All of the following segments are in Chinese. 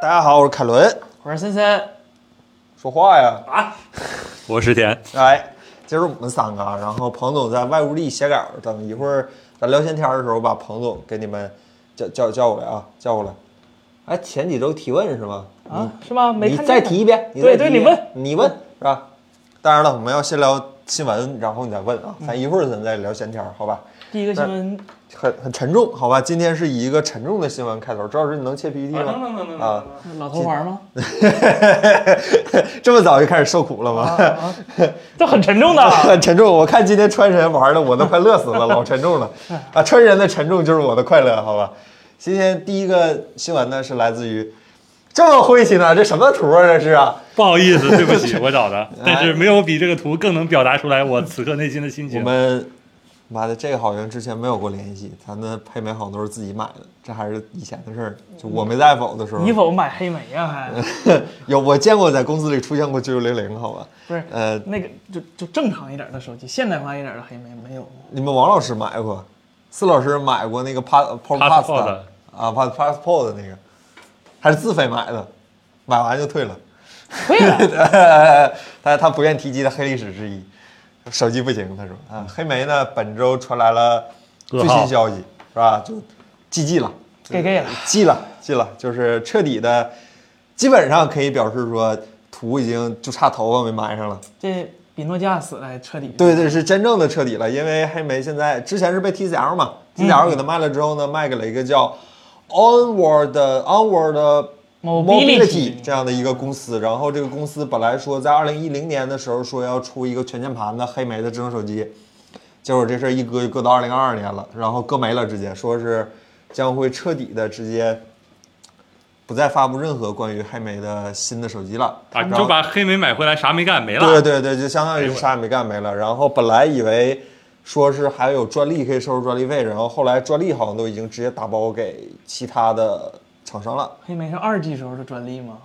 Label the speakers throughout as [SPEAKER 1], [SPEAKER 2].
[SPEAKER 1] 大家好，我是凯伦。
[SPEAKER 2] 我是森森，
[SPEAKER 1] 说话呀！
[SPEAKER 3] 我是田，
[SPEAKER 1] 哎，今儿我们三个啊，然后彭总在外屋里写稿，等一会儿咱聊闲天儿的时候，把彭总给你们叫叫叫过来啊，叫过来。哎，前几周提问是吗？
[SPEAKER 2] 啊，是吗？没
[SPEAKER 1] 嗯你
[SPEAKER 2] 看见
[SPEAKER 1] 再提一遍，你
[SPEAKER 2] 对
[SPEAKER 1] 再提
[SPEAKER 2] 对
[SPEAKER 1] 一
[SPEAKER 2] 你
[SPEAKER 1] 遍，你问是吧？当然了，我们要先聊新闻，然后你再问啊，咱一会儿咱再聊闲天儿，好吧？
[SPEAKER 2] 第一个新闻，
[SPEAKER 1] 很很沉重，好吧？今天是以一个沉重的新闻开头，赵老师你能切 PPT 吗？
[SPEAKER 4] 能能能能
[SPEAKER 1] 啊
[SPEAKER 4] 能，
[SPEAKER 2] 老头环吗？
[SPEAKER 1] 这么早就开始受苦了吗？
[SPEAKER 2] 这很沉重的，
[SPEAKER 1] 很沉重。我看今天川神玩的，我都快乐死了，老沉重了啊！川神的沉重就是我的快乐，好吧？今天第一个新闻呢是来自于这么晦气呢，这什么图啊？这是啊？
[SPEAKER 3] 不好意思，对不 起，我找的，
[SPEAKER 1] 哎
[SPEAKER 3] 但是没有比这个图更能表达出来我此刻内心的心
[SPEAKER 1] 我
[SPEAKER 3] 情。
[SPEAKER 1] 们妈的，这个好像之前没有过联系，咱的配美好像都是自己买的，这还是以前的事儿。就我没在否的 时候，
[SPEAKER 2] 你否买黑莓呀？还
[SPEAKER 1] 嗯有我见过在公司里出现过九九零零，好吧？
[SPEAKER 2] 不是
[SPEAKER 1] 呃，
[SPEAKER 2] 那个就就正常一点的手机，现代化一点的黑莓没有。
[SPEAKER 1] 你们王老师买过，四老师买过那个 pa pa
[SPEAKER 3] Passport
[SPEAKER 1] pasta 啊 pa passport 的那个，还是自费买的，买完就退了。
[SPEAKER 2] 对了，
[SPEAKER 1] 但是 他不愿提及的黑历史之一，手机不行，他说啊，黑莓呢本周传来了最
[SPEAKER 3] 噩
[SPEAKER 1] 新
[SPEAKER 3] 耗
[SPEAKER 1] 消息，是吧？就 GG 了
[SPEAKER 2] 给 gay 了，
[SPEAKER 1] 记了，记了，就是彻底的，基本上可以表示说图已经就差头发没埋上了。
[SPEAKER 2] 这比诺基亚死的还彻底。
[SPEAKER 1] 对对，是真正的彻底了，因为黑莓现在之前是被 TCL 嘛，TCL 给它卖了之后呢，卖给了一个叫 Onward Onward
[SPEAKER 2] Mobility
[SPEAKER 1] 这样的一个公司。然后这个公司本来说在二零一零年的时候说要出一个全键盘的黑莓的智能手机，结果这事儿一搁就搁到二零二二年了，然后搁没了，直接说是将会彻底的直接不再发布任何关于黑莓的新的手机了。
[SPEAKER 3] 啊，
[SPEAKER 1] 然
[SPEAKER 3] 你
[SPEAKER 1] 后
[SPEAKER 3] 就把黑莓买回来，啥没干，没
[SPEAKER 1] 对
[SPEAKER 3] 了。
[SPEAKER 1] 对对，就相当于是啥也没干没了。然后本来以为说是还有专利可以收入专利费，然后后来专利好像都已经直接打包给其他的厂商 了。
[SPEAKER 2] 黑莓是二 G 时候的专利吗？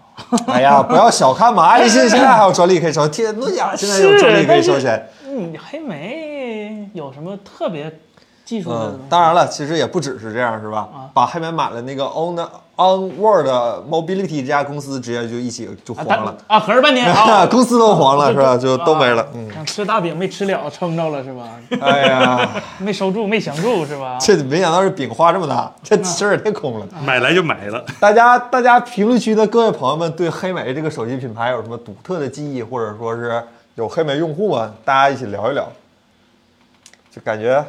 [SPEAKER 1] 哎呀，不要小看嘛，爱立信现在还有专利可以收，天诺基亚 现在有专利可以收钱。
[SPEAKER 2] 嗯，黑莓有什么特别技术的
[SPEAKER 1] 嗯
[SPEAKER 2] 东西？，
[SPEAKER 1] 当然了，其实也不只是这样，是
[SPEAKER 2] 啊
[SPEAKER 1] 吧？把黑莓买了那个 On Onward Mobility 这家公司，直接就一起就
[SPEAKER 2] 啊，
[SPEAKER 1] 黄了
[SPEAKER 2] 但，哦啊，合着半 天啊，
[SPEAKER 1] 公司都黄了，是吧？就都没了。嗯，
[SPEAKER 2] 想吃大饼没吃了，撑着了是吧？
[SPEAKER 1] 哎呀，
[SPEAKER 2] 没收住，没降住是吧？
[SPEAKER 1] 这没想到这饼画这么大，
[SPEAKER 2] 啊
[SPEAKER 1] 这事儿也太空了。
[SPEAKER 3] 买来就买了，
[SPEAKER 1] 大家，大家评论区的各位朋友们，对黑莓这个手机品牌有什么独特的记忆，或者说是有黑莓用户吗？大家一起聊一聊。就感觉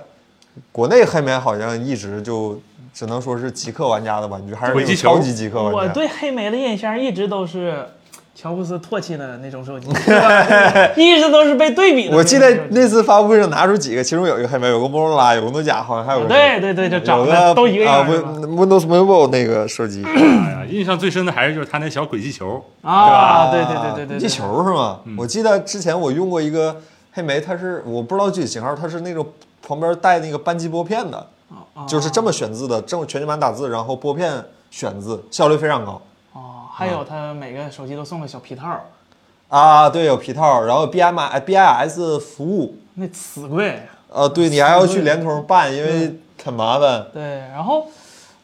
[SPEAKER 1] 国内黑莓好像一直就只能说是极客玩家的玩具，还是那
[SPEAKER 3] 回
[SPEAKER 1] 种
[SPEAKER 3] 击球
[SPEAKER 1] 超级极客
[SPEAKER 2] 我
[SPEAKER 1] 玩家。
[SPEAKER 2] 对黑莓的印象一直都是乔布斯唾弃的那 种手机，对吧 一直都是被对比的那
[SPEAKER 1] 我
[SPEAKER 2] 种手机。
[SPEAKER 1] 记得那次发布会上拿出几个，其中有一个黑莓，有个摩托罗拉，有个诺基亚，好像还有个
[SPEAKER 2] 哦对对对，就
[SPEAKER 1] 有
[SPEAKER 2] 长
[SPEAKER 1] 个
[SPEAKER 2] 得都一个
[SPEAKER 1] 啊
[SPEAKER 2] 样是吧
[SPEAKER 1] Win-，Windows Mobile 那个手机
[SPEAKER 3] 哎呀，印象最深的还是就是他那小轨迹球，。
[SPEAKER 2] 啊，对对对对对，嗯
[SPEAKER 1] 地
[SPEAKER 2] 对
[SPEAKER 1] 球是吗？我记得之前我用过一个黑莓，它是我不知道具体型号，它是那种旁边带那个扳机拨片的，
[SPEAKER 2] 哦
[SPEAKER 1] 就是这么选字的，这么全键盘打字，然后拨片选字，效率非常高
[SPEAKER 2] 哦，还有他每个手机都送个小皮套儿，
[SPEAKER 1] 啊。对，有皮套，然后 B M I 哎 B I S 服务，
[SPEAKER 2] 那死贵。
[SPEAKER 1] 呃，对你还要去联通办，因
[SPEAKER 2] 嗯
[SPEAKER 1] 为很麻烦。
[SPEAKER 2] 对，然后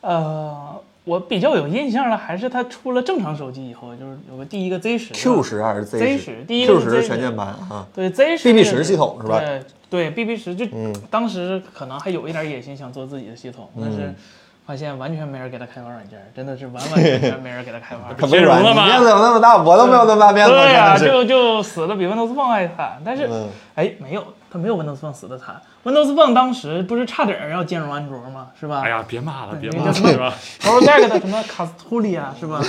[SPEAKER 2] 呃，我比较有印象的还是他出了正常手机以后，就是有个第一个 Z 十
[SPEAKER 1] Q 十还是十
[SPEAKER 2] Z 十第一个
[SPEAKER 1] Q
[SPEAKER 2] 是
[SPEAKER 1] 十
[SPEAKER 2] Z10
[SPEAKER 1] 全键盘啊，
[SPEAKER 2] 对 Z 十
[SPEAKER 1] BB10 系统是吧嗯
[SPEAKER 2] 对对，BB 十就当时可能还有一点野心，想做自己的系统，
[SPEAKER 1] 嗯
[SPEAKER 2] 但是发现完全没人给他开发软件儿，真的是完完全全没人给他开 发
[SPEAKER 1] 可没软，
[SPEAKER 3] 兼
[SPEAKER 1] 你
[SPEAKER 3] 容了吗
[SPEAKER 1] 面子有那么大，我都没有那么大面子。
[SPEAKER 2] 对呀、
[SPEAKER 1] 呀，
[SPEAKER 2] 就就死了比 Windows Phone 还惨，但是
[SPEAKER 1] 嗯
[SPEAKER 2] 哎，没有，它没有 Windows Phone 死的惨。Windows Phone 当时不是差点儿要兼容安卓吗？是吧？
[SPEAKER 3] 哎呀，别骂了，别
[SPEAKER 2] 那个
[SPEAKER 3] 骂了，
[SPEAKER 2] 叫
[SPEAKER 3] 是吧？
[SPEAKER 2] Project 的什么卡斯图利啊，是 吧？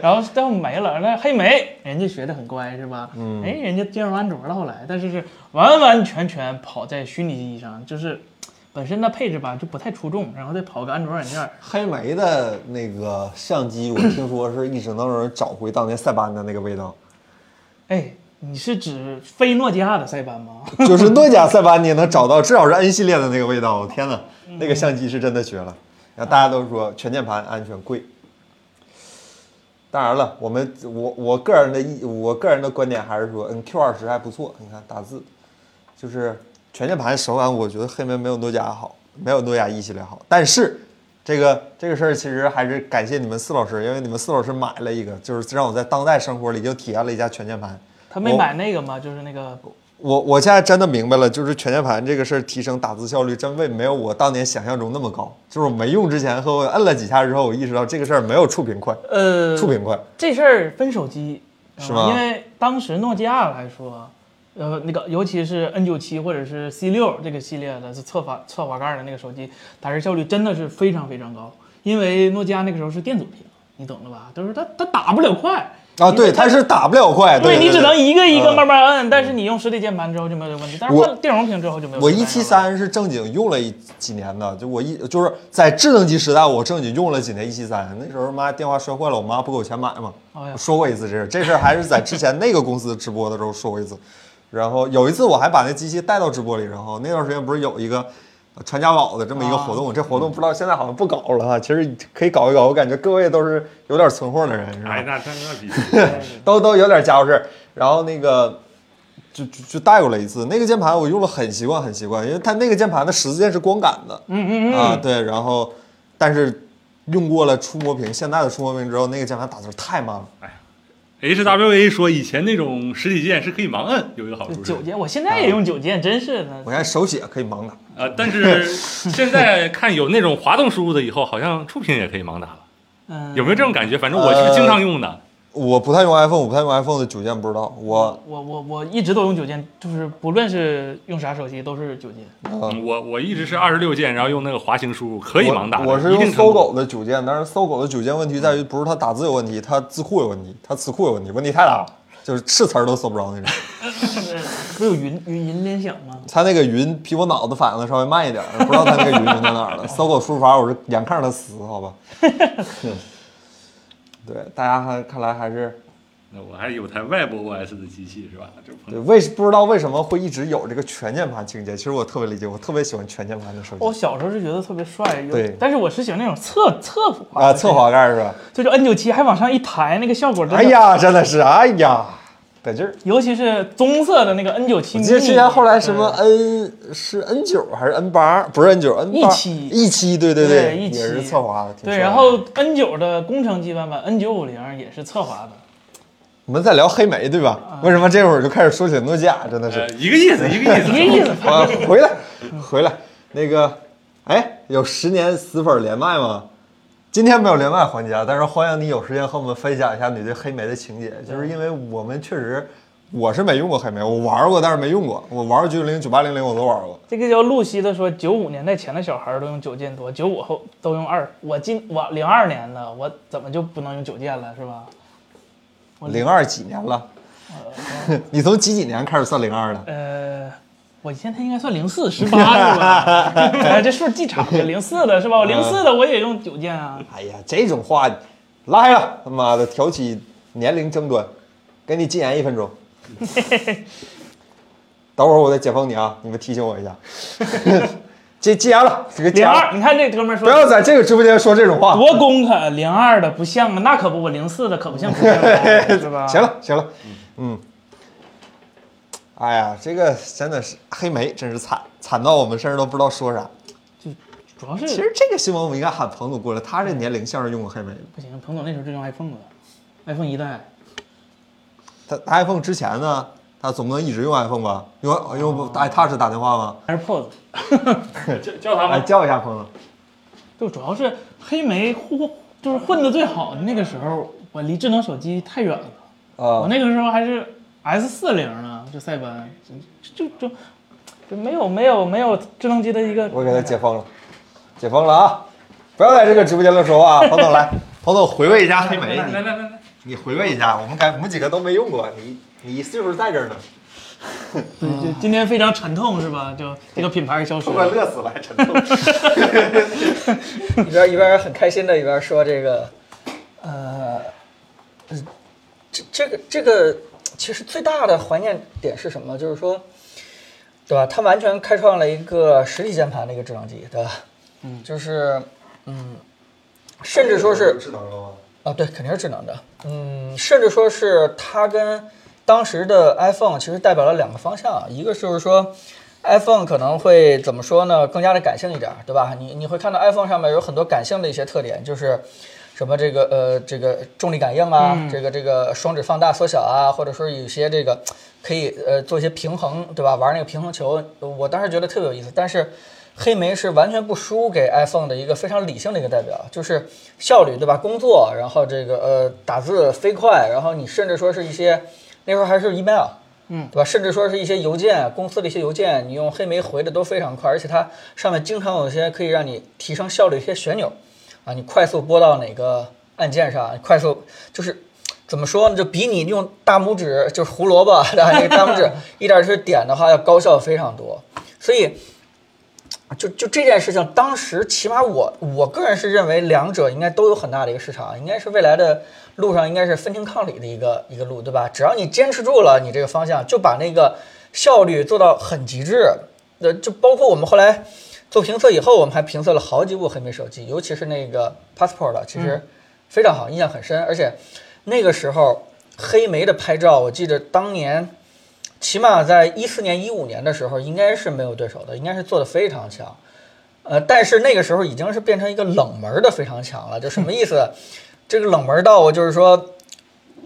[SPEAKER 2] 然后最后没了，那黑莓人家学的很乖，是吧？嗯，哎，人家兼容安卓了后来，但是是完完全全跑在虚拟机上，就是本身的配置吧就不太出众，然后再跑个安卓软件儿，
[SPEAKER 1] 黑莓的那个相机，我听说是一直能让人找回当年塞班的那个味道，
[SPEAKER 2] 哎，你是指非诺基亚的塞班吗？
[SPEAKER 1] 就是诺基亚塞班你也能找到，至少是 N 系列的那个味道。我天哪，
[SPEAKER 2] 嗯
[SPEAKER 1] 那个相机是真的绝了。然后大家都说全键盘安全贵，当然了，我们我我个人的意，我个人的观点还是说，嗯，Q 二十还不错。你看打字，就是全键盘手感，我觉得黑莓没有诺基亚好，没有诺基亚一系列好，但是这个这个事儿其实还是感谢你们四老师，因为你们四老师买了一个，就是让我在当代生活里又体验了一下全键盘。
[SPEAKER 2] 他没
[SPEAKER 1] 我
[SPEAKER 2] 买那个吗？就是那个
[SPEAKER 1] 我我现在真的明白了，就是全键盘这个事儿提升打字效率，真为没有我当年想象中那么高。就是我没用之前和我摁了几下之后，我意识到这个事儿没有触屏快，
[SPEAKER 2] 呃，
[SPEAKER 1] 触屏快。
[SPEAKER 2] 这事儿分手机
[SPEAKER 1] 是
[SPEAKER 2] 吧
[SPEAKER 1] 吗
[SPEAKER 2] 因为当时诺基亚来说，呃，那个尤其是 N 9 7或者是 C 6这个系列的是侧滑侧滑盖的那个手机，打字效率真的是非常非常高。因为诺基亚那个时候是电阻屏，你懂的吧？就是它它打不了快
[SPEAKER 1] 啊，对，它是打不了快，对
[SPEAKER 2] 对你只能一个一个
[SPEAKER 1] 嗯
[SPEAKER 2] 慢慢摁，但是你用实体键盘之后就没有这个问题。但是
[SPEAKER 1] 我
[SPEAKER 2] 换电容屏之后就没有这个
[SPEAKER 1] 我
[SPEAKER 2] 问题
[SPEAKER 1] 一
[SPEAKER 2] 了。
[SPEAKER 1] 七三是正经用了一几年的，就我一就是在智能机时代，我正经用了几年一七三。那时候妈电话摔坏了，我妈不给我钱买嘛，
[SPEAKER 2] 哎呀
[SPEAKER 1] 我说过一次这事儿，这事儿还是在之前那个公司直播的时候说过一次。然后有一次我还把那机器带到直播里，然后那段时间不是有一个呃传家宝的这么一个活动，这活动不知道现在好像不搞了哈，其实可以搞一搞，我感觉各位都是有点存货的人，是吧？
[SPEAKER 3] 哎，那那那比
[SPEAKER 1] 都都有点家伙事儿。然后那个就就就带过来一次，那个键盘我用了很习惯很习惯，因为它那个键盘的十字键是光感的，嗯嗯嗯啊对，然后但是用过了触摸屏，现在的触摸屏之后，那个键盘打字太慢了。
[SPEAKER 3] HWA 说以前那种实体键是可以盲摁，有一个好处是
[SPEAKER 2] 九键，我现在也用九键，真是的
[SPEAKER 1] 我。看手写可以盲打，
[SPEAKER 3] 啊，但是现在看有那种滑动输入的，以后好像触屏也可以盲打了，
[SPEAKER 2] 嗯，
[SPEAKER 3] 有没有这种感觉？反正我是经常用的，
[SPEAKER 1] 我不太用 iPhone，我不太用 iPhone 的九键不知道，我
[SPEAKER 2] 我我我一直都用九键，就是不论是用啥手机都是九键。
[SPEAKER 1] 呃
[SPEAKER 3] 嗯我我一直是二十六键，然后用那个滑行输入可以盲打的
[SPEAKER 1] 我我是
[SPEAKER 3] 一
[SPEAKER 1] 用
[SPEAKER 3] 定程
[SPEAKER 1] 搜
[SPEAKER 3] 度
[SPEAKER 1] 狗的九键，但是搜狗的九键问题在于不是它打字有问题，它字库有问题，它词库有问题，问题太大了，就是是词儿都搜不着那种。
[SPEAKER 2] 不有云云云联想吗？
[SPEAKER 1] 他那个云比我脑子反应的稍微慢一点儿，不知道他那个云云在哪儿了。搜狗输入法我是眼看着它死，好 吧？对，大家还看来还是
[SPEAKER 3] 那我还有台外部 OS 的机器是吧？这朋
[SPEAKER 1] 对
[SPEAKER 3] 友
[SPEAKER 1] 为不知道为什么会一直有这个全键盘情节。其实我特别理解，我特别喜欢全键盘的手
[SPEAKER 2] 我
[SPEAKER 1] 机
[SPEAKER 2] 小时候是觉得特别帅，有
[SPEAKER 1] 对
[SPEAKER 2] 但是我是喜欢那种侧侧滑
[SPEAKER 1] 啊，侧，滑盖儿是吧？
[SPEAKER 2] 就就 N 9 7还往上一抬，那个效果真的
[SPEAKER 1] 哎，呀，真的是，哎呀，得劲儿。
[SPEAKER 2] 尤其是棕色的那个 N 9 7
[SPEAKER 1] 我记得之前后来什么
[SPEAKER 2] 嗯
[SPEAKER 1] N 是 N 九还是 N 八？不是 N 九，N 八
[SPEAKER 2] E7
[SPEAKER 1] E 七，对对
[SPEAKER 2] 对
[SPEAKER 1] 也
[SPEAKER 2] ，E7
[SPEAKER 1] 是侧滑的。挺
[SPEAKER 2] 对，
[SPEAKER 1] 帅
[SPEAKER 2] 然
[SPEAKER 1] 的
[SPEAKER 2] 后 N 9的工程机版本 N 9 5 0也是侧滑的。
[SPEAKER 1] 我们在聊黑莓对
[SPEAKER 2] 啊
[SPEAKER 1] 吧？为什么这会儿就开始说起诺基亚？真的是
[SPEAKER 3] 呃，
[SPEAKER 2] 哎
[SPEAKER 3] 一个意思，一个意思，
[SPEAKER 2] 一个意思，
[SPEAKER 1] 啊，回来，回来，那个，哎，有十年死粉连麦吗？今天没有连麦环节啊，但是欢迎你有时间和我们分享一下你对黑莓的情
[SPEAKER 2] 嗯
[SPEAKER 1] 节，就是因为我们确实，我是没用过黑莓，我玩过，但是没用过，我玩九九零、九八零零我都玩过。
[SPEAKER 2] 这个叫露西的说，九五年代前的小孩儿都用九键多，九五后都用二。我今我零二年的，我怎么就不能用九键了，是吧？我
[SPEAKER 1] 零二几年了？ 你从几几年开始算零二的？
[SPEAKER 2] 呃，我现在应该算零四十八是吧？ 哎，这数记差了，零四的是吧？我零四的我也用九键啊。
[SPEAKER 1] 哎呀，这种话拉黑了，他妈的挑起年龄争端，给你禁言一分钟。 等会儿我再解封你啊，你们提醒我一下。 这禁言了，这个禁
[SPEAKER 2] 零
[SPEAKER 1] 言
[SPEAKER 2] 二，
[SPEAKER 1] 了，
[SPEAKER 2] 你看这哥们儿
[SPEAKER 1] 不
[SPEAKER 2] 说
[SPEAKER 1] 要在这个直播间说这种话。
[SPEAKER 2] 多公开，零二的不像啊，那可不，我零四的可不像不像啊，是吧？
[SPEAKER 1] 行，了，行了，嗯。哎呀，这个真的是黑莓，真是惨惨到我们甚至都不知道说啥。
[SPEAKER 2] 主要是
[SPEAKER 1] 其实这个新闻我们应该喊彭总过来，他这年龄像是用过黑莓的。
[SPEAKER 2] 不行，彭总那时候就用 iPhone 了，iPhone 一代。
[SPEAKER 1] 他他 iPhone 之前呢，他总不能一直用 iPhone 吧？用用 iTouch 打电话吗？
[SPEAKER 2] 还是 pose，
[SPEAKER 3] 叫叫他
[SPEAKER 1] 哎，
[SPEAKER 3] 们
[SPEAKER 1] 叫一下朋友。
[SPEAKER 2] 就主要是黑莓混就是混的最好的那个时候，我离智能手机太远了。我
[SPEAKER 1] 啊，
[SPEAKER 2] 那个时候还是 S 四零呢，就塞班，就就就就没有没有没有智能机的一个。
[SPEAKER 1] 我给他解封了，解封了啊！不要在这个直播间乱说话， 啊，彭总来，彭总回味一下黑莓，
[SPEAKER 3] 来来
[SPEAKER 1] 你
[SPEAKER 3] 来来来，
[SPEAKER 1] 你回味一下，我们该我们几个都没用过，你你岁数在这儿呢，
[SPEAKER 2] 对，就今天非常沉痛是吧？就这个品牌消失
[SPEAKER 1] 给我
[SPEAKER 2] 了。
[SPEAKER 1] 乐死了，还沉痛。
[SPEAKER 4] 一边一边很开心的一边说这个，呃，这这个这个其实最大的怀念点是什么？就是说，对吧？它完全开创了一个实体键盘的一个智能机，对吧？嗯，就是嗯，甚至说是
[SPEAKER 1] 智能了吗？
[SPEAKER 4] 啊，对，肯定是智能的。嗯，甚至说是它跟当时的 iPhone 啊其实代表了两个方向，一个就是说， iPhone 可能会怎么说呢？更加的感性一点，对吧？你你会看到 iPhone 上面有很多感性的一些特点，就是什么这个呃这个重力感应啊，这个这个双指放大缩小啊，或者说有些这个可以呃做一些平衡，对吧？玩那个平衡球，我当时觉得特别有意思。但是黑莓是完全不输给 iPhone 的一个非常理性的一个代表，就是效率，对吧？工作，然后这个呃打字飞快，然后你甚至说是一些那时候还是 email。对吧？甚至说是一些邮件，公司的一些邮件，你用黑莓回的都非常快，而且它上面经常有一些可以让你提升效率的一些旋钮，啊，你快速拨到哪个按键上，你快速就是怎么说呢？就比你用大拇指就是胡萝卜的那个大拇指一点儿去点的话要高效非常多，所以。啊就就这件事情，当时起码我我个人是认为两者应该都有很大的一个市场，应该是未来的路上应该是分庭抗礼的一个一个路，对吧？只要你坚持住了你这个方向，就把那个效率做到很极致。呃，就包括我们后来做评测以后，我们还评测了好几部黑莓手机，尤其是那个 Passport，其实非常好，印象很深。而且那个时候黑莓的拍照，我记得当年。起码在一四年、一五年的时候，应该是没有对手的，应该是做的非常强。呃，但是那个时候已经是变成一个冷门的非常强了，就什么意思？ 这个冷门到我就是说，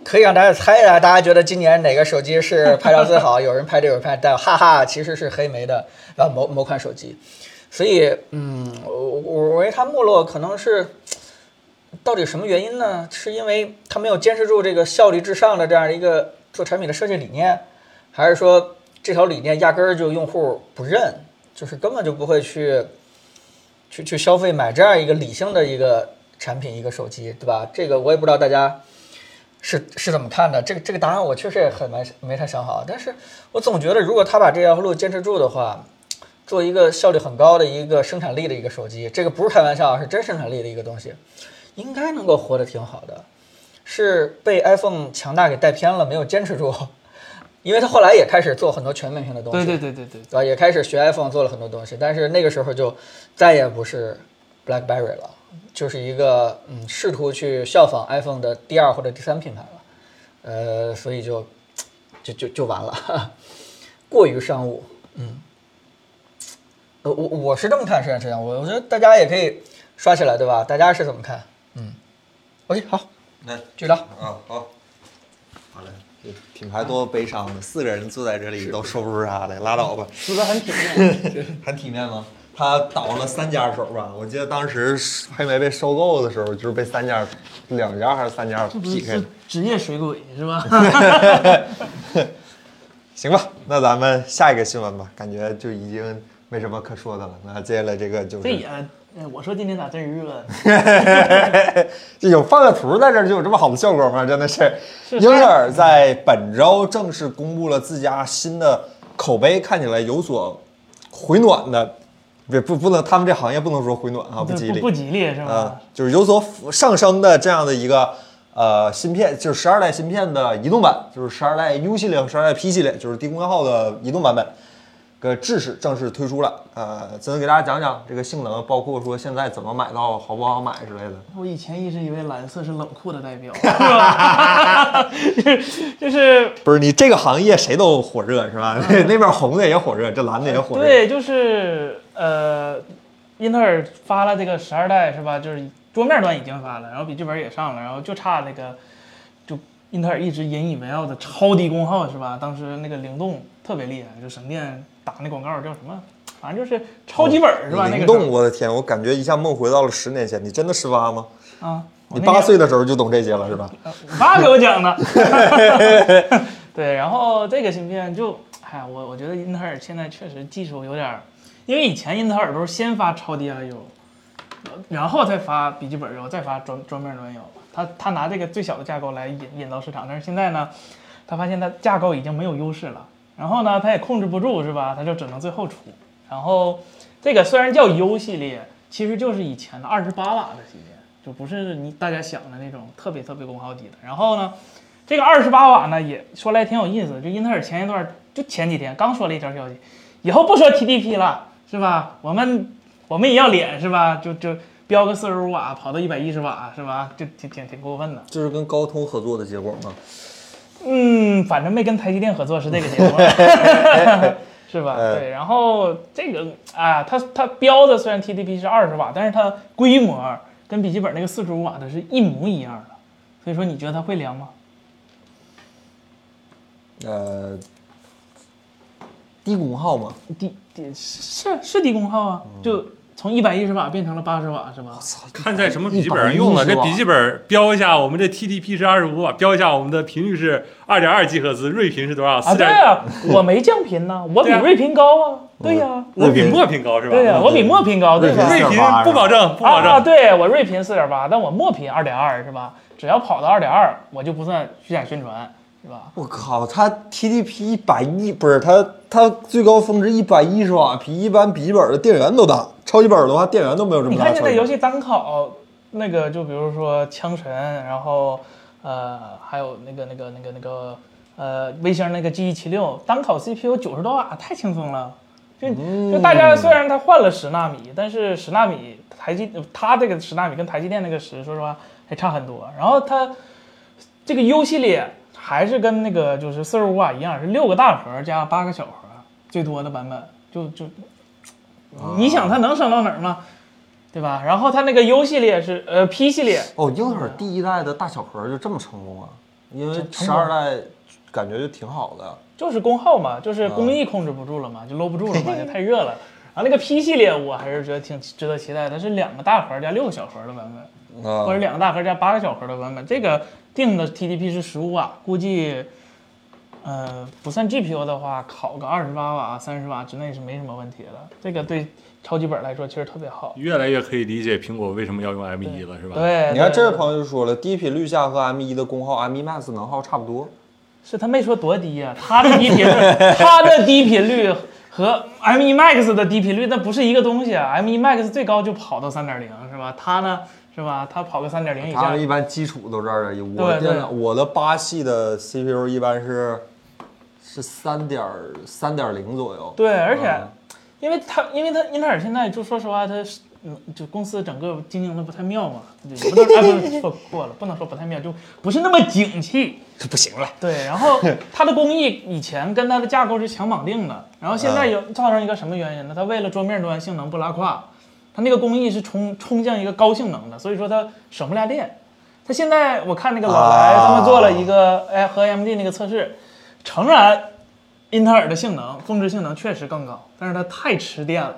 [SPEAKER 4] 可以让大家猜一下，大家觉得今年哪个手机是拍照最好？有人拍这个，有人拍但哈哈，其实是黑莓的啊某某款手机。所以，嗯，我我我认为它没落可能是。到底什么原因呢？是因为它没有坚持住这个效率至上的这样一个做产品的设计理念，还是说这条理念压根儿就用户不认，就是根本就不会去去去消费买这样一个理性的一个产品一个手机，对吧？这个我也不知道大家是是怎么看的。这个这个答案我确实也很没没太想好，但是我总觉得如果他把这条路坚持住的话，做一个效率很高的一个生产力的一个手机，这个不是开玩笑啊，是真生产力的一个东西，应该能够活得挺好的。是被 iPhone 强大给带偏了，没有坚持住，因为他后来也开始做很多全面性的东
[SPEAKER 2] 对
[SPEAKER 4] 西，
[SPEAKER 2] 对对对对，
[SPEAKER 4] 对啊吧？也开始学 iPhone 做了很多东西，但是那个时候就再也不是 BlackBerry 了，就是一个嗯试图去效仿 iPhone 的第二或者第三品牌了，呃，所以就就就就完了， 过于商务，嗯，呃我我是这么看这件事情，我我觉得大家也可以刷起来，对吧？大家是怎么看？嗯，OK，好，
[SPEAKER 5] 那
[SPEAKER 4] 就这样。
[SPEAKER 1] 啊，好，
[SPEAKER 5] 好了，这品牌多悲伤的，四个人坐在这里都说不出啥来，拉倒吧。
[SPEAKER 1] 说的很体面， 很体面吗？他倒了三家手吧？我记得当时黑莓被收购的时候，就是被三家，两家还是三家
[SPEAKER 2] 不是
[SPEAKER 1] PK
[SPEAKER 2] 是
[SPEAKER 1] 的。
[SPEAKER 2] 职业水鬼 是吧？
[SPEAKER 1] 行吧，那咱们下一个新闻吧，感觉就已经没什么可说的了。那接下来这个就是
[SPEAKER 2] 这 也，呃我说今天咋这热？
[SPEAKER 1] 这有放个图在这儿就有这么好的效果吗？真的是，英特尔在本周正式公布了自家新的口碑看起来有所回暖的，不不不能，他们这行业不能说回暖 啊，不吉利，
[SPEAKER 2] 不吉利是
[SPEAKER 1] 呃
[SPEAKER 2] 吧？，
[SPEAKER 1] 就是有所上升的这样的一个呃芯片，就是十二代芯片的移动版，就是十二代 U 系列和十二代 P 系列，就是低功耗的移动版本。个制式正式推出了，呃，咱给大家讲讲这个性能，包括说现在怎么买到，好不好买之类的。
[SPEAKER 2] 我以前一直以为蓝色是冷酷的代表，是吧？ 就是就是
[SPEAKER 1] 不是你这个行业谁都火热是吧？ 那边红的也火热，这蓝的也火热。
[SPEAKER 2] 对，就是呃，英特尔发了这个十二代是吧？就是桌面端已经发了，然后笔记本也上了，然后就差那个就英特尔一直引以为傲的超低功耗是吧？当时那个灵动特别厉害，就省电打那广告叫什么？反正就是超级本儿是吧？那
[SPEAKER 1] 哦灵
[SPEAKER 2] 个
[SPEAKER 1] 动，
[SPEAKER 2] 时候
[SPEAKER 1] 我的天，我感觉一下梦回到了十年前。你真的十八吗？
[SPEAKER 2] 啊，我
[SPEAKER 1] 你
[SPEAKER 2] 那嗯
[SPEAKER 1] 八
[SPEAKER 2] 天
[SPEAKER 1] 岁的时候就懂这些了是吧？
[SPEAKER 2] 我爸给我讲的。对，然后这个芯片就，哎，我我觉得英特尔现在确实技术有点儿，因为以前英特尔都是先发超低 I/O，然后再发笔记本 I/O，再发桌桌面端 I/O，他他拿这个最小的架构来引引到市场，但是现在呢，他发现它架构已经没有优势了，然后呢，他也控制不住是吧？他就只能最后出，然后这个虽然叫 U 系列，其实就是以前的二十八瓦的系列，就不是你大家想的那种特别特别功耗低的。然后呢，这个二十八瓦呢，也说来挺有意思，就英特尔前一段就前几天刚说了一条消息，以后不说 TDP 了，是吧？我们我们也要脸是吧？就就标个四十五瓦，跑到一百一十瓦是吧？就挺挺挺过分的。
[SPEAKER 1] 就是跟高通合作的结果吗？
[SPEAKER 2] 嗯，反正没跟台积电合作是这个结果，是吧？
[SPEAKER 1] 呃
[SPEAKER 2] 对，然后这个啊，它它标的虽然 TDP 是二十瓦，但是它规模啊跟笔记本那个四十五瓦的是一模一样的，所以说你觉得它会凉吗？
[SPEAKER 1] 呃，低功耗嘛，
[SPEAKER 2] 低低是是低功耗啊，
[SPEAKER 3] 嗯
[SPEAKER 2] 就从一百一十瓦变成了八十瓦是吧？
[SPEAKER 3] 看在什么笔记本上用了，
[SPEAKER 1] 110
[SPEAKER 3] 这
[SPEAKER 1] 瓦
[SPEAKER 3] 笔记本标一下，我们这 TDP 是二十五瓦，标一下我们的频率是二点二吉赫兹，睿频是多少？
[SPEAKER 2] 啊，
[SPEAKER 3] 四
[SPEAKER 2] 对
[SPEAKER 3] 点、
[SPEAKER 2] 啊，我没降频呐，我比
[SPEAKER 3] 对啊
[SPEAKER 2] 睿频高啊，对呀，
[SPEAKER 3] 我比墨频高是吧？
[SPEAKER 2] 对啊呀，我比墨频高，对吧？
[SPEAKER 3] 睿频不保证，不保
[SPEAKER 2] 啊，
[SPEAKER 3] 证。
[SPEAKER 2] 对我睿频四点八，但我墨频二点二是吧？只要跑到二点二，我就不算虚假宣传是吧？
[SPEAKER 1] 我靠，它 TDP 一百一不是它它最高峰值一百一十瓦，比一般笔记本的电源都大。超级本的话，电源都没有这么
[SPEAKER 2] 你
[SPEAKER 1] 大
[SPEAKER 2] 看
[SPEAKER 1] 超级
[SPEAKER 2] 现
[SPEAKER 1] 本。
[SPEAKER 2] 在游戏单考那个，就比如说枪神，然后呃，还有那个那个那个那个呃，微星那个 G 一七六单考 CPU 九十多瓦，太轻松了。就
[SPEAKER 1] 嗯
[SPEAKER 2] 就大家虽然它换了十纳米，但是十纳米台积它这个十纳米跟台积电那个十，说实话还差很多。然后它这个 U 系列还是跟那个就是四十五瓦一样，是六个大核加八个小核，最多的版本就就，
[SPEAKER 1] 啊
[SPEAKER 2] 你想它能升到哪儿吗？对吧？然后它那个 U 系列是呃 P 系列，
[SPEAKER 1] 哦，英特尔第一代的大小核就这么成功啊？因为
[SPEAKER 2] 成
[SPEAKER 1] 十
[SPEAKER 2] 功
[SPEAKER 1] 二代感觉就挺好的。
[SPEAKER 2] 就是功耗嘛，就是工艺控制不住了嘛，就搂不住了 嘛，也太热了。然后那个 P 系列我还是觉得挺值得期待的，是两个大核加六个小核的版本，
[SPEAKER 1] 啊、
[SPEAKER 2] 或者两个大核加八个小核的版本。这个定的 TDP 是十五瓦，估计，呃，不算 GPU 的话，考个二十八瓦、三十瓦之内是没什么问题的。这个对超级本来说其实特别好。
[SPEAKER 3] 越来越可以理解苹果为什么要用 M 一了，是吧？
[SPEAKER 2] 对，
[SPEAKER 1] 你看，这位
[SPEAKER 2] 对
[SPEAKER 1] 朋友就说了，低频率下和 M1 的功耗，M1 Max 能耗差不多。
[SPEAKER 2] 是他没说多低呀、他的低频率，他的低频率和 M1 Max 的低频率那不是一个东西啊。M1 Max 最高就跑到三点零是吧？他呢是吧？他跑个三点零以
[SPEAKER 1] 他
[SPEAKER 2] 下
[SPEAKER 1] 们，一般基础都是二点一。我
[SPEAKER 2] 对
[SPEAKER 1] 的
[SPEAKER 2] 对
[SPEAKER 1] 电脑，我的八系的 CPU 一般是是三点三点零左右。
[SPEAKER 2] 对，而且因为他因为他英特尔现在就说实话，他是嗯就公司整个经营的不太妙嘛，也不能哎不是说过了，不能说不太妙，就不是那么景气。
[SPEAKER 1] 这不行了。
[SPEAKER 2] 对，然后它的工艺以前跟它的架构是强绑定的，然后现在有造成一个什么原因呢？它为了桌面端性能不拉胯，它那个工艺是冲冲向一个高性能的，所以说它省不下电。它现在我看那个老白
[SPEAKER 1] 啊
[SPEAKER 2] 他们做了一个哎和 AMD 那个测试，诚然英特尔的性能峰值性能确实更高，但是它太吃电了。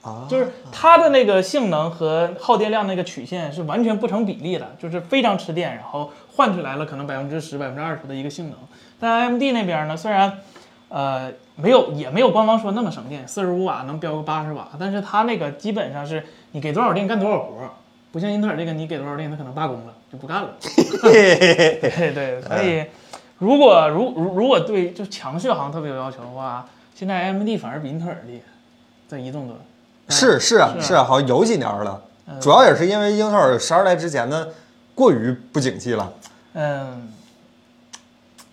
[SPEAKER 1] 啊
[SPEAKER 2] 就是它的那个性能和耗电量那个曲线是完全不成比例的，就是非常吃电，然后换出来了可能百分之十、百分之二十的一个性能。但 AMD 那边呢，虽然呃没有也没有官方说那么省电，四十五瓦能飙个八十瓦，但是它那个基本上是你给多少电干多少活儿，不像英特尔这个你给多少电它可能罢工了就不干了。对对，所以如果如如如果对就强续航特别有要求的话，现在 AMD 反而比英特尔厉害，在移动端。
[SPEAKER 1] 是是啊是啊，好像有几年了，
[SPEAKER 2] 嗯
[SPEAKER 1] 主要也是因为英特尔十二代之前呢过于不景气了，
[SPEAKER 2] 嗯，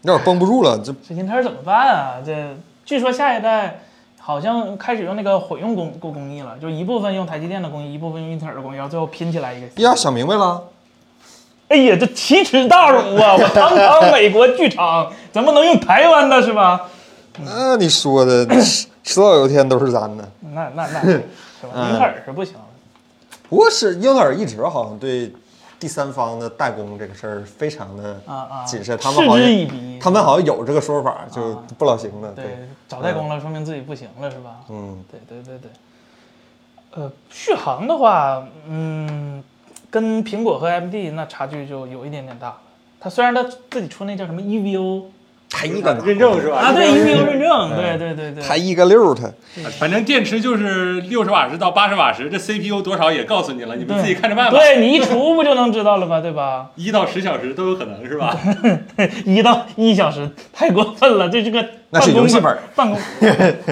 [SPEAKER 1] 有点绷不住了，就
[SPEAKER 2] 这英特尔怎么办啊？这据说下一代好像开始用那个混用工工工艺了，就一部分用台积电的工艺，一部分用英特尔的工艺，然后最后拼起来一个。
[SPEAKER 1] 呀想明白了。
[SPEAKER 2] 哎呀，这奇耻大辱啊！我 堂堂美国剧场，怎么能用台湾的是吧？嗯
[SPEAKER 1] 那啊你说 的，迟迟早有一天都是咱的。
[SPEAKER 2] 那那 那是吧？英特尔是不行的。
[SPEAKER 1] 不过是英特尔一直好像对第三方的代工这个事儿非常的
[SPEAKER 2] 啊啊
[SPEAKER 1] 谨慎，他们好
[SPEAKER 2] 嗤之以
[SPEAKER 1] 像
[SPEAKER 2] 鼻
[SPEAKER 1] 他们好像有这个说法，就不老行的。
[SPEAKER 2] 啊对，找代工了，说明自己不行了，是吧？
[SPEAKER 1] 嗯，
[SPEAKER 2] 对对对对。呃，续航的话，嗯，跟苹果和 AMD 那差距就有一点点大了。它虽然它自己出那叫什么 EVO
[SPEAKER 1] 台一个
[SPEAKER 3] 认证是吧？
[SPEAKER 2] 啊，对 EVO 认证，哎对对对
[SPEAKER 1] 台
[SPEAKER 2] 对，
[SPEAKER 1] 一个六它，
[SPEAKER 3] 反正电池就是六十瓦时到八十瓦时，这 CPU 多少也告诉你了，你们自己看着办吧。
[SPEAKER 2] 对你一除不就能知道了吧，对吧？
[SPEAKER 3] 一到十小时都有可能是 吧？
[SPEAKER 2] 一到一小时太过分了，这是个
[SPEAKER 1] 那是
[SPEAKER 2] 办公
[SPEAKER 1] 游戏本儿
[SPEAKER 2] 办 公。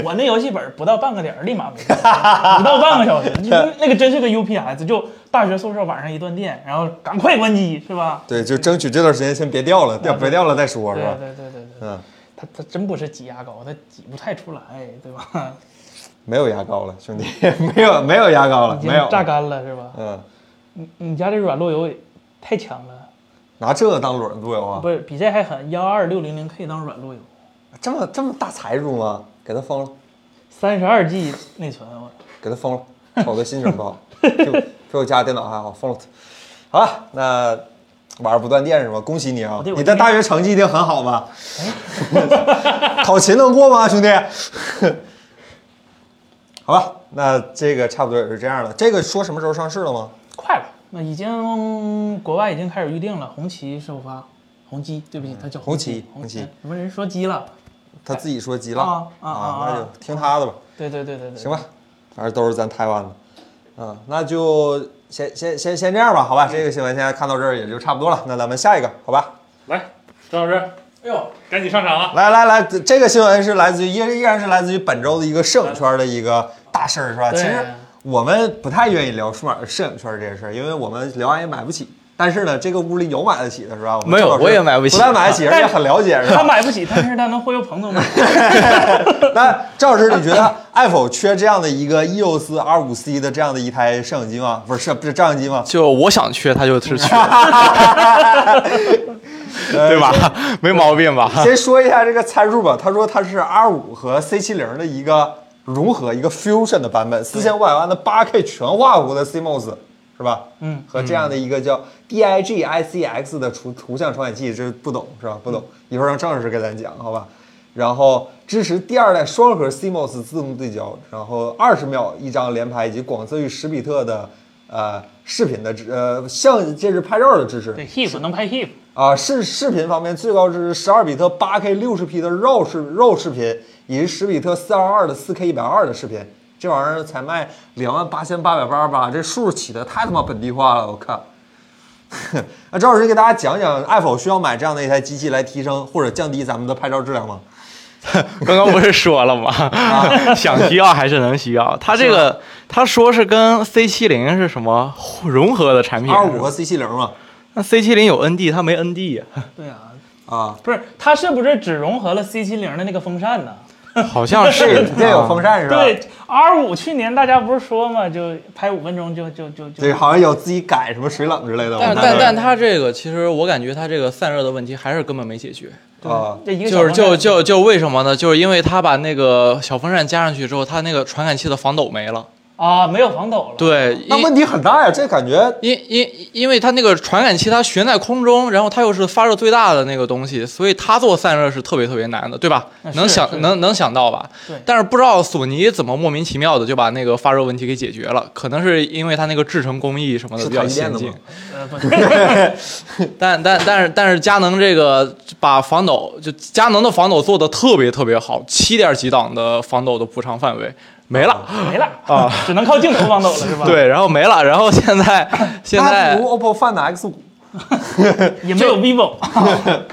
[SPEAKER 2] 我那游戏本儿不到半个点儿立马没电，不到半个小时， 就是那个真是个 UPS，就大学宿舍晚上一断电，然后赶快关机，是吧？
[SPEAKER 1] 对，就争取这段时间先别掉了，掉别掉了再说，
[SPEAKER 2] 对
[SPEAKER 1] 是
[SPEAKER 2] 对
[SPEAKER 1] 吧？
[SPEAKER 2] 对对对。
[SPEAKER 1] 嗯，
[SPEAKER 2] 它它真不是挤牙膏，它挤不太出来，对吧？
[SPEAKER 1] 没有牙膏了，兄弟， 没有没有牙膏了，
[SPEAKER 2] 已经
[SPEAKER 1] 没有。
[SPEAKER 2] 榨干了是吧？
[SPEAKER 1] 嗯，
[SPEAKER 2] 你你家这软路由也太强了，
[SPEAKER 1] 拿这个当轮作用啊？
[SPEAKER 2] 不是比这还狠，幺二六零零 K 当软路由，
[SPEAKER 1] 这么这么大财主吗？给他封了。
[SPEAKER 2] 三十二 G 内存，我
[SPEAKER 1] 给他封了，瞅他心情 不好，比我比我家电脑还好，封了他。好了，那晚上不断电是吧？恭喜你啊
[SPEAKER 2] 哦对！我
[SPEAKER 1] 你的大学成绩一定很好吧？
[SPEAKER 2] 哎
[SPEAKER 1] 考勤能过吗，兄弟？ 好吧，那这个差不多也是这样了。这个说什么时候上市了吗？
[SPEAKER 2] 快了，那已经国外已经开始预定了，红旗首发，红旗，对不起，它叫
[SPEAKER 1] 嗯红
[SPEAKER 2] 旗
[SPEAKER 1] 旗，
[SPEAKER 2] 红
[SPEAKER 1] 红旗
[SPEAKER 2] 什么人说鸡了？
[SPEAKER 1] 他自己说急了
[SPEAKER 2] 啊啊啊
[SPEAKER 1] 那就听他的吧。
[SPEAKER 2] 对对对对对，
[SPEAKER 1] 行吧，反正都是咱台湾的，啊，那就先先先先这样吧，好
[SPEAKER 2] 嗯
[SPEAKER 1] 吧，这个新闻现在看到这儿也就差不多了，那咱们下一个，好吧？
[SPEAKER 3] 来，张老师，
[SPEAKER 2] 哎呦，
[SPEAKER 3] 赶紧上场啊！
[SPEAKER 1] 来来来，这个新闻是来自于依依然是来自于本周的一个摄影圈的一个大事儿，是吧？
[SPEAKER 2] 对
[SPEAKER 1] 其实我们不太愿意聊数码摄影圈这些事儿，因为我们聊完也买不起。但是呢，这个屋里有买得起的，是吧？我们
[SPEAKER 5] 没有
[SPEAKER 1] 郑老师
[SPEAKER 5] 我也买不起
[SPEAKER 1] 不但买得起，而且很了解，是吧
[SPEAKER 2] 他？买不起，但是他能忽悠彭 总买。
[SPEAKER 1] 那赵老师，你觉得 Apple 缺这样的一个 E EOS R5C 的这样的一台摄影机吗？不是，不是照相机吗？
[SPEAKER 5] 就我想缺，它就是缺，对吧？没毛病吧？
[SPEAKER 1] 先说一下这个参数吧。他说它是 R 五和 C 7 0的一个融合，一个 fusion 的版本，四千五百万的八 K 全画幅的 CMOS 是吧？
[SPEAKER 2] 嗯，
[SPEAKER 1] 和这样的一个叫 DIG ICX 的图图像传感器，这不懂是吧？不懂，一会儿让郑老师给咱讲，好吧？然后支持第二代双核 CMOS 自动对焦，然后二十秒一张连拍，以及广色域十比特的呃视频的支呃像这是拍照的支持，
[SPEAKER 2] 对，Hip 能拍 Hip，
[SPEAKER 1] 啊，视视频方面最高是十二比特八 K 六十 P 的 RAW 视 RAW 视频，以及十比特四二二的四 K 一百二的视频，这玩意儿才卖两万八千八百八十八，这数起的太他妈本地化了，我靠！ 那赵老师给大家讲讲，Apple 需要买这样的一台机器来提升或者降低咱们的拍照质量吗？
[SPEAKER 5] 刚刚不是说了吗？想需要还是能需要。它这个他说是跟 C 7 0是什么融合的产品？
[SPEAKER 1] 二五和 C 七零嘛，
[SPEAKER 5] 那 C 7 0有 ND，它没 ND 呀、
[SPEAKER 2] 对啊，
[SPEAKER 1] 啊，
[SPEAKER 2] 不是，它是不是只融合了 C 7 0的那个风扇呢？
[SPEAKER 5] 好像是
[SPEAKER 1] 这这有风
[SPEAKER 5] 扇。
[SPEAKER 1] 扇是吧？
[SPEAKER 2] 对，R 5去年大家不是说嘛，就拍五分钟就就就就
[SPEAKER 1] 对，好像有自己改什么水冷之类的。
[SPEAKER 6] 但
[SPEAKER 1] 我看
[SPEAKER 6] 但
[SPEAKER 1] 到
[SPEAKER 6] 但它这个，其实我感觉它这个散热的问题还是根本没解决。
[SPEAKER 1] 啊，
[SPEAKER 2] 这一个小
[SPEAKER 6] 就是就
[SPEAKER 2] 风扇
[SPEAKER 6] 就就为什么呢？就是因为它把那个小风扇加上去之后，它那个传感器的防抖没了。
[SPEAKER 2] 啊，没有防抖了。
[SPEAKER 6] 对，
[SPEAKER 1] 那
[SPEAKER 6] 因
[SPEAKER 1] 问题很大呀，这感觉
[SPEAKER 6] 因因因为它那个传感器它悬在空中，然后它又是发热最大的那个东西，所以它做散热是特别特别难的，对吧
[SPEAKER 2] 那？是
[SPEAKER 6] 能
[SPEAKER 2] 是
[SPEAKER 6] 想能能想到吧？
[SPEAKER 2] 对
[SPEAKER 6] 但是不知道索尼怎么莫名其妙的就把那个发热问题给解决了，可能是因为它那个制程工艺什么的
[SPEAKER 1] 是
[SPEAKER 6] 比较
[SPEAKER 1] 台积电
[SPEAKER 6] 先
[SPEAKER 1] 的
[SPEAKER 6] 进
[SPEAKER 1] 吗。
[SPEAKER 2] 呃，不是，
[SPEAKER 6] 但但但是但是佳能这个把防抖就佳能的防抖做的特别特别好，七点几档的防抖的补偿范围没了，
[SPEAKER 2] 没了啊， 只能靠镜头防抖了是吧？，
[SPEAKER 6] 对，然后没了，然后现在现
[SPEAKER 1] 那
[SPEAKER 6] 在
[SPEAKER 1] 不如 OPPO Find X 五
[SPEAKER 2] 也没有 vivo，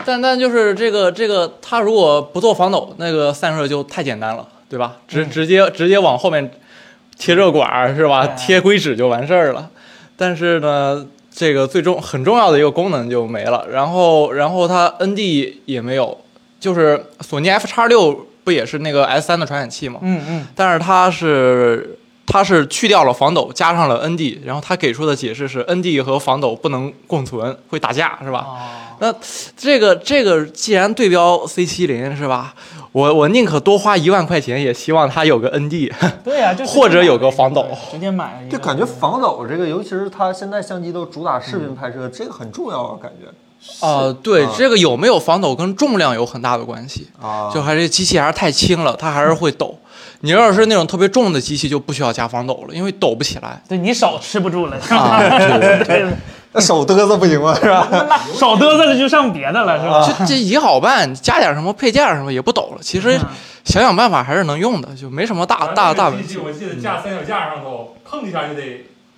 [SPEAKER 6] 但但就是这个这个，它如果不做防抖，那个散热就太简单了，对吧？直
[SPEAKER 2] 嗯
[SPEAKER 6] 直接直接往后面贴热管儿是吧？
[SPEAKER 2] 对啊
[SPEAKER 6] 贴硅脂就完事儿了。但是呢，这个最终很重要的一个功能就没了。然后然后它 ND 也没有，就是索尼 F 叉六不也是那个 S 三的传感器吗？
[SPEAKER 2] 嗯嗯，
[SPEAKER 6] 但是它是它是去掉了防抖，加上了 ND，然后它给出的解释是 ND 和防抖不能共存，会打架是吧？
[SPEAKER 2] 哦，
[SPEAKER 6] 那这个这个既然对标 C 7 0是吧？我我宁可多花一万块钱，也希望它有个 ND，
[SPEAKER 2] 对呀，就直接
[SPEAKER 6] 或者有个防抖。
[SPEAKER 2] 直接买一个，
[SPEAKER 1] 就感觉防抖这个，尤其是它现在相机都主打视频拍摄，这个很重要啊，感觉
[SPEAKER 6] 啊、对
[SPEAKER 1] 啊，
[SPEAKER 6] 这个有没有防抖跟重量有很大的关系。
[SPEAKER 1] 啊
[SPEAKER 6] 就还是机器还是太轻了，它还是会抖。你要是那种特别重的机器，就不需要加防抖了，因为抖不起来。
[SPEAKER 2] 对你手吃不住了，是吧？
[SPEAKER 6] 啊，对
[SPEAKER 2] 对，
[SPEAKER 1] 那手嘚瑟不行吗？是吧？
[SPEAKER 2] 那手嘚瑟了就上别的了，是吧？
[SPEAKER 6] 这这也好办，加点什么配件什么也不抖了。其实想想办法还是能用的，就没什么大大大问
[SPEAKER 3] 机
[SPEAKER 6] 题。
[SPEAKER 3] 器我记得
[SPEAKER 1] 嗯
[SPEAKER 3] 架三脚架上头碰一下就得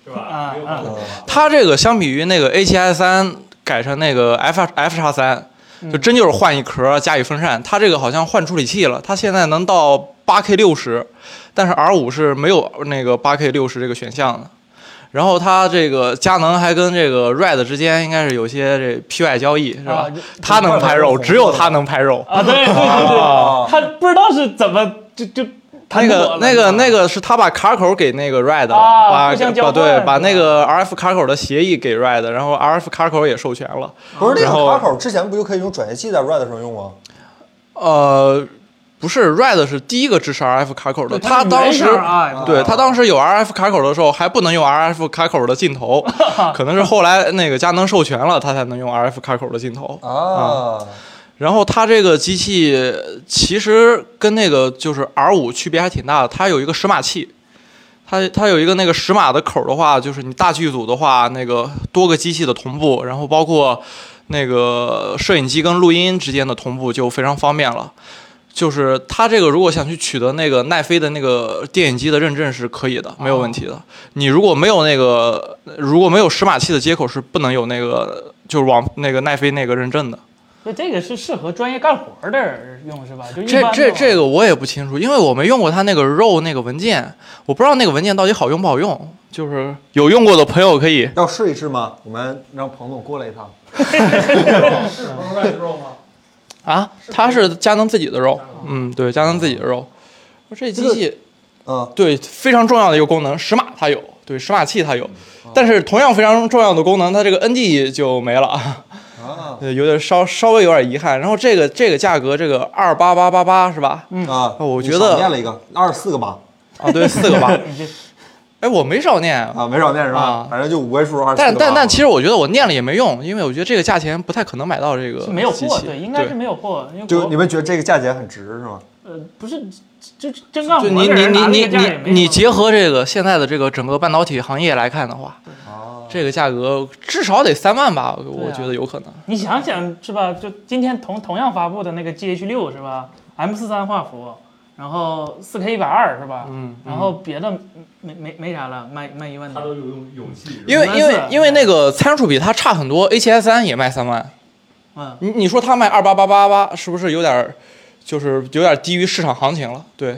[SPEAKER 3] 是吧？
[SPEAKER 2] 啊
[SPEAKER 3] 没有办法
[SPEAKER 1] 嗯
[SPEAKER 6] 它这个相比于那个 A 7 S 三改成那个 F F 叉三，
[SPEAKER 2] 嗯
[SPEAKER 6] 就真就是换一壳加一风扇。它这个好像换处理器了，它现在能到八 K 六十，但是 R 五是没有那个八 K 六十这个选项的。然后它这个佳能还跟这个 Red 之间应该是有些这 PY 交易是吧
[SPEAKER 2] 啊？
[SPEAKER 6] 它能拍肉，只有它能拍肉。
[SPEAKER 2] 啊，对对对对，他不知道是怎么就就
[SPEAKER 6] 那个、那个、那个是他把卡口给那个 Red，了、
[SPEAKER 2] 啊
[SPEAKER 6] 把
[SPEAKER 2] 互相交
[SPEAKER 6] 把
[SPEAKER 2] 换
[SPEAKER 6] 对
[SPEAKER 2] 是吧
[SPEAKER 6] 把那个 RF 卡口的协议给 Red，然后 RF 卡口也授权了。
[SPEAKER 1] 不是那
[SPEAKER 6] 然
[SPEAKER 1] 个
[SPEAKER 6] 后
[SPEAKER 1] 卡口之前不就可以用转接器在 Red 上用吗？
[SPEAKER 6] 呃，不是 Red 是第一个支持 RF 卡口的，
[SPEAKER 2] 对它
[SPEAKER 6] 它
[SPEAKER 2] 是
[SPEAKER 6] 当时
[SPEAKER 2] 原哎厂 RF
[SPEAKER 6] 对它当时有 RF 卡口的时候还不能用 RF 卡口的镜 头，可能是后来那个佳能授权了，它才能用 RF 卡口的镜头。
[SPEAKER 1] 啊，
[SPEAKER 6] 然后它这个机器呃其实跟那个就是 R 五区别还挺大的，它有一个识码器，它它有一个那个识码的口儿的话，就是你大剧组的话，那个多个机器的同步，然后包括那个摄影机跟录音之间的同步就非常方便了。就是它这个，如果想去取得那个奈飞的那个电影机的认证是可以的，没有问题的。你如果没有那个，如果没有识码器的接口是不能有那个，就是往那个奈飞那个认证的。
[SPEAKER 2] 所以这个是适合专业干活的人用是吧？就一
[SPEAKER 6] 这
[SPEAKER 2] 般
[SPEAKER 6] 这
[SPEAKER 2] 的
[SPEAKER 6] 这个我也不清楚，因为我没用过它那个 RAW 那个文件，我不知道那个文件到底好用不好用。就是有用过的朋友可以，
[SPEAKER 1] 要试一试吗？我们让彭总过来一趟。
[SPEAKER 6] 啊，它是佳能自己的肉，嗯，对，佳能自己的肉。这机器
[SPEAKER 1] 嗯，
[SPEAKER 6] 对非常重要的一个功能，识码它有，对，识码器它有，但是同样非常重要的功能，它这个 ND 就没了，
[SPEAKER 1] 啊
[SPEAKER 6] 对有点稍稍微有点遗憾。然后这个这个价格，这个二八八八八是吧？
[SPEAKER 1] 啊，
[SPEAKER 6] 哦我
[SPEAKER 1] 你
[SPEAKER 6] 觉
[SPEAKER 1] 少
[SPEAKER 6] 得
[SPEAKER 1] 念了一个二十四个八
[SPEAKER 6] 啊，对，四个八。
[SPEAKER 2] 你这
[SPEAKER 6] 哎，我没少念
[SPEAKER 1] 啊，没少念是吧
[SPEAKER 6] 啊？
[SPEAKER 1] 反正就五位数二十四
[SPEAKER 6] 但
[SPEAKER 1] 个八。
[SPEAKER 6] 但但，其实我觉得我念了也没用，因为我觉得这个价钱不太可能买到这个
[SPEAKER 2] 是没有
[SPEAKER 6] 机
[SPEAKER 2] 货，
[SPEAKER 6] 器
[SPEAKER 2] 对，应该是没有货，因为
[SPEAKER 1] 就
[SPEAKER 2] 国
[SPEAKER 1] 你们觉得这个价钱很值是吗？
[SPEAKER 2] 呃不是就就真干活
[SPEAKER 6] 就
[SPEAKER 2] 的
[SPEAKER 6] 你你
[SPEAKER 2] 人
[SPEAKER 6] 你
[SPEAKER 2] 拿那
[SPEAKER 6] 你
[SPEAKER 2] 个价也
[SPEAKER 6] 你
[SPEAKER 2] 没
[SPEAKER 6] 你
[SPEAKER 2] 用
[SPEAKER 6] 结合这个现在的这个整个半导体行业来看的话，
[SPEAKER 1] 啊，
[SPEAKER 6] 这个价格至少得三万吧，我
[SPEAKER 2] 对啊
[SPEAKER 6] 觉得有可能。
[SPEAKER 2] 你想想是吧？就今天同同样发布的那个 GH 六是吧？M 四三画幅，然后四 K 一百二是吧？嗯，然后别的没没没啥了，卖卖一万
[SPEAKER 3] 他
[SPEAKER 2] 多。
[SPEAKER 6] 嗯
[SPEAKER 3] 都有勇勇气，
[SPEAKER 6] 因为
[SPEAKER 2] 原来
[SPEAKER 6] 因
[SPEAKER 2] 是
[SPEAKER 6] 为
[SPEAKER 2] 啊
[SPEAKER 6] 因为那个参数比它差很多，A 7 S 三也卖三万，
[SPEAKER 2] 嗯，
[SPEAKER 6] 你你说它卖二八八八八，是不是有点儿就是有点儿低于市场行情了？对，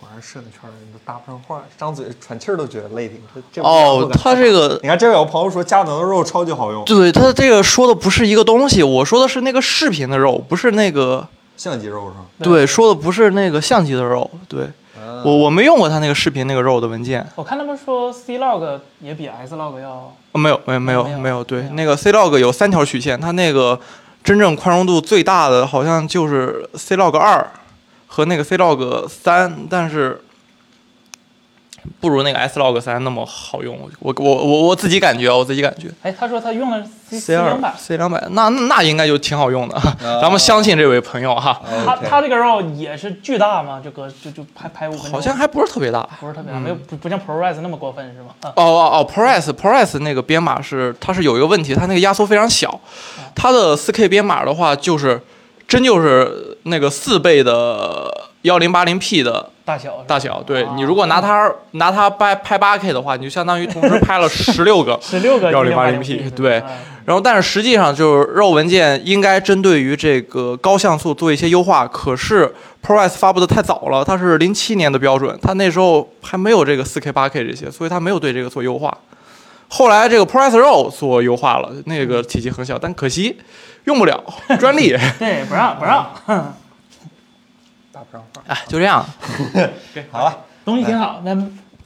[SPEAKER 1] 果然摄影圈人都搭不上话，张嘴喘气儿都觉得累挺。这这
[SPEAKER 6] 哦，它这个
[SPEAKER 1] 你看，这位有朋友说佳能的肉超级好用，
[SPEAKER 6] 对它这个说的不是一个东西，我说的是那个视频的肉，不是那个。
[SPEAKER 1] 相机肉是吗？
[SPEAKER 6] 对，说的不是那个相机的肉，对
[SPEAKER 3] 嗯
[SPEAKER 6] 我我没用过它那个视频那个肉的文件，
[SPEAKER 2] 我看他们说 C log 也比 S log 要
[SPEAKER 6] 呃没有没有没有
[SPEAKER 2] 没有
[SPEAKER 6] 没有，对
[SPEAKER 2] 没有，
[SPEAKER 6] 那个 C log 有三条曲线，它那个真正宽容度最大的好像就是 C log 二和那个 C log 三，但是不如那个 S log 三那么好用，我我我我自己感觉啊，我自己感觉。
[SPEAKER 2] 哎，他说他用了 C C
[SPEAKER 6] C
[SPEAKER 2] 两
[SPEAKER 6] 二
[SPEAKER 2] 百，
[SPEAKER 6] C 两百，那那那应该就挺好用的，咱们相信这位朋友哈，
[SPEAKER 2] 他
[SPEAKER 1] OK
[SPEAKER 2] 他这个肉也是巨大嘛，就搁就就拍拍五分钟，
[SPEAKER 6] 好像还不是特别大，
[SPEAKER 2] 不是特别大，没有不不像 ProRes 那么过分是吗？啊
[SPEAKER 6] 哦哦哦，ProRes ProRes 那个编码是它是有一个问题，它那个压缩非常小，它的 4K 编码的话就是真就是那个四倍的 1080P 的
[SPEAKER 2] 大小是吧
[SPEAKER 6] 大小，对
[SPEAKER 2] 啊
[SPEAKER 6] 你如果拿它拿它拍拍 8K 的话，你就相当于同时拍了十六个。
[SPEAKER 2] 十六个啊
[SPEAKER 6] 1080
[SPEAKER 2] 1080p
[SPEAKER 6] P，对然后，但是实际上就是肉文件应该针对于这个高像素做一些优化，可是 ProRes 发布的太早了，它是零七年的标准，它那时候还没有这个 4K、8K 这些，所以它没有对这个做优化。后来这个 ProRes RAW 做优化了，那个体积很小，但可惜用不 了专利，
[SPEAKER 2] 对，不让不让，
[SPEAKER 6] 哎，就这样。
[SPEAKER 1] 好了，
[SPEAKER 2] 东西挺
[SPEAKER 1] 哎
[SPEAKER 2] 好，但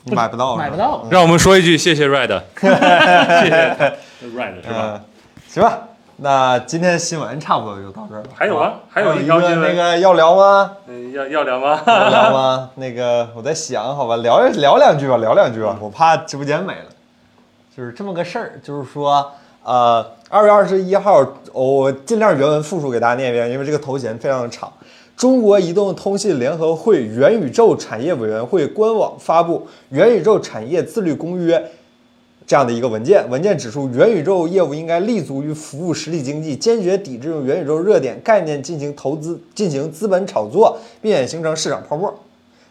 [SPEAKER 2] 不
[SPEAKER 1] 买不到是吧
[SPEAKER 2] 买不到。
[SPEAKER 3] 让我们说一句谢谢 Red，谢谢 Red 是
[SPEAKER 1] 嗯，
[SPEAKER 3] 吧？
[SPEAKER 1] 行吧，那今天新闻差不多就到这儿了。
[SPEAKER 3] 还有啊
[SPEAKER 1] 好吧还
[SPEAKER 3] 还有
[SPEAKER 1] 一个
[SPEAKER 3] 一条新闻
[SPEAKER 1] 那个要聊吗？
[SPEAKER 3] 嗯，要要聊吗？
[SPEAKER 1] 要聊吗？那个我在想，好吧，聊聊两句吧，聊两句吧，我怕直播间没了。就是这么个事儿，就是说，呃，二月二十一号，我尽量原文复述给大家念一遍，因为这个头衔非常的长。中国移动通信联合会元宇宙产业委员会官网发布《元宇宙产业自律公约》这样的一个文件。文件指出，元宇宙业务应该立足于服务实体经济，坚决抵制用元宇宙热点概念进行投资、进行资本炒作，避免形成市场泡沫。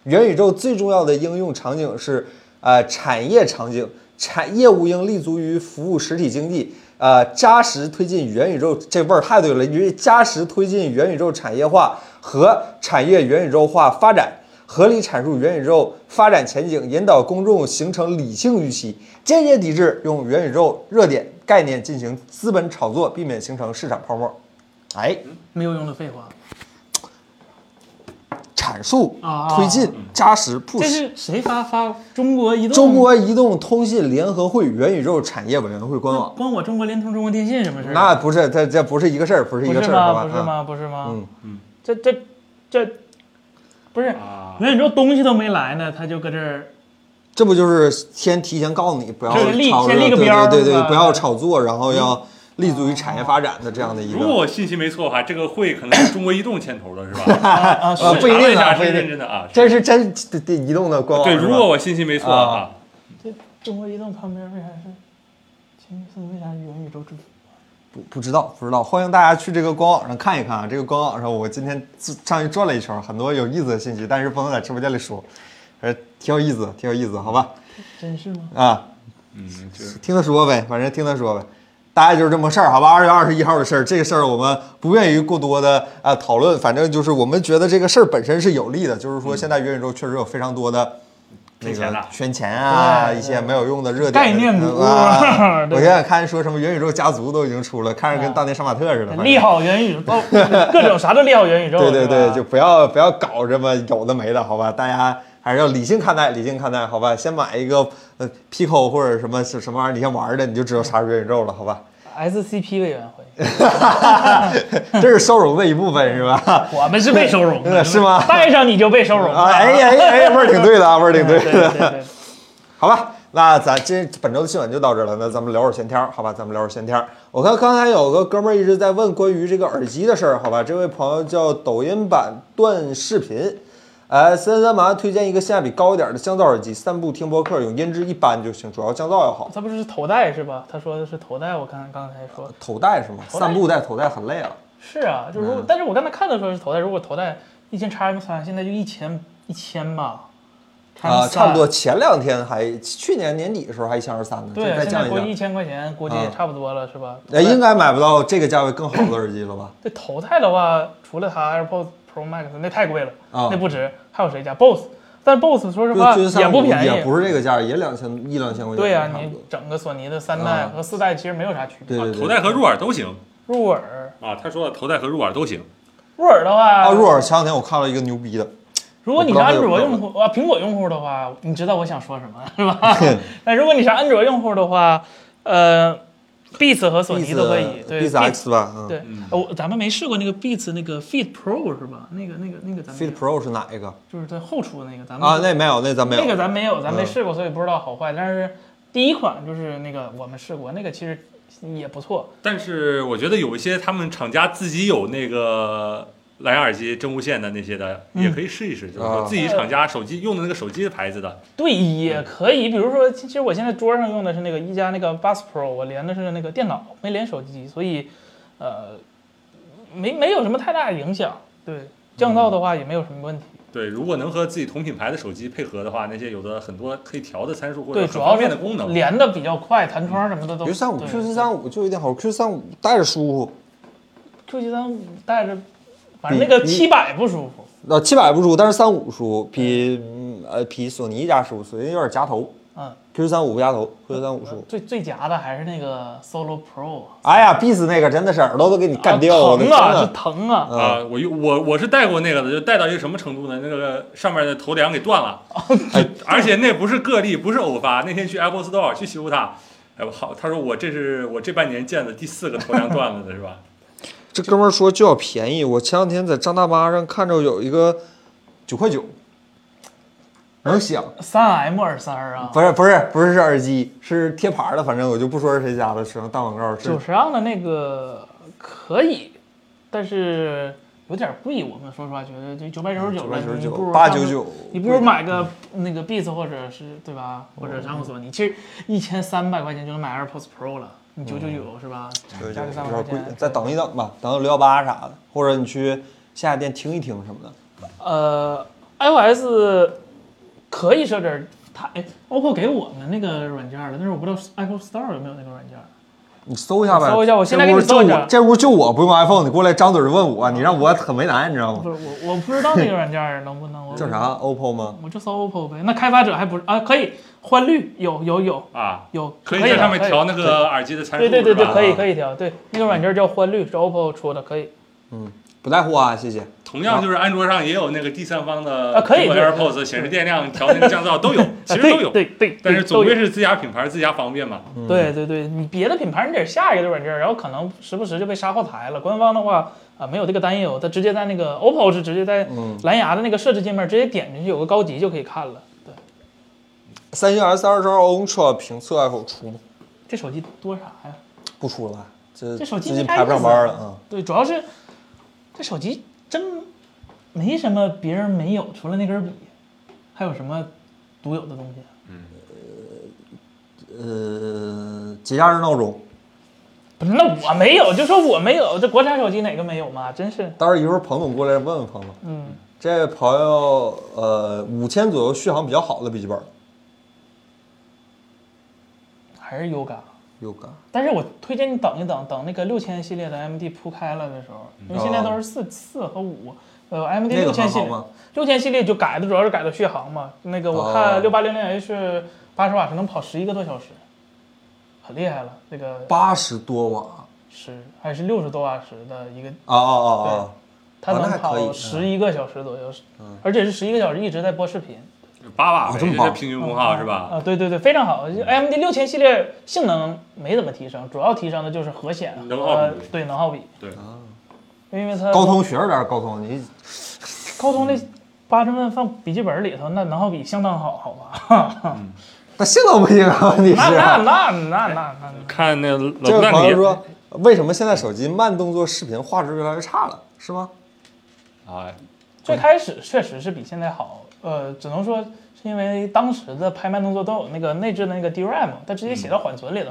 [SPEAKER 1] 元宇宙最重要的应用场景是呃产业场景，产业务应立足于服务实体经济，呃扎实推进元宇宙这味儿太对了，因为扎实推进元宇宙产业化和产业元宇宙化发展。合理阐述元宇宙发展前景，引导公众形成理性预期，坚决抵制用元宇宙热点概念进行资本炒作，避免形成市场泡沫。哎，
[SPEAKER 2] 没有用的废话，
[SPEAKER 1] 阐述
[SPEAKER 2] 啊、
[SPEAKER 1] 推进、扎实、push
[SPEAKER 2] 这。是谁发发？中国移动？
[SPEAKER 1] 中国移动通信联合会元宇宙产业委员会官网。
[SPEAKER 2] 关我中国联通、中国电信什么事儿？啊
[SPEAKER 1] 那不是，这这不是一个事儿，不是一
[SPEAKER 2] 嗯
[SPEAKER 1] 啊
[SPEAKER 2] 不
[SPEAKER 1] 个
[SPEAKER 2] 是
[SPEAKER 1] 事儿，好嗯吧？
[SPEAKER 2] 吗？不是吗？不是吗？
[SPEAKER 1] 嗯
[SPEAKER 2] 这这这不是
[SPEAKER 3] 啊，
[SPEAKER 2] 元宇宙东西都没来呢，他就搁这儿
[SPEAKER 1] 这不就是先提前告诉你不要
[SPEAKER 2] 先立
[SPEAKER 1] 炒热，
[SPEAKER 2] 先立个
[SPEAKER 1] 对
[SPEAKER 2] 标儿
[SPEAKER 1] 对对
[SPEAKER 2] 是
[SPEAKER 1] 对，
[SPEAKER 2] 吧
[SPEAKER 1] 不要炒作，然后要立足于产业发展的这样的一
[SPEAKER 3] 如果
[SPEAKER 1] 个。
[SPEAKER 3] 我信息没错的话，这个会可能是中国移动牵头的是吧？
[SPEAKER 2] 啊啊
[SPEAKER 1] 呃，不
[SPEAKER 2] 是
[SPEAKER 1] 一定啊，
[SPEAKER 3] 查了下是
[SPEAKER 1] 不一
[SPEAKER 3] 认
[SPEAKER 1] 定，
[SPEAKER 3] 真的啊。
[SPEAKER 1] 这是真这这移动的官网
[SPEAKER 3] 对，
[SPEAKER 1] 是吧。
[SPEAKER 3] 如果我信息没错啊，
[SPEAKER 2] 这中国移动旁边为啥是秦明寺？为啥是元宇宙之父？
[SPEAKER 1] 不不知道不知道，欢迎大家去这个官网上看一看啊。这个官网上我今天自上去转了一圈，很多有意思的信息，但是不能在直播间里说，还是挺有意思，挺有意思，好吧？
[SPEAKER 2] 真是吗？
[SPEAKER 1] 啊，
[SPEAKER 3] 嗯，就
[SPEAKER 1] 听他说呗，反正听他说呗。大概就是这么事儿，好吧？二月二十一号的事儿，这个事儿我们不愿意过多的啊、讨论，反正就是我们觉得这个事儿本身是有利的，就是说现在元宇宙确实有非常多的那
[SPEAKER 3] 骗嗯钱
[SPEAKER 1] 个
[SPEAKER 3] 的
[SPEAKER 1] 圈钱啊，
[SPEAKER 2] 对对
[SPEAKER 1] 一些没有用的热点
[SPEAKER 2] 概念股
[SPEAKER 1] 啊
[SPEAKER 2] 对
[SPEAKER 1] 我现在看说什么元宇宙家族都已经出了，看着跟
[SPEAKER 2] 啊
[SPEAKER 1] 当年杀马特似的，反正
[SPEAKER 2] 利好元宇宙，哦各 种啥都利好元宇宙。
[SPEAKER 1] 对对对，
[SPEAKER 2] 是
[SPEAKER 1] 就
[SPEAKER 2] 吧
[SPEAKER 1] 不要不要搞这么有的没的，好吧？大家还是要理性看待，理性看待，好吧？先买一个呃 Pico 或者什么什什么玩意儿，你先玩儿的，你就知道啥是元宇宙了，好 吧？
[SPEAKER 2] SCP 委员会，
[SPEAKER 1] 这是收容的一部分，是吧？
[SPEAKER 2] 我们是被收容的，
[SPEAKER 1] 呃 是吗
[SPEAKER 2] 带上你就被收容了。
[SPEAKER 1] 啊，哎呀哎呀哎呀，味儿挺对的啊，味儿挺
[SPEAKER 2] 对对
[SPEAKER 1] 的。
[SPEAKER 2] 对对，
[SPEAKER 1] 好吧，那咱今本周的新闻就到这儿了。那咱们聊会儿闲天儿，好吧？咱们聊会儿闲天儿。我看刚才有个哥们儿一直在问关于这个耳机的事儿，好吧？这位朋友叫抖音版段视频，呃，三三三麻推荐一个性价比高一点的降噪耳机，散步听播客用，音质一般就行，主要降噪要好。
[SPEAKER 2] 他不是头戴是吧？他说的是头戴，我看刚才说
[SPEAKER 1] 头戴是吗？
[SPEAKER 2] 头戴
[SPEAKER 1] 散步戴头戴很累了。
[SPEAKER 2] 是啊，就
[SPEAKER 1] 嗯
[SPEAKER 2] 是如果但是我刚才看的时候是头戴，如果头戴一千叉 M 三，现在就一千一千吧，
[SPEAKER 1] 啊、
[SPEAKER 2] M3
[SPEAKER 1] 差不多。前两天还，去年年底的时候还一千二十三呢，这
[SPEAKER 2] 对，
[SPEAKER 1] 再
[SPEAKER 2] 现在
[SPEAKER 1] 降一
[SPEAKER 2] 估计
[SPEAKER 1] 降
[SPEAKER 2] 一，千块钱，估计也差不多了，是吧？
[SPEAKER 1] 呃，应该买不到这个价位更好的耳机了吧？
[SPEAKER 2] 这头戴的话，除了它 AirPods Pro Max 那太贵了，
[SPEAKER 1] 啊
[SPEAKER 2] 那不值。还有谁家 BOSS？但 BOSS 说实话
[SPEAKER 1] 就
[SPEAKER 2] 也 不便宜，
[SPEAKER 1] 也不是这个价儿，也两千一两千块钱。
[SPEAKER 2] 对呀、
[SPEAKER 1] 差不
[SPEAKER 2] 你
[SPEAKER 1] 多
[SPEAKER 2] 整个索尼的三代
[SPEAKER 1] 啊
[SPEAKER 2] 和四代其实没有啥区别。
[SPEAKER 1] 对对对，
[SPEAKER 3] 头戴和入耳都行
[SPEAKER 2] 入耳，
[SPEAKER 3] 啊。他说头戴和入耳都行，
[SPEAKER 2] 入耳的话，
[SPEAKER 1] 啊，入耳前两天我看了一个牛逼的，
[SPEAKER 2] 如果你是
[SPEAKER 1] 我不知
[SPEAKER 2] 安
[SPEAKER 1] 道它有
[SPEAKER 2] 卓
[SPEAKER 1] 没有嗯
[SPEAKER 2] 用户啊，苹果用户的话，你知道我想说什么 是吧？但如果你是安卓用户的话，呃，Beats 和索尼都可以，对
[SPEAKER 1] Beats X 吧，嗯
[SPEAKER 2] 对，呃我咱们没试过那个 Beats 那个 Fit Pro 是吧？那个那个那个咱们
[SPEAKER 1] ，Fit Pro 是哪一个
[SPEAKER 2] 就是它后出那个，咱们
[SPEAKER 1] 啊？那没有，那咱没有。
[SPEAKER 2] 嗯那个咱没有，咱没
[SPEAKER 1] 嗯
[SPEAKER 2] 试过，所以不知道好坏。但是第一款就是那个我们试过，那个其实也不错。
[SPEAKER 3] 但是我觉得有一些他们厂家自己有那个蓝牙耳机真无线的那些的，
[SPEAKER 2] 嗯
[SPEAKER 3] 也可以试一试，就是说
[SPEAKER 1] 啊
[SPEAKER 3] 自己厂家手机用的那个手机牌子的，
[SPEAKER 2] 对，也可以。比如说，其其实我现在桌上用的是那个一加那个 Bus Pro，我连的是那个电脑，没连手机，所以呃，没没有什么太大的影响。对，降噪的话也没有什么问题。
[SPEAKER 3] 对，如果能和自己同品牌的手机配合的话，那些有的很多可以调的参数或者
[SPEAKER 2] 对，
[SPEAKER 3] 很
[SPEAKER 2] 主要
[SPEAKER 3] 方
[SPEAKER 2] 是
[SPEAKER 3] 便的功能，
[SPEAKER 2] 连的比较快，弹窗什么的都。
[SPEAKER 1] 比如三五 Q 四
[SPEAKER 2] 对
[SPEAKER 1] 三五就有点好，Q 三五戴着舒服，
[SPEAKER 2] Q 七三五带着，反正
[SPEAKER 1] 比
[SPEAKER 2] 那个
[SPEAKER 1] 比
[SPEAKER 2] 七百不舒服
[SPEAKER 1] 呃，七百不舒服，但是三五舒服，比嗯呃比索尼家舒服，索尼有点夹头
[SPEAKER 2] 嗯。
[SPEAKER 1] ，Q 三五不夹头，Q 三五舒服。
[SPEAKER 2] 最最夹的还是那个 Solo Pro，
[SPEAKER 1] 哎呀，Beats 那个真的是耳朵都给你干掉，我
[SPEAKER 2] 啊
[SPEAKER 1] 的
[SPEAKER 2] 疼
[SPEAKER 1] 天
[SPEAKER 2] 啊，
[SPEAKER 1] 呐
[SPEAKER 2] 是疼啊！
[SPEAKER 3] 啊，我用我我是戴过那个的，就戴到一个什么程度呢？那个上面的头梁给断了，
[SPEAKER 2] 哦
[SPEAKER 3] 而且那不是个例，不是偶发。那天去 Apple Store 去修它，哎，我好，他说我这是我这半年见的第四个头梁断了的是吧？
[SPEAKER 1] 这哥们儿说就要便宜，我前两天在张大妈上看着有一个九块九，
[SPEAKER 2] 嗯
[SPEAKER 1] 能响。
[SPEAKER 2] 三 M 耳塞儿啊，
[SPEAKER 1] 不是不是不是是耳机，是贴牌儿的，反正我就不说是谁家了，省得打广告。是
[SPEAKER 2] 九十盎的那个可以，但是有点贵。我们说实话，觉得就九百九嗯十九吧，
[SPEAKER 1] 999
[SPEAKER 2] 你不
[SPEAKER 1] 899
[SPEAKER 2] 如你不如嗯买个那个 Beats 或者是对吧，或者山姆索尼，其实一千三百块钱就能买 AirPods Pro 了，你九九九是吧？
[SPEAKER 1] 有
[SPEAKER 2] 加
[SPEAKER 1] 点
[SPEAKER 2] 个三百块
[SPEAKER 1] 贵
[SPEAKER 2] 钱，，
[SPEAKER 1] 再等一等吧，等等六幺八啥的，或者你去线下店听一听什么的。
[SPEAKER 2] 呃，iOS 可以设置它，哎，OPPO 给我们那个软件了，但是我不知道 Apple Store 有没有那个软件。
[SPEAKER 1] 你搜一下呗，
[SPEAKER 2] 搜一下我现在给你
[SPEAKER 1] 这屋
[SPEAKER 2] 搜一
[SPEAKER 1] 就
[SPEAKER 2] 下
[SPEAKER 1] 我这屋就我不用 iPhone，你过来张嘴就问我，你让我很为难，你知道吗？
[SPEAKER 2] 不是我，我不知道那个软件能不能 我
[SPEAKER 1] 叫啥 OPPO 吗？
[SPEAKER 2] 我就搜 OPPO 呗。那开发者还不是啊？可以换绿，有有有
[SPEAKER 3] 啊，
[SPEAKER 2] 有，
[SPEAKER 3] 可
[SPEAKER 2] 可
[SPEAKER 3] 以在
[SPEAKER 2] 的
[SPEAKER 3] 上面
[SPEAKER 2] 可以
[SPEAKER 3] 调那啊个耳机的参数
[SPEAKER 2] 对对对对，
[SPEAKER 3] 是吧
[SPEAKER 2] 可以可以调。对，那个软件叫欢绿，是 OPPO 出的，可以。
[SPEAKER 1] 不带货啊，谢谢。
[SPEAKER 3] 同样就是安卓上也有那个第三方的
[SPEAKER 2] 啊可以
[SPEAKER 3] 苹果
[SPEAKER 2] 对
[SPEAKER 3] AirPods 显示电量调那个降噪都有，其实
[SPEAKER 2] 对
[SPEAKER 3] 都有。
[SPEAKER 2] 啊对对，嗯
[SPEAKER 3] 但是总归
[SPEAKER 2] 是
[SPEAKER 3] 是自家品牌自家方便嘛。
[SPEAKER 2] 对对对，你别的品牌你得下一个软件，然后可能时不时就被杀后台了。官方的话啊、没有这个担忧，它直接在那个 OPPO 是直接在
[SPEAKER 1] 嗯，
[SPEAKER 2] 蓝牙的那个设置界面直接点进去，有个高级就可以看了。对，
[SPEAKER 1] 三星 S 二十二 Ultra 评测 F 出吗？
[SPEAKER 2] 这手机多啥呀？
[SPEAKER 1] 不出了，这
[SPEAKER 2] 这
[SPEAKER 1] 最
[SPEAKER 2] 手机
[SPEAKER 1] 近
[SPEAKER 2] 没啥
[SPEAKER 1] 排不上
[SPEAKER 2] 意思
[SPEAKER 1] 班了啊。
[SPEAKER 2] 对，主要是这手机真没什么别人没有，除了那根笔，还有什么独有的东西？
[SPEAKER 1] 呃，节假日闹钟，
[SPEAKER 2] 不是，那我没有，就说我没有，这国产手机哪个没有嘛？真是，
[SPEAKER 1] 待会儿一会儿彭总过来问问彭总，
[SPEAKER 2] 嗯，
[SPEAKER 1] 这位朋友呃五千左右续航比较好的笔记本，
[SPEAKER 2] 还是 Yoga。
[SPEAKER 1] 有感。
[SPEAKER 2] 但是我推荐你等一等，等那个六千系列的 AMD 铺开了的时候，因为现在都是四四和五，呃，AMD
[SPEAKER 1] 哦那
[SPEAKER 2] 六
[SPEAKER 1] 个
[SPEAKER 2] 千
[SPEAKER 1] 很
[SPEAKER 2] 系
[SPEAKER 1] 好
[SPEAKER 2] 列，
[SPEAKER 1] 吗？
[SPEAKER 2] 六千系列就改的主要是改的续航嘛。那个我
[SPEAKER 1] 哦
[SPEAKER 2] 看六八零零 H 八十瓦时能跑十一个多小时，很厉害了。这个
[SPEAKER 1] 八十多瓦啊
[SPEAKER 2] 是还是六十多瓦时的一个，
[SPEAKER 1] 啊啊啊！
[SPEAKER 2] 它
[SPEAKER 1] 哦那
[SPEAKER 2] 能
[SPEAKER 1] 还可以嗯
[SPEAKER 2] 跑十一个小时左右，而且是十一个小时一直在播视频。
[SPEAKER 3] 八瓦
[SPEAKER 1] 哦
[SPEAKER 3] 呗，
[SPEAKER 1] 这么
[SPEAKER 3] 这
[SPEAKER 1] 棒
[SPEAKER 3] 是平均功耗是吧？
[SPEAKER 2] 啊，对对对，非常
[SPEAKER 1] 嗯
[SPEAKER 2] 好。AMD 六千系列性能没怎么提升，主要提升的就是核显
[SPEAKER 3] 能耗
[SPEAKER 2] 和啊呃
[SPEAKER 3] 比
[SPEAKER 2] 对能耗比，
[SPEAKER 3] 对，
[SPEAKER 2] 因为它
[SPEAKER 1] 高哦通嗯学着点儿高通，你
[SPEAKER 2] 高通那八十万放笔记本里头，那能耗比相当好，好 吧？
[SPEAKER 1] 那性能不行啊，你
[SPEAKER 2] 那那
[SPEAKER 1] 是。
[SPEAKER 2] 那那那那
[SPEAKER 3] 看那老
[SPEAKER 1] 这
[SPEAKER 3] 布
[SPEAKER 1] 位
[SPEAKER 3] 蛋
[SPEAKER 1] 朋
[SPEAKER 3] 里
[SPEAKER 1] 友说，为什么现在手机慢动作视频画质越来越差了，是吗？
[SPEAKER 3] 啊，
[SPEAKER 2] 最开始确实是比现在好，呃，只能说是因为当时的拍慢动作都有那个内置的那个 DRAM，它直接
[SPEAKER 1] 嗯
[SPEAKER 2] 写到缓存里头。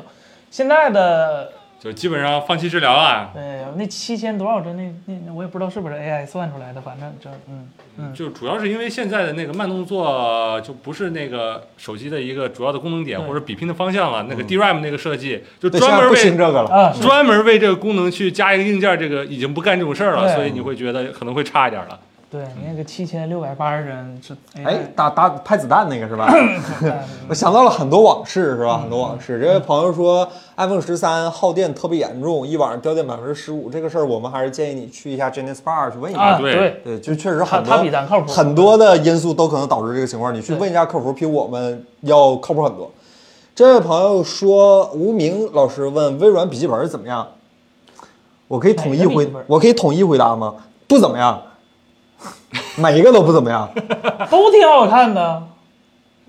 [SPEAKER 2] 现在的
[SPEAKER 3] 就基本上放弃治疗啊，
[SPEAKER 2] 呃那七千多少帧，那那那我也不知道是不是 AI 算出来的，反正就是嗯嗯
[SPEAKER 3] 就主要是因为现在的那个慢动作就不是那个手机的一个主要的功能点
[SPEAKER 2] 对
[SPEAKER 3] 或者比拼的方向了。那个 DRAM 那个设计就
[SPEAKER 1] 嗯对，现
[SPEAKER 3] 专
[SPEAKER 1] 在
[SPEAKER 3] 门
[SPEAKER 1] 不兴
[SPEAKER 3] 为
[SPEAKER 1] 这个了。
[SPEAKER 2] 啊是
[SPEAKER 3] 专门为这个功能去加一个硬件，这个已经不干这种事儿了，
[SPEAKER 2] 对
[SPEAKER 3] 所以你会觉得可能会差一点了。
[SPEAKER 2] 对，你那个七千六百八十帧是
[SPEAKER 1] 哎
[SPEAKER 2] AI，
[SPEAKER 1] 打打拍子弹那个是吧？
[SPEAKER 2] 的
[SPEAKER 1] 我想到了很多往事，是吧？很多往
[SPEAKER 2] 嗯
[SPEAKER 1] 事。这位朋友说，iPhone 十三耗电特别严重，一晚上掉电百分之十五，这个事儿我们还是建议你去一下 Genius Bar 去问一下。
[SPEAKER 2] 啊
[SPEAKER 3] 对
[SPEAKER 2] 对，
[SPEAKER 1] 对，就确实
[SPEAKER 2] 它
[SPEAKER 1] 很
[SPEAKER 2] 它
[SPEAKER 1] 多
[SPEAKER 2] 比咱靠谱
[SPEAKER 1] 很多的因素都可能导致这个情况，你去
[SPEAKER 2] 对
[SPEAKER 1] 问一下客服，比我们要靠谱很多。这位朋友说，无名老师问微软笔记本怎么样？我可以统一
[SPEAKER 2] 哪个笔
[SPEAKER 1] 回
[SPEAKER 2] 记本，
[SPEAKER 1] 我可以统一回答吗？不怎么样，每一个都不怎么 样
[SPEAKER 2] 都挺好看的，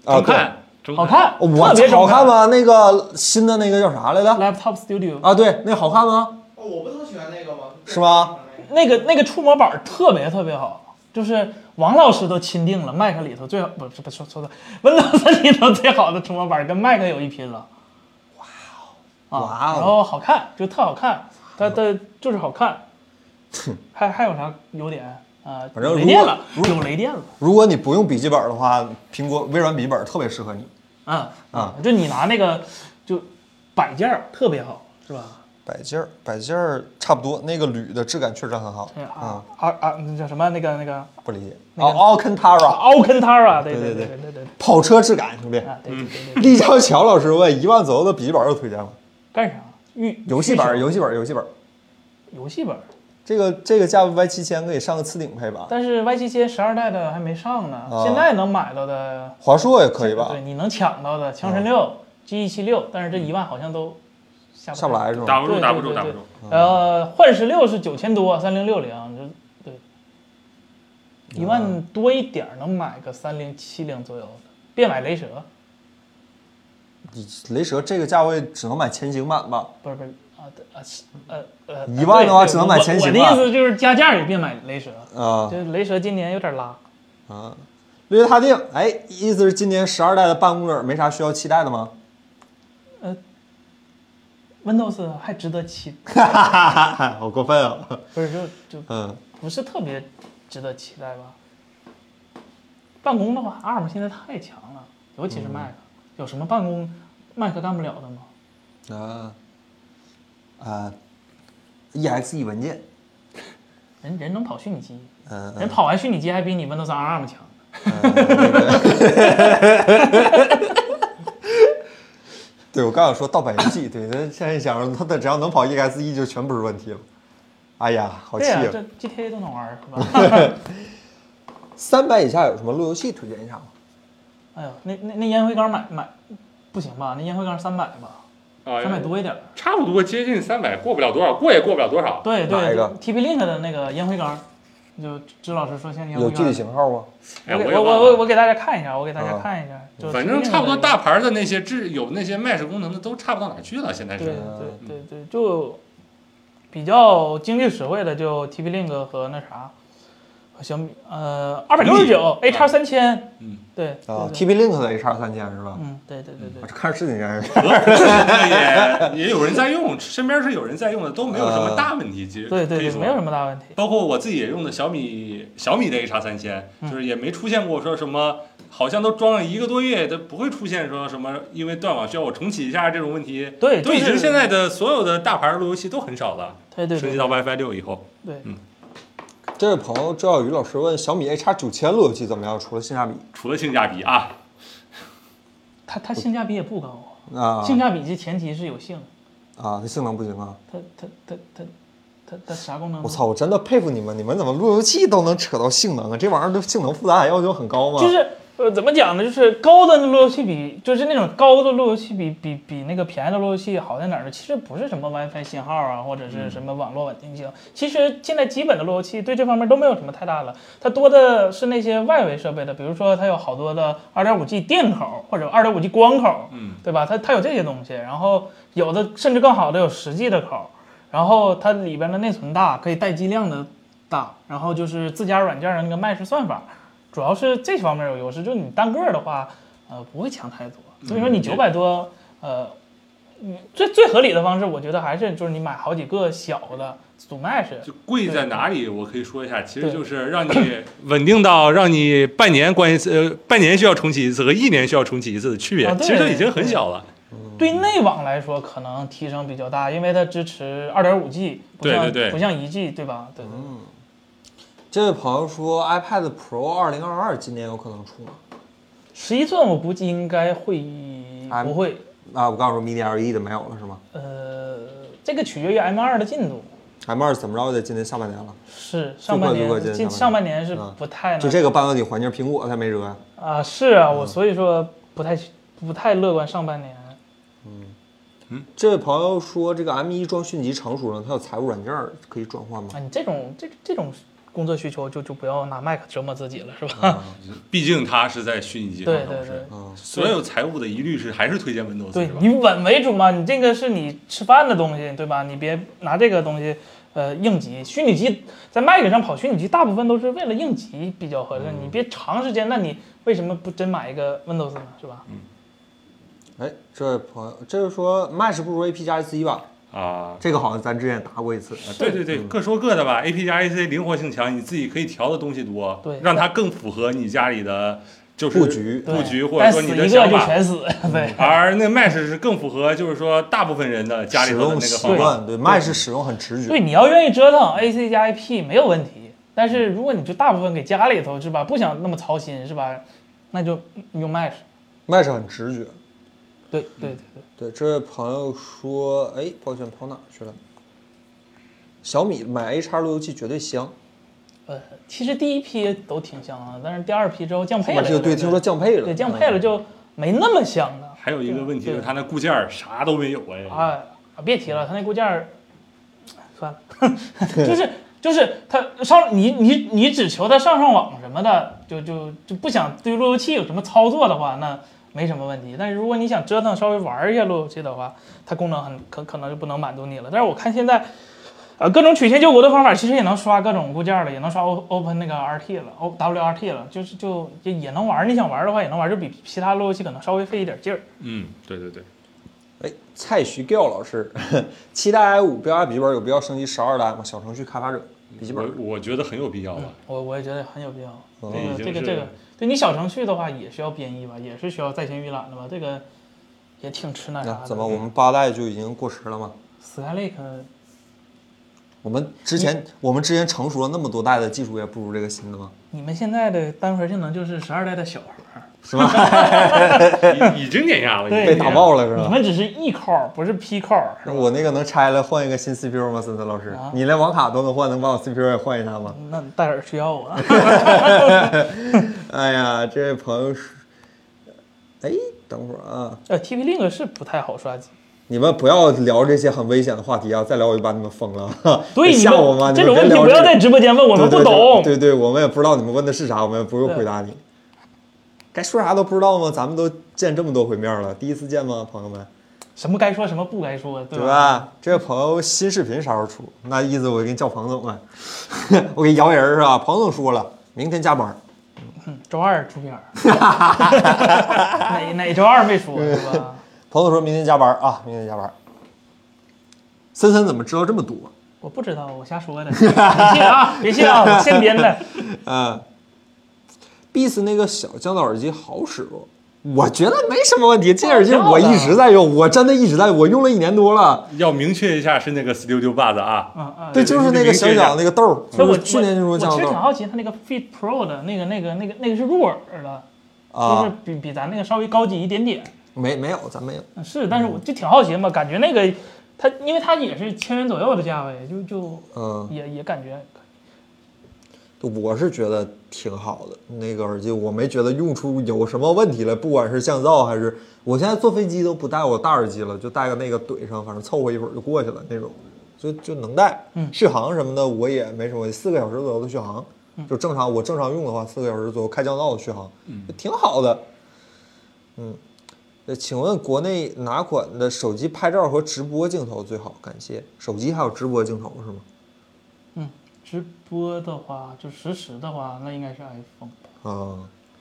[SPEAKER 1] 啊。
[SPEAKER 3] 中
[SPEAKER 1] 对，
[SPEAKER 3] 看，中
[SPEAKER 2] 好看，
[SPEAKER 1] 哦我
[SPEAKER 2] 特别
[SPEAKER 1] 好
[SPEAKER 2] 中
[SPEAKER 1] 看吗？那个新的那个叫啥来着？
[SPEAKER 2] ？Laptop Studio
[SPEAKER 1] 啊，对，那好看吗？
[SPEAKER 7] 哦，我不是喜欢那个吗？
[SPEAKER 1] 是吗？
[SPEAKER 2] 那个那个触摸板儿特别特别好，就是王老师都钦定了，Mac 里头最好不是不是说说的，Windows 里头最好的触摸板儿跟 Mac 有一拼了。哇
[SPEAKER 1] 哇
[SPEAKER 2] 哦！
[SPEAKER 1] 哦
[SPEAKER 2] 啊，然后好看，就特好看，它它就是好 看。还还有啥优点啊？
[SPEAKER 1] 反正
[SPEAKER 2] 有
[SPEAKER 1] 如
[SPEAKER 2] 雷电
[SPEAKER 1] 果
[SPEAKER 2] 了，有雷电了。
[SPEAKER 1] 如果你不用笔记本的话，苹果微软笔记本特别适合你。
[SPEAKER 2] 啊
[SPEAKER 1] 啊！
[SPEAKER 2] 就你拿那个就摆件儿特别好，是吧？
[SPEAKER 1] 摆件儿，摆件儿差不多，那个铝的质感确实很好。
[SPEAKER 2] 那
[SPEAKER 1] 啊
[SPEAKER 2] 啊，啊啊，那叫什么？那个那个
[SPEAKER 1] 不理解。
[SPEAKER 2] 那个
[SPEAKER 1] 哦，Alcantara
[SPEAKER 2] Alcantara，对
[SPEAKER 1] 对
[SPEAKER 2] 啊
[SPEAKER 1] 嗯
[SPEAKER 2] 对
[SPEAKER 1] 对
[SPEAKER 2] 对对对
[SPEAKER 1] 跑车质感，兄弟。
[SPEAKER 2] 啊，对对对对。
[SPEAKER 1] 立交桥老师问：一万左右的笔记本有推荐吗？
[SPEAKER 2] 干啥？预
[SPEAKER 1] 游戏本儿，
[SPEAKER 2] 游
[SPEAKER 1] 游戏本儿，游戏本儿。
[SPEAKER 2] 游戏本儿，
[SPEAKER 1] 这个这个价位 Y 七千可以上个次顶配吧？
[SPEAKER 2] 但是 Y 七千十二代的还没上呢，
[SPEAKER 1] 啊
[SPEAKER 2] 现在能买到的，
[SPEAKER 1] 华硕也可以吧嗯
[SPEAKER 2] 对，？你能抢到的，枪神六、G E 七六，但是这一万好像都下
[SPEAKER 1] 下不来是吗？
[SPEAKER 3] 打不
[SPEAKER 2] 对
[SPEAKER 3] 住，
[SPEAKER 2] 对
[SPEAKER 3] 打不住，
[SPEAKER 2] 对
[SPEAKER 3] 打不
[SPEAKER 2] 对
[SPEAKER 3] 住。
[SPEAKER 2] 呃，幻十六是九千多，三零六零，这
[SPEAKER 1] 啊
[SPEAKER 2] 对，一万多一点儿能买个三零七零左右的，别买雷蛇，
[SPEAKER 1] 雷蛇这个价位只能买前行版吧？
[SPEAKER 2] 不是不是啊对啊是呃呃，
[SPEAKER 1] 一万的话
[SPEAKER 2] 对对
[SPEAKER 1] 只能买
[SPEAKER 2] 我
[SPEAKER 1] 前行
[SPEAKER 2] 我的
[SPEAKER 1] 吧
[SPEAKER 2] 意思就是加价也别买雷蛇，
[SPEAKER 1] 啊
[SPEAKER 2] 就是雷蛇今年有点拉，
[SPEAKER 1] 啊！略踏定，哎，意思是今年十二代的办公本没啥需要期待的吗？
[SPEAKER 2] Windows 还值得期，
[SPEAKER 1] 哈哈哈哈！好过分啊！
[SPEAKER 2] 不是就就
[SPEAKER 1] 嗯，
[SPEAKER 2] 不是特别值得期待吧。办公的话，ARM 现在太强了，尤其是 Mac，、有
[SPEAKER 1] 嗯
[SPEAKER 2] 什么办公 Mac 干不了的吗？
[SPEAKER 1] 啊啊，exe 文件，
[SPEAKER 2] 人人能跑虚拟机，
[SPEAKER 1] 嗯、
[SPEAKER 2] 人跑完虚拟机还比你 Windows on ARM 强。
[SPEAKER 1] E 对，我刚想说盗版游戏，对，咱现在想着它只要能跑 exe 就全不是问题了。哎呀，好气
[SPEAKER 2] 对
[SPEAKER 1] 啊！
[SPEAKER 2] 呀、这 GTA 都能玩儿是吧？
[SPEAKER 1] 三百以下有什么路由器推荐一下吗？
[SPEAKER 2] 哎呦，那那那烟灰缸买买不行吧？那烟灰缸三百吧，
[SPEAKER 3] 啊，
[SPEAKER 2] 哦三百多一点儿。
[SPEAKER 3] 差不多接近三百，过不了多少，过也过不了多少。
[SPEAKER 2] 对
[SPEAKER 1] 哪一
[SPEAKER 2] 对
[SPEAKER 1] 个
[SPEAKER 2] ，TP Link 的那个烟灰缸，就支老师说像烟灰
[SPEAKER 1] 有
[SPEAKER 2] 缸。
[SPEAKER 1] 具体型号吗？
[SPEAKER 3] 哎，
[SPEAKER 2] 我
[SPEAKER 3] 我
[SPEAKER 2] 给
[SPEAKER 3] 也
[SPEAKER 2] 我
[SPEAKER 3] 忘
[SPEAKER 2] 我我
[SPEAKER 3] 了，
[SPEAKER 2] 我给大家看一下，我给大家
[SPEAKER 1] 啊
[SPEAKER 2] 看一下，就
[SPEAKER 3] 反
[SPEAKER 2] 是
[SPEAKER 3] 正
[SPEAKER 2] 另
[SPEAKER 3] 差不
[SPEAKER 2] 外
[SPEAKER 3] 多
[SPEAKER 2] 一个
[SPEAKER 3] 大牌的那些智有那些 Mesh 功能的都差不到哪儿去了，现在
[SPEAKER 2] 对
[SPEAKER 3] 是。
[SPEAKER 2] 对对对，就比较经济实惠的就 TP Link 和那啥，和小米呃二百六十九 A 叉三千，
[SPEAKER 3] 嗯，
[SPEAKER 2] 对对
[SPEAKER 1] 啊
[SPEAKER 2] 对
[SPEAKER 1] ，TP Link 的 H 2 3 0 0是吧？
[SPEAKER 2] 嗯对对对对
[SPEAKER 1] 我这看着是挺让人
[SPEAKER 3] 也也有人在用，身边是有人在用的，都没有什么大问题。其实
[SPEAKER 2] 啊对对
[SPEAKER 3] 可以
[SPEAKER 2] 对，
[SPEAKER 3] 说
[SPEAKER 2] 没有什么大问题。
[SPEAKER 3] 包括我自己也用的小米小米的 A 叉三千，就是也没出现过说什么，好像都装了一个多月，都不会出现说什么因为断网需要我重启一下这种问题。
[SPEAKER 2] 对，
[SPEAKER 3] 都已
[SPEAKER 2] 就是
[SPEAKER 3] 经现在的所有的大牌路由器都很少了，
[SPEAKER 2] 对对
[SPEAKER 3] 升
[SPEAKER 2] 对
[SPEAKER 3] 级到 WiFi 六以后，
[SPEAKER 2] 对
[SPEAKER 1] 这位朋友周小鱼老师问小米 A 叉九千路由器怎么样？除了性价比
[SPEAKER 3] 除了性价比啊，
[SPEAKER 2] 它它性价比也不高，
[SPEAKER 1] 啊
[SPEAKER 2] 性价比这前提是有性，
[SPEAKER 1] 啊，这性能不行啊！
[SPEAKER 2] 它它它它它它啥功能？
[SPEAKER 1] 我！操，我真的佩服你们，你们怎么路由器都能扯到性能啊？这玩意儿对性能负载要求很高吗？
[SPEAKER 2] 就是呃，怎么讲呢？就是高端的路由器比，就是那种高的路由器比比比那个便宜的路由器好在哪儿呢？其实不是什么 WiFi 信号啊，或者是什么网络稳定性。其实现在基本的路由器对这方面都没有什么太大的，它多的是那些外围设备的，比如说它有好多的 2.5G 电口或者 2.5G 光口，
[SPEAKER 3] 嗯，
[SPEAKER 2] 对吧？它它有这些东西，然后有的甚至更好的有实际的口，然后它里边的内存大，可以待机量的大，然后就是自家软件的那个 Mesh 算法，主要是这方面有优势。就是你单个儿的话，呃，不会强太多。所以说你
[SPEAKER 3] 嗯对
[SPEAKER 2] 九百多，呃，嗯，最最合理的方式，我觉得还是就是你买好几个小的组 Mesh，
[SPEAKER 3] 就贵在哪里？我可以说一下，其实
[SPEAKER 2] 对
[SPEAKER 3] 就是让你稳定到让你半年关一次，呃，半年需要重启一次和一年需要重启一次的区别，
[SPEAKER 2] 啊对
[SPEAKER 3] 其实就已经很小了。
[SPEAKER 2] 对内网来说可能提升比较大，因为它支持二点五 G，不
[SPEAKER 3] 对
[SPEAKER 2] 像
[SPEAKER 3] 对嗯对
[SPEAKER 2] 不像一 G 对吧？对对对。
[SPEAKER 1] 这位朋友说 iPad Pro 二零二二今年有可能出吗？
[SPEAKER 2] 十一寸我估计应该会
[SPEAKER 1] 啊
[SPEAKER 2] 不会，
[SPEAKER 1] 啊，我刚说 Mini LED 的没有了是吗
[SPEAKER 2] 呃，这个取决于 M 2的进度，
[SPEAKER 1] ？M 二怎么着也得今年下半年了，
[SPEAKER 2] 是上半
[SPEAKER 1] 如果如果进
[SPEAKER 2] 年进
[SPEAKER 1] 上
[SPEAKER 2] 上
[SPEAKER 1] 半
[SPEAKER 2] 半
[SPEAKER 1] 年啊
[SPEAKER 2] 年是不太
[SPEAKER 1] 就
[SPEAKER 2] 能
[SPEAKER 1] 这个半导体环境，苹果才没辙呀。
[SPEAKER 2] 啊，是啊，
[SPEAKER 3] 嗯
[SPEAKER 2] 我所以说不太不太乐观上半年。啊
[SPEAKER 1] 这位朋友说这个 M 一装迅疾成熟了，它有财务软件儿可以转换吗
[SPEAKER 2] 啊，？你这种这这种工作需求就就不要拿麦克折磨自己了，是吧？
[SPEAKER 3] 毕竟它啊是在虚拟机上
[SPEAKER 2] 对
[SPEAKER 3] 上
[SPEAKER 2] 对
[SPEAKER 3] 市
[SPEAKER 2] 对，。
[SPEAKER 3] 所有财务的疑虑是还是推荐 Windows
[SPEAKER 2] 对
[SPEAKER 3] 是吧
[SPEAKER 2] 你？稳为主嘛，你这个是你吃饭的东西，对吧？你别拿这个东西，呃，应急。虚拟机在 Mac 上跑虚拟机，大部分都是为了应急比较合适。
[SPEAKER 3] 嗯
[SPEAKER 2] 你别长时间，那你为什么不真买一个 Windows 呢？是
[SPEAKER 3] 嗯
[SPEAKER 2] 吧？
[SPEAKER 1] 哎，这位朋友，这是说 Mesh 不如 AP 加 AC 吧？
[SPEAKER 3] 啊。
[SPEAKER 1] 这个好像咱之前答过一次。
[SPEAKER 3] 对对对，
[SPEAKER 2] 嗯
[SPEAKER 3] 各说各的吧。A P 加 A C 灵活性强，你自己可以调的东西多，
[SPEAKER 2] 对
[SPEAKER 3] 让它更符合你家里的就是
[SPEAKER 1] 布局
[SPEAKER 2] 对
[SPEAKER 3] 布局，或者
[SPEAKER 2] 但
[SPEAKER 3] 说
[SPEAKER 2] 死
[SPEAKER 3] 你
[SPEAKER 2] 一
[SPEAKER 3] 的
[SPEAKER 2] 个
[SPEAKER 3] 想
[SPEAKER 2] 就
[SPEAKER 3] 法。嗯
[SPEAKER 2] 全死， 对。
[SPEAKER 3] 而那 Mesh 是更符合，就是说大部分人的家里
[SPEAKER 1] 使
[SPEAKER 3] 头的
[SPEAKER 1] 用
[SPEAKER 3] 那个
[SPEAKER 1] 习
[SPEAKER 3] 方法。
[SPEAKER 1] 惯，对 Mesh 使用很直
[SPEAKER 2] 对，
[SPEAKER 1] 觉。
[SPEAKER 2] 你要愿意折腾，AC 加 IP 没有问题。但是如果你就大部分给家里头是吧，不想那么操心是吧，那就用 Mesh。
[SPEAKER 1] Mesh 很直觉。
[SPEAKER 2] 对
[SPEAKER 1] 嗯
[SPEAKER 2] 对对对。
[SPEAKER 1] 对，这位朋友说，哎，抱歉，跑哪儿去了？小米买 A 叉路由器绝对香，
[SPEAKER 2] 呃，其实第一批都挺香啊，但是第二批之后降
[SPEAKER 1] 后
[SPEAKER 2] 配
[SPEAKER 1] 面
[SPEAKER 2] 了，
[SPEAKER 1] 这个嗯对，
[SPEAKER 2] 不
[SPEAKER 1] 听说降配了，
[SPEAKER 2] 对降配了就没那么香了。
[SPEAKER 3] 还有一个问题
[SPEAKER 2] 对
[SPEAKER 3] 就是它那固件儿啥都没有哎。
[SPEAKER 2] 啊啊，别提了，它那固件儿，哎算了， 就是就是它上你你你只求它上上网什么的，就就就不想对路由器有什么操作的话，那没什么问题。但是如果你想折腾稍微玩一下路由器的话，它功能很可可能就不能满足你了。但是我看现在。呃，各种曲线救国的方法其实也能刷各种固件儿了，也能刷 O Open 那个 RT 了，O WRT 了，就是就也也能玩儿。你想玩儿的话也能玩儿，就比其他路由器可能稍微费一点劲儿。
[SPEAKER 3] 嗯，对对对，
[SPEAKER 1] 哎，蔡徐调老师， 七代 i 五标压笔记本有必要升级十二代吗？小程序开发者笔记
[SPEAKER 3] 我
[SPEAKER 2] 嗯
[SPEAKER 1] 本，
[SPEAKER 3] 我觉得很有必要了。
[SPEAKER 2] 我我也觉得很有必要。
[SPEAKER 1] 哦
[SPEAKER 2] 这个嗯
[SPEAKER 3] 已经
[SPEAKER 2] 呃这个
[SPEAKER 3] 是
[SPEAKER 2] 这个，对你小程序的话也需要编译吧，也是需要在线预览的吧，这个也挺吃那啥
[SPEAKER 1] 那
[SPEAKER 2] 的。
[SPEAKER 1] 怎么我们八代就已经过时了吗？
[SPEAKER 2] Skylake
[SPEAKER 1] 我们之
[SPEAKER 2] 嗯
[SPEAKER 1] 前我们之前成熟了那么多代的技术，也不如这个新的吗？
[SPEAKER 2] 你们现在的单核性能就是十二代的小核，
[SPEAKER 3] 已已经碾压了，已经
[SPEAKER 2] 对
[SPEAKER 1] 被打爆了是
[SPEAKER 2] 你
[SPEAKER 1] 吧？
[SPEAKER 2] 们只是 E 靠，不是 P 靠，是吧？啊
[SPEAKER 1] 我那个能拆了换一个新 CPU 吗？森森老师，你连网卡都能换，能把我 CPU 也换一下吗？
[SPEAKER 2] 那戴尔需 要我，啊
[SPEAKER 1] 哎呀，这位朋友是，哎，等会儿啊，
[SPEAKER 2] 呃，TP Link 是不太好刷机。
[SPEAKER 1] 你们不要聊这些很危险的话题啊！再聊我就把你们封了。
[SPEAKER 2] 对，你
[SPEAKER 1] 吓我吗？
[SPEAKER 2] 们这种
[SPEAKER 1] 你们
[SPEAKER 2] 问题
[SPEAKER 1] 别聊
[SPEAKER 2] 不要在直播间问，我们不懂。
[SPEAKER 1] 对对对对，我们也不知道你们问的是啥，我们也不用回答你。该说啥都不知道吗？咱们都见这么多回面了，第一次见吗，朋友们？
[SPEAKER 2] 什么该说，什么不该说，对
[SPEAKER 1] 对？吧？这位朋友新视频啥时候出？那意思我给你叫彭总啊， 我给摇人儿是吧？彭总说了，明天加班儿。
[SPEAKER 2] 周二出 片儿，哪哪周二没说是吧？
[SPEAKER 1] 彭总说明天加班儿啊，明天加班儿。森森怎么知道这么多？
[SPEAKER 2] 我不知道，我瞎说的，别信啊，别信啊，我现 编的。
[SPEAKER 1] 嗯，Beats 那个小降噪耳机好使不？我觉得没什么问题，这耳机我一直在用，我真的一直在用，我用了一年多了。
[SPEAKER 3] 要明确一下是那个 Studio Buds 啊，
[SPEAKER 2] 啊啊！
[SPEAKER 1] 对，就是那个小小那个豆儿，就
[SPEAKER 2] 所以我
[SPEAKER 1] 嗯是去年就
[SPEAKER 2] 我
[SPEAKER 1] 说
[SPEAKER 2] 我
[SPEAKER 1] 降
[SPEAKER 2] 其
[SPEAKER 1] 噪
[SPEAKER 2] 实
[SPEAKER 1] 豆
[SPEAKER 2] 挺
[SPEAKER 1] 儿
[SPEAKER 2] 好奇，它那个 Fit Pro 的那个那个那个那个是入耳的，就是
[SPEAKER 1] 啊，
[SPEAKER 2] 比比咱那个稍微高级一点点。嗯
[SPEAKER 1] 没没有，咱没有。
[SPEAKER 2] 是，但是
[SPEAKER 1] 嗯
[SPEAKER 2] 我就挺好奇嘛，感觉那个它，因为它也是千元左右的价位，就就
[SPEAKER 1] 嗯，
[SPEAKER 2] 也也感觉
[SPEAKER 1] 我是觉得挺好的那个耳机，我没觉得用出有什么问题来，不管是降噪还是我现在坐飞机都不戴我大耳机了，就戴个那个怼上，反正凑合一会儿就过去了那种，就就能戴。续航什么的我也没什么，四个小时左右的续航，就正常我正常用的话，四个小时左右开降噪的续航，就挺好的。嗯，呃，请问国内哪款的手机拍照和直播镜头最好？感谢。手机还有直播镜头是吗？
[SPEAKER 2] 直播的话，就实时的话，那应该是 iPhone
[SPEAKER 1] 啊、
[SPEAKER 2] 吧。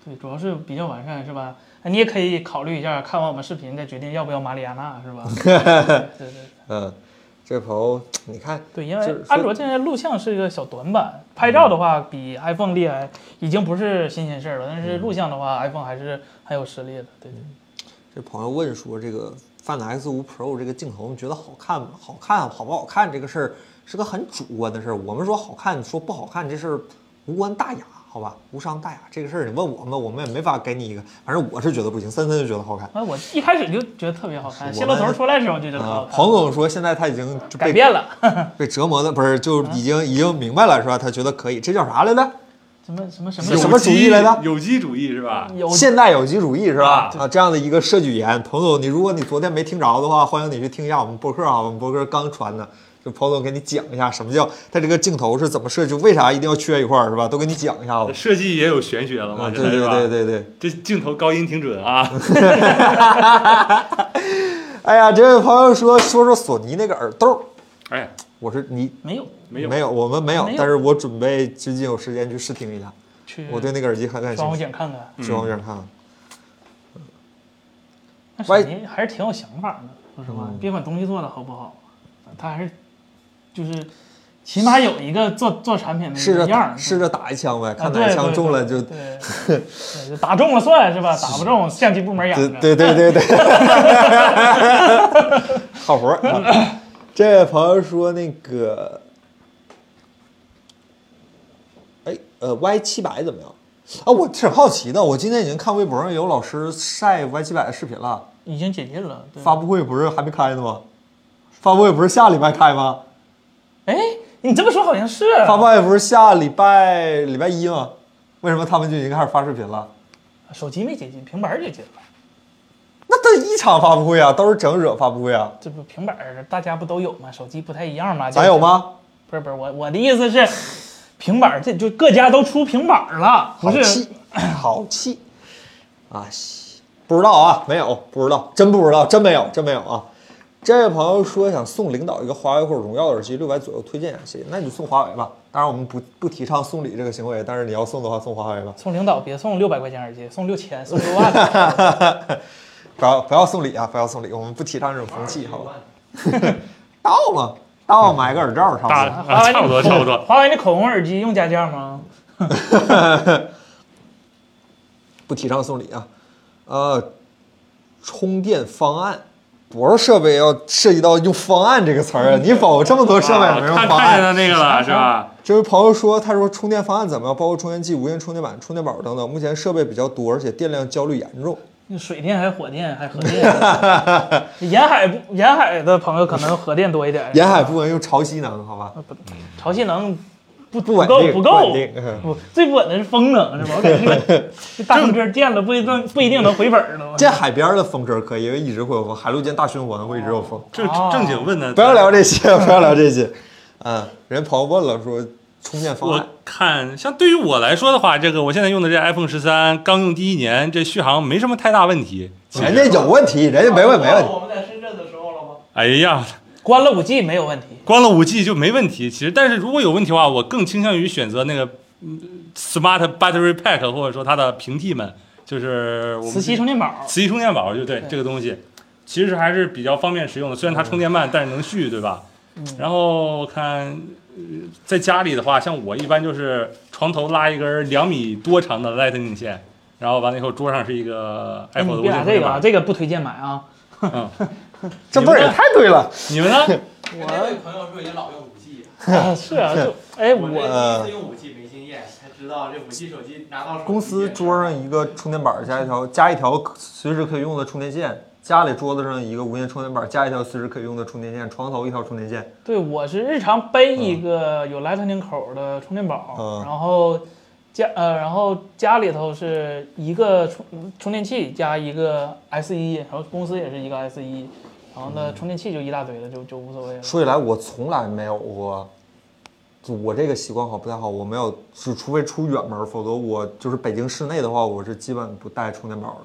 [SPEAKER 2] 对，主要是比较完善，是吧？哎你也可以考虑一下，看完我们视频再决定要不要马里亚纳， 是吧？对对
[SPEAKER 1] 嗯，这朋友，你看，
[SPEAKER 2] 对，因
[SPEAKER 1] 就
[SPEAKER 2] 为
[SPEAKER 1] 是说
[SPEAKER 2] 安卓现在录像是一个小短板，拍照的
[SPEAKER 1] 嗯
[SPEAKER 2] 话比 iPhone 厉害，已经不是新鲜事儿了。但是录像的话，iPhone 还是很有实力的。对
[SPEAKER 1] 嗯
[SPEAKER 2] 对，
[SPEAKER 1] 这朋友问说，这个 Find X 5 Pro 这个镜头，你觉得好看吗？好看，啊好不好看这个事儿是个很主观的事儿。我们说好看，你说不好看，这事儿无关大雅，好吧？无伤大雅。这个事儿你问我们，我们也没法给你一个。反正我是觉得不行，森森就觉得好看。
[SPEAKER 2] 哎，我一开始就觉得特别好看，
[SPEAKER 1] 是
[SPEAKER 2] 泄露
[SPEAKER 1] 我
[SPEAKER 2] 头
[SPEAKER 1] 们
[SPEAKER 2] 出来的时候就觉得好
[SPEAKER 1] 啊、
[SPEAKER 2] 看。
[SPEAKER 1] 黄总说现在他已经就
[SPEAKER 2] 改
[SPEAKER 1] 被
[SPEAKER 2] 变了，
[SPEAKER 1] 被折磨的不是，就已经已经明白了是吧？他觉得可以，这叫啥来着？
[SPEAKER 2] 什么什么什
[SPEAKER 1] 是
[SPEAKER 2] 么
[SPEAKER 1] 什么主义来的
[SPEAKER 3] 有机主义是吧？
[SPEAKER 2] 有
[SPEAKER 1] 现代有机主义是吧
[SPEAKER 3] 啊？
[SPEAKER 1] 啊，这样的一个社举言，彭总，你如果你昨天没听着的话，欢迎你去听一下我们播客啊，我们播客刚传的，就彭总给你讲一下什么叫它这个镜头是怎么设计，为啥一定要缺一块儿是吧？都给你讲一下子。
[SPEAKER 3] 设计也有玄学了嘛，
[SPEAKER 1] 啊，
[SPEAKER 3] 现
[SPEAKER 1] 对
[SPEAKER 3] 在是
[SPEAKER 1] 对
[SPEAKER 3] 吧
[SPEAKER 1] 对对对。
[SPEAKER 3] 这镜头高音挺准 啊，
[SPEAKER 1] 哎呀，这位朋友说说说索尼那个耳豆儿，
[SPEAKER 3] 哎，
[SPEAKER 1] 我是你
[SPEAKER 2] 没有
[SPEAKER 3] 没有
[SPEAKER 1] 没有，我们没有
[SPEAKER 2] 没有，
[SPEAKER 1] 但是我准备最近有时间去试听一下，
[SPEAKER 2] 去
[SPEAKER 3] 嗯
[SPEAKER 1] 我对那个耳机很感兴
[SPEAKER 2] 双红
[SPEAKER 1] 趣，
[SPEAKER 2] 景看看？
[SPEAKER 1] 去望远看看。
[SPEAKER 2] 那
[SPEAKER 1] 歪
[SPEAKER 2] 索尼还是挺有想法的，说实话，
[SPEAKER 1] 嗯
[SPEAKER 2] 别管东西做的好不好，他还是就是起码有一个做做产品的
[SPEAKER 1] 试
[SPEAKER 2] 嗯一
[SPEAKER 1] 着
[SPEAKER 2] 个样儿
[SPEAKER 1] 打，试着打一枪呗，
[SPEAKER 2] 啊
[SPEAKER 1] 看
[SPEAKER 2] 对
[SPEAKER 1] 哪一枪
[SPEAKER 2] 对
[SPEAKER 1] 中了就
[SPEAKER 2] 对 对对就打中了算是吧？打不中相机部门养着。
[SPEAKER 1] 对对对对对，靠谱儿啊！这位朋友说那个，哎呃，Y 七百怎么样？啊，我挺好奇的。我今天已经看微博上有老师晒 Y 七百的视频了，
[SPEAKER 2] 已经解禁了。对
[SPEAKER 1] 发布会不是还没开呢吗？发布会不是下礼拜开吗？
[SPEAKER 2] 哎，你这么说好像是
[SPEAKER 1] 发布会不是下礼拜礼拜一吗？为什么他们就已经开始发视频了？
[SPEAKER 2] 手机没解禁，平板儿解禁了。
[SPEAKER 1] 那都一场发布会啊，都是整惹发布会啊，
[SPEAKER 2] 这不平板儿大家不都有吗？手机不太一样嘛。
[SPEAKER 1] 咱有？吗？
[SPEAKER 2] 不是不是，我我的意思是，平板儿这就各家都出平板儿了，不
[SPEAKER 1] 好
[SPEAKER 2] 是
[SPEAKER 1] 气，好气啊！西不知道啊，没有，不知道，真不知道，真没有，真没有啊！这位朋友说想送领导一个华为或者荣耀的耳机，六百左右，推荐一下，谢谢。那你就送华为吧。当然，我们不不提倡送礼这个行为，但是你要送的话，送华为吧。
[SPEAKER 2] 送领导别送六百块钱耳机，送六千，送六万的。
[SPEAKER 1] 不要不要送礼啊！不要送礼，我们不提倡这种风气，好吧？ 到了，到买个耳罩，差不
[SPEAKER 3] 大
[SPEAKER 1] 多。
[SPEAKER 2] 华为
[SPEAKER 3] 啊
[SPEAKER 2] 那
[SPEAKER 3] 差不多差不多。
[SPEAKER 2] 华为那口红耳机用加价吗？
[SPEAKER 1] 不提倡送礼啊。呃，充电方案，多少设备要涉及到用方案这个词儿啊？你否 这么多设备
[SPEAKER 3] 啊
[SPEAKER 1] 没用
[SPEAKER 3] 看
[SPEAKER 1] 方
[SPEAKER 3] 看见
[SPEAKER 1] 案？
[SPEAKER 3] 他那个
[SPEAKER 1] 啊
[SPEAKER 3] 了是吧？
[SPEAKER 1] 这位朋友说，他说充电方案怎么样？包括充电器、无线充电板、充电宝等等。目前设备比较多，而且电量焦虑严重。
[SPEAKER 2] 那水电还是火电还是核电？ 沿海不沿海的朋友可能核电多一点。
[SPEAKER 1] 沿海部分用潮汐能，好吧？
[SPEAKER 2] 潮汐能不
[SPEAKER 1] 不稳
[SPEAKER 2] 够
[SPEAKER 1] 定，
[SPEAKER 2] 不
[SPEAKER 1] 不
[SPEAKER 2] 够
[SPEAKER 1] 稳，定。嗯
[SPEAKER 2] 不最不稳的是风筝是吧？我 感觉这大风筝电了不一定不一定能回本儿呢。
[SPEAKER 1] 这海边的风筝可以，因为一直会有风，海陆间大循环会一直有风。
[SPEAKER 3] 正
[SPEAKER 2] 哦
[SPEAKER 3] 正经问呢，
[SPEAKER 1] 不要聊这些， 不要聊这些。嗯，人朋友问了说充电方
[SPEAKER 3] 我
[SPEAKER 1] 案，
[SPEAKER 3] 看，像对于我来说的话，这个我现在用的这 iPhone 十三，刚用第一年，这续航没什么太大问题。其
[SPEAKER 1] 人
[SPEAKER 3] 实
[SPEAKER 1] 家有问题，人家没问没问题。
[SPEAKER 2] 们在深圳的时候了吗？
[SPEAKER 3] 哎呀，
[SPEAKER 2] 关了五 G 没有问题。
[SPEAKER 3] 关了五 G 就没问题。其实，但是如果有问题的话，我更倾向于选择那个嗯 Smart Battery Pack，或者说它的平替们，就是我们
[SPEAKER 2] 磁吸充电宝，
[SPEAKER 3] 磁吸充电宝，就对这个东西，其实还是比较方便实用的。虽然它充电慢，但是能续，对吧？
[SPEAKER 2] 嗯
[SPEAKER 3] 然后看，呃在家里的话，像我一般就是床头拉一根两米多长的 Lightning 线，然后完了以后桌上是一个
[SPEAKER 2] 哎
[SPEAKER 3] Apple
[SPEAKER 2] 你
[SPEAKER 3] 的无
[SPEAKER 2] 别
[SPEAKER 3] 线
[SPEAKER 2] 打
[SPEAKER 3] 充
[SPEAKER 2] 这
[SPEAKER 3] 电
[SPEAKER 2] 个啊，
[SPEAKER 3] 宝。
[SPEAKER 2] 这个不推荐买 啊。
[SPEAKER 1] 这味儿也太对了。
[SPEAKER 3] 你们呢？
[SPEAKER 7] 我那位朋友说也老用五 G，
[SPEAKER 2] 啊是啊，就哎
[SPEAKER 7] 我
[SPEAKER 2] 我
[SPEAKER 7] 这第一次用五 G 没经验，才知道这五 G 手机拿到手
[SPEAKER 1] 公司桌上一个充电板加一条加一条可随时可以用的充电线，家里桌子上一个无线充电板加一条随时可以用的充电线，床头一条充电线。
[SPEAKER 2] 对我是日常背一个有 Lightning 口的充电宝，
[SPEAKER 1] 嗯
[SPEAKER 2] 然后家呃然后家里头是一个充充电器加一个 S 1然后公司也是一个 S 1然后呢充电器就一大堆了，就就无所谓了。
[SPEAKER 1] 嗯说起来，我从来没有过，就我这个习惯好不太好，我没有，就除非出远门，否则我就是北京市内的话，我是基本不带充电宝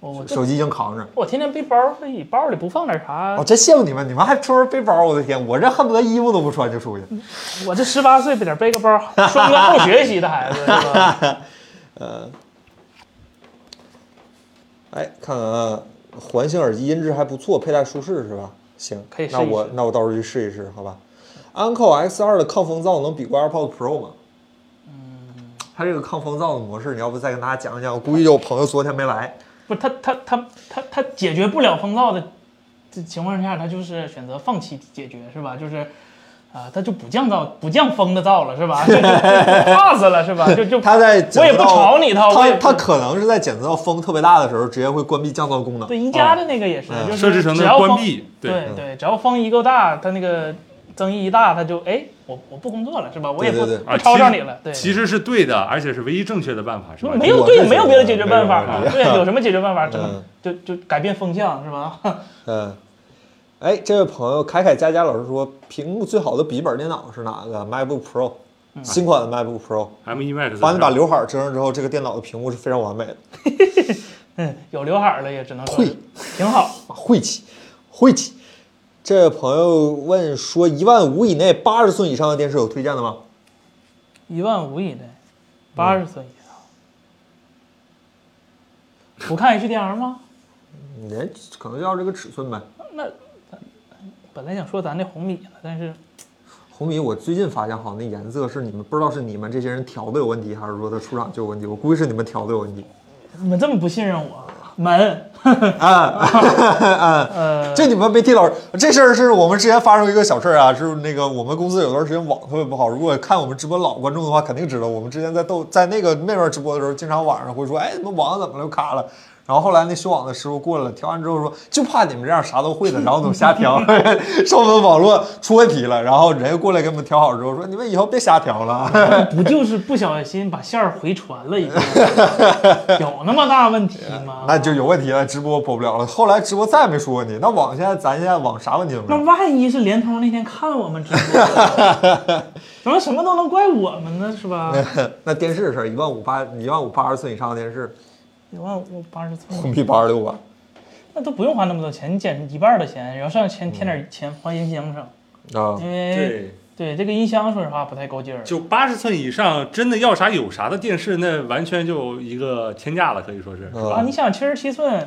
[SPEAKER 2] 我我
[SPEAKER 1] 的，
[SPEAKER 2] 这
[SPEAKER 1] 手机硬扛着。
[SPEAKER 2] 我天天背包里包里不放点啥，
[SPEAKER 1] 哦，真羡慕你们，你们还出门背包，我的天，我这恨不得衣服都不穿就出去。
[SPEAKER 2] 我这十八岁不得背个包，双个后学习的孩子是吧？
[SPEAKER 1] 哎，看看啊，环形耳机音质还不错，佩戴舒适是吧？行，
[SPEAKER 2] 可以试
[SPEAKER 1] 那
[SPEAKER 2] 一
[SPEAKER 1] 我
[SPEAKER 2] 试
[SPEAKER 1] 那我到时候去试一试，好吧？Uncle X 二的抗风噪能比过 AirPods Pro 吗？嗯，它这个抗风噪的模式，你要不再跟大家讲一讲？我估计有朋友昨天没来，
[SPEAKER 2] 不是他他他他他解决不了风噪的这情况下，他就是选择放弃解决是吧？就是啊、他就不降噪不降风的噪了是吧？就就 pass 了是吧？就就
[SPEAKER 1] 它在检
[SPEAKER 2] 我也
[SPEAKER 1] 测
[SPEAKER 2] 不
[SPEAKER 1] 到
[SPEAKER 2] 吵你他，我也
[SPEAKER 1] 它
[SPEAKER 2] 不
[SPEAKER 1] 它可能是在检测到风特别大的时候，直接会关闭降噪功能。
[SPEAKER 2] 对宜家的那个也是，
[SPEAKER 1] 嗯
[SPEAKER 2] 就是
[SPEAKER 3] 设置成
[SPEAKER 2] 只
[SPEAKER 3] 的
[SPEAKER 2] 要风
[SPEAKER 3] 关闭，
[SPEAKER 2] 对对，只要风一够大，它那个增益一大，它就哎我我不工作了是吧？我也不
[SPEAKER 1] 对对对
[SPEAKER 2] 不吵吵你了， 对。
[SPEAKER 3] 其实是对的，而且是唯一正确的办法，是吧？
[SPEAKER 2] 没有
[SPEAKER 1] 我是
[SPEAKER 2] 对，
[SPEAKER 1] 觉
[SPEAKER 2] 没有
[SPEAKER 1] 得
[SPEAKER 2] 别的解决办法
[SPEAKER 1] 没有
[SPEAKER 2] 了
[SPEAKER 1] 没有，
[SPEAKER 2] 对，有什么解决办法？真的
[SPEAKER 1] 嗯
[SPEAKER 2] 就就改变风向是吧？
[SPEAKER 1] 嗯，哎，这位朋友凯凯佳佳老师说，屏幕最好的笔记本电脑是哪个？MacBook Pro，、新
[SPEAKER 2] 嗯
[SPEAKER 1] 款的 MacBook Pro。
[SPEAKER 3] M1 E Max，
[SPEAKER 1] 帮你把刘海儿遮上之后，这个电脑的屏幕是非常完美的，
[SPEAKER 2] 嗯，有刘海儿了也只能说
[SPEAKER 1] 会
[SPEAKER 2] 挺好。
[SPEAKER 1] 晦气，晦气。这位朋友问说，一万五以内八十寸以上的电视有推荐的吗？
[SPEAKER 2] 一万五以内，八十寸以上，不看 HDR 吗？
[SPEAKER 1] 人可能就要这个尺寸呗。
[SPEAKER 2] 那本来想说咱那红米呢，但是
[SPEAKER 1] 红米，我最近发现好像那颜色是你们不知道是你们这些人调的有问题，还是说它出厂就有问题？我估计是你们调的有问题。
[SPEAKER 2] 你们这么不信任我，门， 呃，
[SPEAKER 1] 啊这你们没替老师，这事儿是我们之前发生一个小事儿啊，是那个我们公司有段时间网特别不好。如果看我们直播老观众的话，肯定知道，我们之前在豆在那个那边直播的时候，经常晚上会说，哎，你们网怎么了又卡了。 然后后来那修网的师傅过来了，调完之后说，哎就怕你们这样啥都会的，然后总瞎调，说我们网络出问题了。然后人家过来给我们调好之后说，你们以后别瞎调了。
[SPEAKER 2] 不就是不小心把线儿回传了一遍，有那么大问题吗？
[SPEAKER 1] 那就有问题了，直播播不了了。后来直播再也没出问题。那网现在咱现在网啥问题都没
[SPEAKER 2] 那
[SPEAKER 1] 有。
[SPEAKER 2] 万一是联通那天看我们直播了， 怎么什么都能怪我们呢？是吧？
[SPEAKER 1] 那电视是一万五八一万五八十寸以上的电 视，
[SPEAKER 2] 一万五八十寸，
[SPEAKER 1] 红米八十六吧。
[SPEAKER 2] 那都不用花那么多钱，你减一半的钱，然后上先添点钱花音箱上，
[SPEAKER 1] 啊
[SPEAKER 2] 因为
[SPEAKER 3] 对。
[SPEAKER 2] 对这个音箱说实话不太够劲儿。
[SPEAKER 3] 就八十寸以上，真的要啥有啥的电视，那完全就一个天价了，可以说是。
[SPEAKER 1] 嗯
[SPEAKER 2] 啊，你想七十七寸，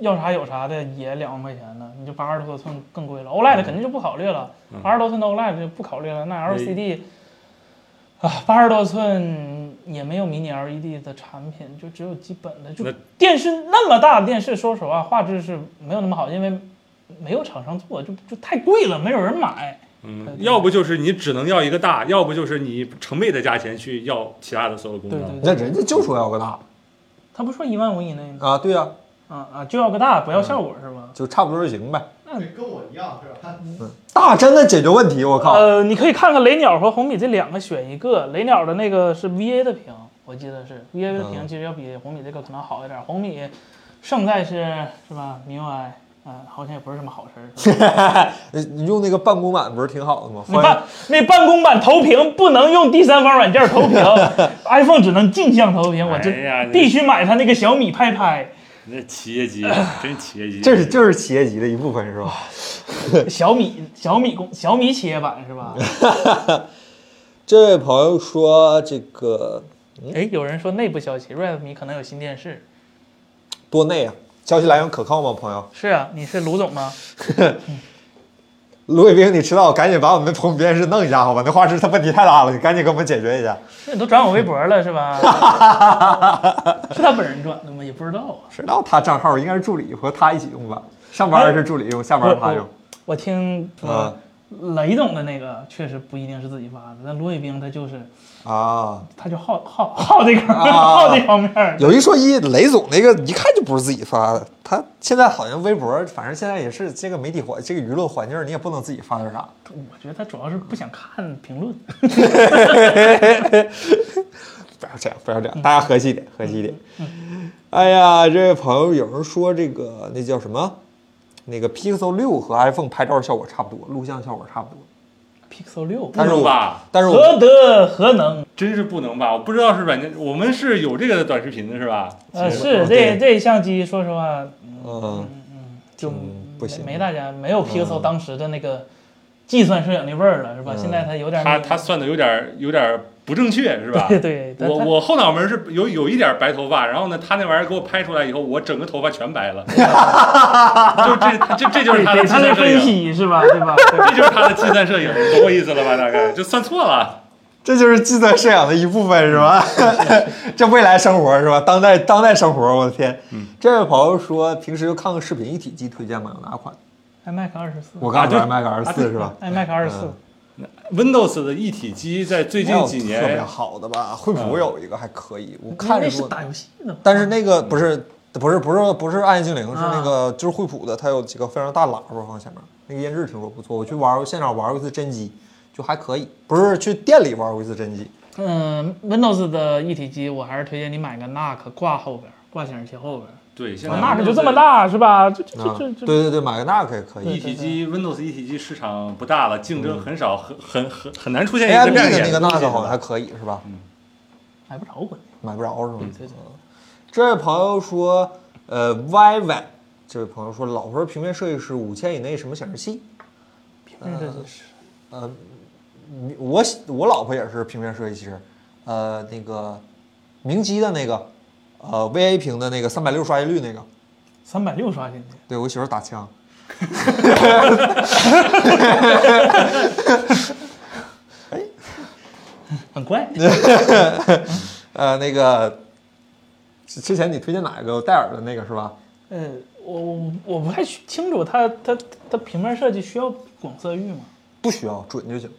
[SPEAKER 2] 要啥有啥的也两万块钱呢，你就八十多寸更贵了。OLED 肯定就不考虑了，
[SPEAKER 3] 嗯
[SPEAKER 2] 八十多寸的 OLED 就不考虑了。那 LCD 啊，八十多寸也没有迷你 LED 的产品，就只有基本的。就
[SPEAKER 3] 那
[SPEAKER 2] 电视那么大的电视，说实话画质是没有那么好，因为没有厂商做，就就太贵了，没有人买。
[SPEAKER 3] 嗯，要不就是你只能要一个大，要不就是你成倍的价钱去要其他的所有功
[SPEAKER 2] 对对。
[SPEAKER 3] 能
[SPEAKER 1] 那
[SPEAKER 2] 对，
[SPEAKER 1] 人家就说要个大
[SPEAKER 2] 他不说一万五以内吗？
[SPEAKER 1] 啊，对呀、
[SPEAKER 2] 啊啊，就要个大，不要效果是吗？
[SPEAKER 1] 就差不多就行呗。嗯
[SPEAKER 7] 对，跟我一样是 吧？啊
[SPEAKER 1] 大真的解决问题，我靠！
[SPEAKER 2] 呃，你可以看看雷鸟和红米这两个选一个，雷鸟的那个是 VA 的屏，我记得是 VA 的屏，
[SPEAKER 1] 嗯
[SPEAKER 2] 其实要比红米这个可能好一点。红米胜在是是吧？MIUI 啊、好像也不是什么好事儿。是吧
[SPEAKER 1] 你你 用那个办公版不是挺好的吗？
[SPEAKER 2] 你
[SPEAKER 1] 欢迎
[SPEAKER 2] 办那办公版投屏不能用第三方软件投屏，iPhone 只能镜像投屏，我
[SPEAKER 3] 哎呀
[SPEAKER 2] 这
[SPEAKER 3] 你
[SPEAKER 2] 必须买它那个小米拍拍。
[SPEAKER 3] 你这企业级，真企业级。
[SPEAKER 1] 这是这是企业级的一部分是吧？
[SPEAKER 2] 小米小米公小米企业版是 吧？
[SPEAKER 1] 这位朋友说这个
[SPEAKER 2] 哎，有人说内部消息，Redmi 可能有新电视。
[SPEAKER 1] 多内啊，消息来源可靠吗？朋友，
[SPEAKER 2] 是啊，你是卢总吗？
[SPEAKER 1] 卢伟冰，你迟到，赶紧把我们棚电视弄一下好吧？那画质它问题太大了，你赶紧给我们解决一下。
[SPEAKER 2] 这都转我微博了是 吧？是他本人转的吗？也不知道啊。
[SPEAKER 1] 知道他账号应该是助理和他一起用吧？上班是助理用，下班是他用。
[SPEAKER 2] 我听
[SPEAKER 1] 啊
[SPEAKER 2] 说雷总的那个确实不一定是自己发的，但罗伟冰他就是
[SPEAKER 1] 啊，
[SPEAKER 2] 他就好好好这个
[SPEAKER 1] 啊
[SPEAKER 2] 好这方面儿。
[SPEAKER 1] 有一说一，雷总那个一看就不是自己发的，他现在好像微博，反正现在也是这个媒体环，这个舆论环境，你也不能自己发点啥。
[SPEAKER 2] 我觉得他主要是不想看评论。
[SPEAKER 1] 不要这样，不要这样，大家和气一点，和气一点。哎呀，这位朋友，有人说这个那叫什么？那个 Pixel 六和 iPhone 拍照效果差不多，录像效果差不多，
[SPEAKER 2] Pixel 六
[SPEAKER 1] 但是
[SPEAKER 3] 能
[SPEAKER 1] 我
[SPEAKER 3] 吧？
[SPEAKER 1] 但是我
[SPEAKER 2] 何德何能？
[SPEAKER 3] 真是不能吧？我不知道是软件，我们是有这个的短视频的是吧？
[SPEAKER 2] 呃，
[SPEAKER 1] 其实
[SPEAKER 2] 是
[SPEAKER 1] 嗯
[SPEAKER 2] 这
[SPEAKER 1] 对
[SPEAKER 2] 这相机，说实话，
[SPEAKER 1] 嗯，
[SPEAKER 2] 就
[SPEAKER 1] 嗯不
[SPEAKER 2] 没
[SPEAKER 1] 行嗯
[SPEAKER 2] 没大家没有 Pixel 当时的那个计算摄影的味儿了，是吧？现在它有点
[SPEAKER 3] 他
[SPEAKER 2] 那个
[SPEAKER 3] 他算的有点有点不正确是吧？
[SPEAKER 2] 对对，但
[SPEAKER 3] 我
[SPEAKER 2] 它
[SPEAKER 3] 我后脑门是有有一点白头发，然后呢，他那玩意儿给我拍出来以后，我整个头发全白了， 就这他这这就是他的
[SPEAKER 2] 对
[SPEAKER 3] 计
[SPEAKER 2] 它的
[SPEAKER 3] 算摄
[SPEAKER 2] 分
[SPEAKER 3] 影，
[SPEAKER 2] 析是吧？对吧？ 对
[SPEAKER 3] 这就是他的计算摄影，你懂我意思了吧？大概就算错了，
[SPEAKER 1] 这就是计算摄影的一部分是 吧？这未来生活是吧？当代当代生活，我的天！
[SPEAKER 3] 嗯
[SPEAKER 1] 这位朋友说，平时就看看视频一体机，推荐吗？有哪款？
[SPEAKER 2] ，iMac 二十四
[SPEAKER 1] 我刚才
[SPEAKER 3] 就
[SPEAKER 1] 说 Mac 二十四是吧？
[SPEAKER 2] ？iMac 啊哎二十四，
[SPEAKER 3] Windows 的一体机在最近几
[SPEAKER 1] 没有特别
[SPEAKER 3] 年，嗯
[SPEAKER 1] 好的吧？惠普有一个还可以，我嗯看
[SPEAKER 2] 那
[SPEAKER 1] 着
[SPEAKER 2] 是
[SPEAKER 1] 说
[SPEAKER 2] 打游戏的吗，
[SPEAKER 1] 但是那个不是不是不是不是暗夜精灵，是
[SPEAKER 2] 啊
[SPEAKER 1] 那个就是惠普的，它有几个非常大喇叭放前面，那个音质听说不错。我去玩过现场玩过一次真机，就还可以，不是去店里玩过一次真机。
[SPEAKER 2] 嗯，Windows 的一体机，我还是推荐你买个 NUC 挂后边儿，挂显示器后边儿
[SPEAKER 3] 对，现在
[SPEAKER 2] ，NUC 哦就这么，大是吧？就就
[SPEAKER 1] 啊，
[SPEAKER 2] 就
[SPEAKER 1] 对对
[SPEAKER 2] 就
[SPEAKER 1] 对，买个那可以可
[SPEAKER 3] 一
[SPEAKER 1] 以。
[SPEAKER 3] 体机 Windows 一体机市场不大了，
[SPEAKER 2] 嗯
[SPEAKER 3] 竞争很少，很很很很难出 现
[SPEAKER 1] A
[SPEAKER 3] 一
[SPEAKER 1] M
[SPEAKER 3] 个
[SPEAKER 1] D
[SPEAKER 3] 亮
[SPEAKER 1] 的
[SPEAKER 3] 眼
[SPEAKER 1] 哎那个
[SPEAKER 3] 东
[SPEAKER 1] 那
[SPEAKER 3] 西
[SPEAKER 1] 个好像
[SPEAKER 3] 了
[SPEAKER 1] 还可以是吧？
[SPEAKER 2] 买不着关键。
[SPEAKER 1] 买不着是吗？
[SPEAKER 2] 对对
[SPEAKER 1] 嗯这位朋友说，呃，Y Y，这位朋友说，老婆平面设计师五千以内什么显示器？
[SPEAKER 2] 平面设
[SPEAKER 1] 嗯
[SPEAKER 2] 计师，
[SPEAKER 1] 你我喜我老婆也是平面设计师，呃，那个明基的那个，呃，VA 屏的那个三百六刷新率那个，
[SPEAKER 2] 三百六刷新率，
[SPEAKER 1] 对我媳妇儿打枪。
[SPEAKER 2] 很怪。
[SPEAKER 1] 呃，那个之之前你推荐哪一个戴尔的那个是吧？
[SPEAKER 2] 呃，我我我不太清楚它它它平面设计需要广色域吗？
[SPEAKER 1] 不需要准就行，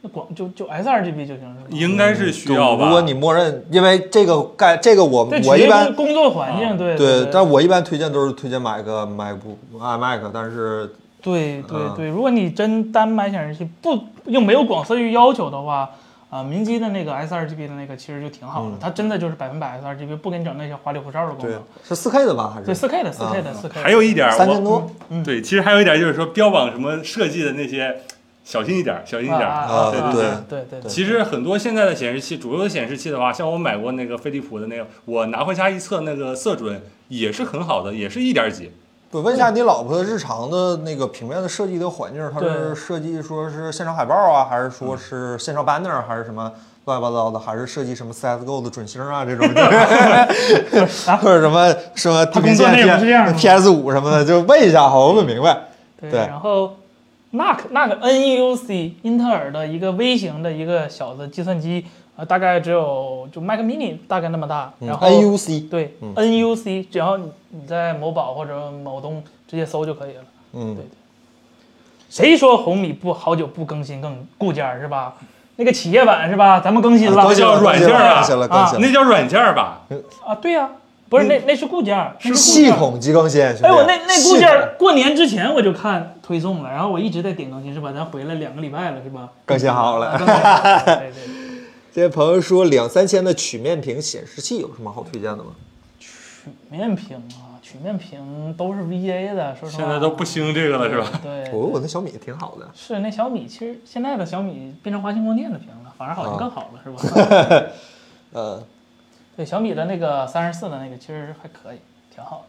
[SPEAKER 2] 那广就就 sRGB 就行是吗？
[SPEAKER 3] 应该是需
[SPEAKER 1] 就
[SPEAKER 3] 要吧？
[SPEAKER 1] 嗯如果你默认，因为这个盖这个我
[SPEAKER 2] 对，
[SPEAKER 1] 我
[SPEAKER 2] 取决
[SPEAKER 1] 一
[SPEAKER 2] 于
[SPEAKER 1] 般嗯
[SPEAKER 2] 工作环境，对
[SPEAKER 1] 对
[SPEAKER 2] 对，，
[SPEAKER 1] 但我一般推荐都是推荐买个 MacBook 啊 iMac，但是
[SPEAKER 2] 对对
[SPEAKER 1] 嗯
[SPEAKER 2] 对，如果你真单买显示器，不又没有广色域要求的话，啊，明基的那个 sRGB 的那个其实就挺好的，它真的就是百分百 sRGB，不给你整那些花里胡哨的功
[SPEAKER 1] 对
[SPEAKER 2] 能。
[SPEAKER 1] 是四 K 的吧？还
[SPEAKER 2] 对，
[SPEAKER 1] 是
[SPEAKER 2] 四 K 的，四 K 的，四 K。
[SPEAKER 3] 还有一点儿，
[SPEAKER 1] 三
[SPEAKER 3] 啊我
[SPEAKER 1] 千多？嗯
[SPEAKER 3] 对，其实还有一点就是说标榜什么设计的那些，小心一点，小心一点。
[SPEAKER 1] 啊
[SPEAKER 3] 对
[SPEAKER 1] 对
[SPEAKER 2] 对对对。
[SPEAKER 3] 其实很多现在的显示器，主流的显示器的话，像我买过那个飞利浦的那个，我拿回家一测那个色准也是很好的，也是一点几。
[SPEAKER 1] 我问一下你老婆的日常的那个平面的设计的环境，她
[SPEAKER 2] 对嗯
[SPEAKER 1] 是设计说是线上海报啊，还是说是线上 banner，还是什么乱七八糟的，还是设计什么 CSGO 的准星啊 这种，或者什么什么地平线
[SPEAKER 2] 啊她工作内容是这样的吗
[SPEAKER 1] PS 五什么的，就问一下好，我问明白。
[SPEAKER 2] 对，
[SPEAKER 1] 对
[SPEAKER 2] 然后 NUC NUC NEUC 英特尔的一个微型的一个小的计算机，呃，大概只有就 Mac Mini 大概那么大，
[SPEAKER 1] 嗯
[SPEAKER 2] 然后、E
[SPEAKER 1] NUC，
[SPEAKER 2] 对、NUC，只要你你在某宝或者某东直接搜就可以了。
[SPEAKER 1] 嗯，
[SPEAKER 2] 谁说红米不好久不更新更固件儿是吧？那个企业版是吧？咱们更新了，
[SPEAKER 1] 更新了
[SPEAKER 3] 叫软件啊
[SPEAKER 1] 更新了，更新了，
[SPEAKER 3] 那叫软件吧？
[SPEAKER 1] 嗯
[SPEAKER 2] 啊，对呀、不是那那是固件儿，那是固
[SPEAKER 1] 系
[SPEAKER 2] 件儿。
[SPEAKER 1] 统级更新。兄弟
[SPEAKER 2] 哎，我那那
[SPEAKER 1] 系
[SPEAKER 2] 固件
[SPEAKER 1] 统
[SPEAKER 2] 儿过年之前我就看推送了，然后我一直在点更新是吧？咱回来两个礼拜了 是吧？
[SPEAKER 1] 更新好
[SPEAKER 2] 啊
[SPEAKER 1] 了。
[SPEAKER 2] 更新了对对对，
[SPEAKER 1] 这位朋友说，两三千的曲面屏显示器有什么好推荐的吗？
[SPEAKER 2] 曲面屏啊，曲面屏都是 VA 的，说实话
[SPEAKER 3] 现在都不兴这个了是吧？
[SPEAKER 2] 对，
[SPEAKER 1] 我我那小米挺好的，
[SPEAKER 2] 是那小米，其实现在的小米变成华星光电的屏了，反而好像
[SPEAKER 1] 啊
[SPEAKER 2] 更好了，是吧？
[SPEAKER 1] 呃，
[SPEAKER 2] 对小米的那个三十四的那个，其实还可以，挺好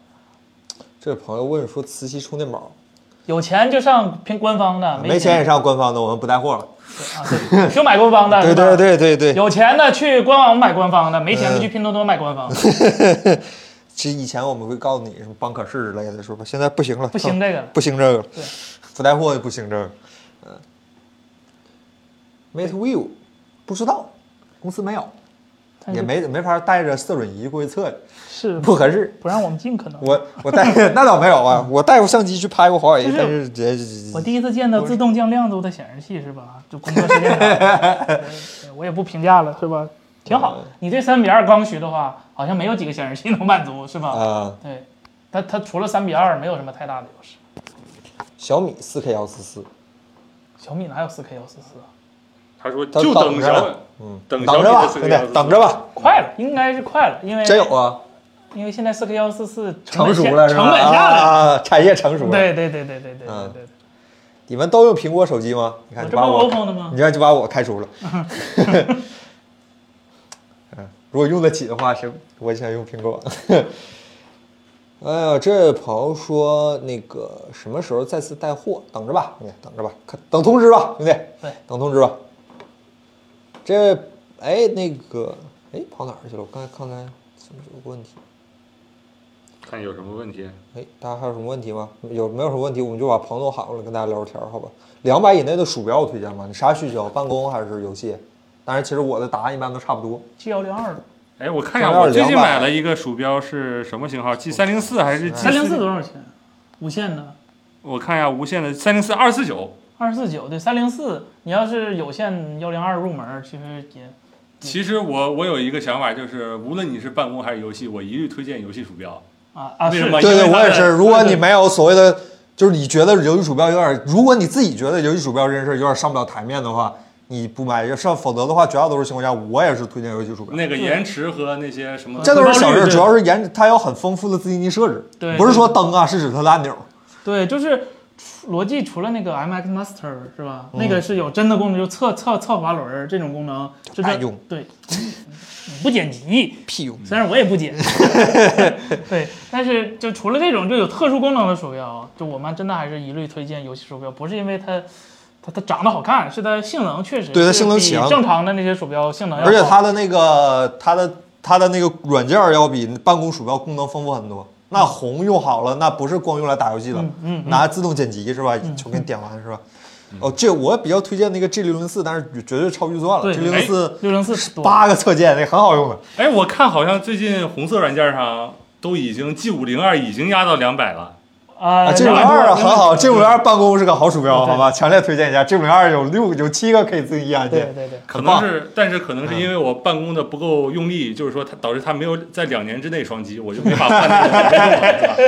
[SPEAKER 2] 的。
[SPEAKER 1] 这位朋友问说磁吸充电宝，
[SPEAKER 2] 有钱就上偏官方的，
[SPEAKER 1] 没钱
[SPEAKER 2] 钱
[SPEAKER 1] 也上官方的，我们不带货了。
[SPEAKER 2] 啊， 对，就买官方的。
[SPEAKER 1] 对
[SPEAKER 2] 是吧
[SPEAKER 1] 对。嗯对对对，
[SPEAKER 2] 有钱的去官网买官方的，没钱的去拼多多买 官方。
[SPEAKER 1] 其实以前我们会告诉你什么帮可视之类的，说吧，现在不行了，
[SPEAKER 2] 不兴这个了，
[SPEAKER 1] 不兴这个了
[SPEAKER 2] 对，
[SPEAKER 1] 不带货也不兴这个了。嗯，Mate View 不知道，公司没有，
[SPEAKER 2] 但是
[SPEAKER 1] 也没没法带着色准仪过去测去，
[SPEAKER 2] 是
[SPEAKER 1] 不合适。
[SPEAKER 2] 不让我们进，可能。
[SPEAKER 1] 我我带 那倒没有啊，我带过相机去拍过华为
[SPEAKER 2] 就，是
[SPEAKER 1] 但是这这
[SPEAKER 2] 我第一次见到自动降亮度的显示器是吧？就工作时间长， 对我也不评价了是吧？挺好的，你这三比二刚需的话，好像没有几个显示器能满足是吧？
[SPEAKER 1] 啊，
[SPEAKER 2] 对，它它除了三比二没有什么太大的优势。
[SPEAKER 1] 小米四 K 幺四四，
[SPEAKER 2] 小米哪有四 K 幺四四？啊
[SPEAKER 3] 他说
[SPEAKER 1] 他
[SPEAKER 3] 就
[SPEAKER 1] 等
[SPEAKER 3] 等
[SPEAKER 1] 着
[SPEAKER 3] 小
[SPEAKER 1] 嗯，
[SPEAKER 3] 等
[SPEAKER 1] 等着
[SPEAKER 3] 小米
[SPEAKER 1] 吧，
[SPEAKER 3] 的
[SPEAKER 1] 兄弟，等着吧，
[SPEAKER 2] 快了，应该是快了，因为
[SPEAKER 1] 真有啊，
[SPEAKER 2] 因为现在四 K 幺四四
[SPEAKER 1] 成熟了是吧？
[SPEAKER 2] 成本下来了。
[SPEAKER 1] 啊，啊产业成熟了。
[SPEAKER 2] 对对对对对对对
[SPEAKER 1] 嗯
[SPEAKER 2] 对，
[SPEAKER 1] 你们都用苹果手机吗？你看嗯
[SPEAKER 2] 我
[SPEAKER 1] 就
[SPEAKER 2] 这
[SPEAKER 1] 把
[SPEAKER 2] 不
[SPEAKER 1] 我，
[SPEAKER 2] OPPO 的吗
[SPEAKER 1] 你？看就把我开 除了。嗯，如果用得起的话，行，我想用苹果。哎呀，这位朋友说那个什么时候再次带货？等着吧，兄弟，等着吧，看等通知吧，兄弟，
[SPEAKER 2] 对，
[SPEAKER 1] 等通知吧。这位哎，那个哎，跑哪儿去了？我刚才刚才怎么有个问题？
[SPEAKER 3] 看有什么问题？
[SPEAKER 1] 哎，大家还有什么问题吗？有没有什么问题，我们就把彭总喊过来跟大家聊聊天儿，好吧？两百以内的鼠标推荐吗？你啥需求？办公还是游戏？当然，其实我的答案一般都差不多。
[SPEAKER 2] G 幺零二的
[SPEAKER 3] 哎，我看一下，
[SPEAKER 1] 200
[SPEAKER 3] 我最近买了一个鼠标是什么型号？G 三零四还是 G
[SPEAKER 2] 三零四？多少钱？无线的。
[SPEAKER 3] 我看一下，无线的三零四二四九，
[SPEAKER 2] 二四九对三零四，你要是有线幺零二入门儿，其实也
[SPEAKER 3] 其实我我有一个想法，就是无论你是办公还是游戏，我一律推荐游戏鼠标。
[SPEAKER 2] 啊啊
[SPEAKER 3] 为
[SPEAKER 2] 是
[SPEAKER 3] 什么
[SPEAKER 1] 对对，
[SPEAKER 3] 因为
[SPEAKER 1] 我
[SPEAKER 3] 它
[SPEAKER 1] 也
[SPEAKER 3] 的
[SPEAKER 1] 是。如果你没有所谓的，就是你觉得游戏鼠标有点，如果你自己觉得游戏鼠标这件事儿有点上不了台面的话，你不买要上，否则的话，绝大多数情况下，我也是推荐游戏鼠标。
[SPEAKER 3] 那个延迟和那些什么，
[SPEAKER 1] 这都是小事，
[SPEAKER 2] 对
[SPEAKER 1] 主要是颜值，它有很丰富的自定义设置，
[SPEAKER 2] 对
[SPEAKER 1] 不是说灯啊，是指它的按钮。
[SPEAKER 2] 对，就是除逻辑除了那个 MX Master 是吧？
[SPEAKER 1] 嗯
[SPEAKER 2] 那个是有真的功能，就侧侧侧滑轮儿这种功能，就是
[SPEAKER 1] 爱用
[SPEAKER 2] 对，你你不剪辑，
[SPEAKER 1] 屁用！
[SPEAKER 2] 虽然我也不 剪，对，但是就除了这种就有特殊功能的鼠标，就我们真的还是一律推荐游戏鼠标，不是因为它。它它长得好看，是它性能确实
[SPEAKER 1] 对它
[SPEAKER 2] 是
[SPEAKER 1] 性能
[SPEAKER 2] 比
[SPEAKER 1] 强
[SPEAKER 2] 正常的那些鼠标性能要好，
[SPEAKER 1] 而且它的那个它的它的那个软件儿要比办公鼠标功能丰富很多。那红用好了，那不是光用来打游戏的，
[SPEAKER 2] 嗯嗯嗯
[SPEAKER 1] 拿自动剪辑是吧？就给你点完是吧？哦，这我比较推荐那个 G 零零四，但是绝对超预算了。
[SPEAKER 2] 对哎
[SPEAKER 1] G 零零四
[SPEAKER 2] 六零四多
[SPEAKER 1] 八个侧键，那个很好用的。啊
[SPEAKER 3] 哎，我看好像最近红色软件上都已经 G 五零二已经压到两百了。
[SPEAKER 2] 啊
[SPEAKER 1] 啊，G 五零二啊，很好。G 五零
[SPEAKER 2] 二
[SPEAKER 1] 二办公是个好鼠标，
[SPEAKER 2] 对
[SPEAKER 1] 好吧？强烈推荐一下。G 五零二有六有七个可以自定义按
[SPEAKER 2] 对
[SPEAKER 1] 键，
[SPEAKER 2] 对对，
[SPEAKER 3] 可
[SPEAKER 1] 很
[SPEAKER 3] 能
[SPEAKER 1] 棒嗯
[SPEAKER 3] 是，但是可能是因为我办公的不够用力，就是说它导致它没有在两年之内双击，我就没法换那 个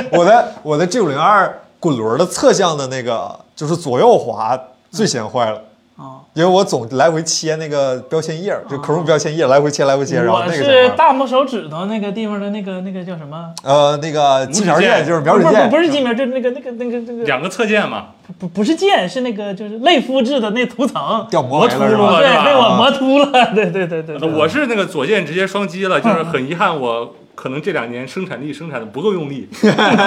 [SPEAKER 3] 是吧。
[SPEAKER 1] 我的我的 G 五零二滚轮的侧向的那个就是左右滑最嫌坏了。
[SPEAKER 2] 啊，
[SPEAKER 1] 因为我总来回切那个标签页儿，就 Chrome 标签页来回切来回切，然后
[SPEAKER 2] 我
[SPEAKER 1] 那个
[SPEAKER 2] 是
[SPEAKER 1] 情况
[SPEAKER 2] 大拇手指头那个地方的那个那个叫什么？
[SPEAKER 1] 呃那个
[SPEAKER 3] 指
[SPEAKER 1] 机苗键
[SPEAKER 3] 键
[SPEAKER 1] 就是
[SPEAKER 2] 不
[SPEAKER 1] 瞄
[SPEAKER 2] 是
[SPEAKER 1] 准
[SPEAKER 2] 不是
[SPEAKER 1] 键，
[SPEAKER 2] 不是机名，就是那个那个那个那个
[SPEAKER 3] 两个侧键嘛，
[SPEAKER 2] 不不是键，是那个就是类肤质的那涂层。
[SPEAKER 1] 掉
[SPEAKER 3] 磨
[SPEAKER 1] 膜没
[SPEAKER 3] 秃
[SPEAKER 1] 了是吧？啊
[SPEAKER 3] 噜
[SPEAKER 2] 对，
[SPEAKER 3] 是吧
[SPEAKER 2] 被我磨秃了。对对对对对，
[SPEAKER 1] 嗯
[SPEAKER 3] 我 是那个左键直接双击 了，就是很遗憾我。可能这两年生产力生产的不够用力，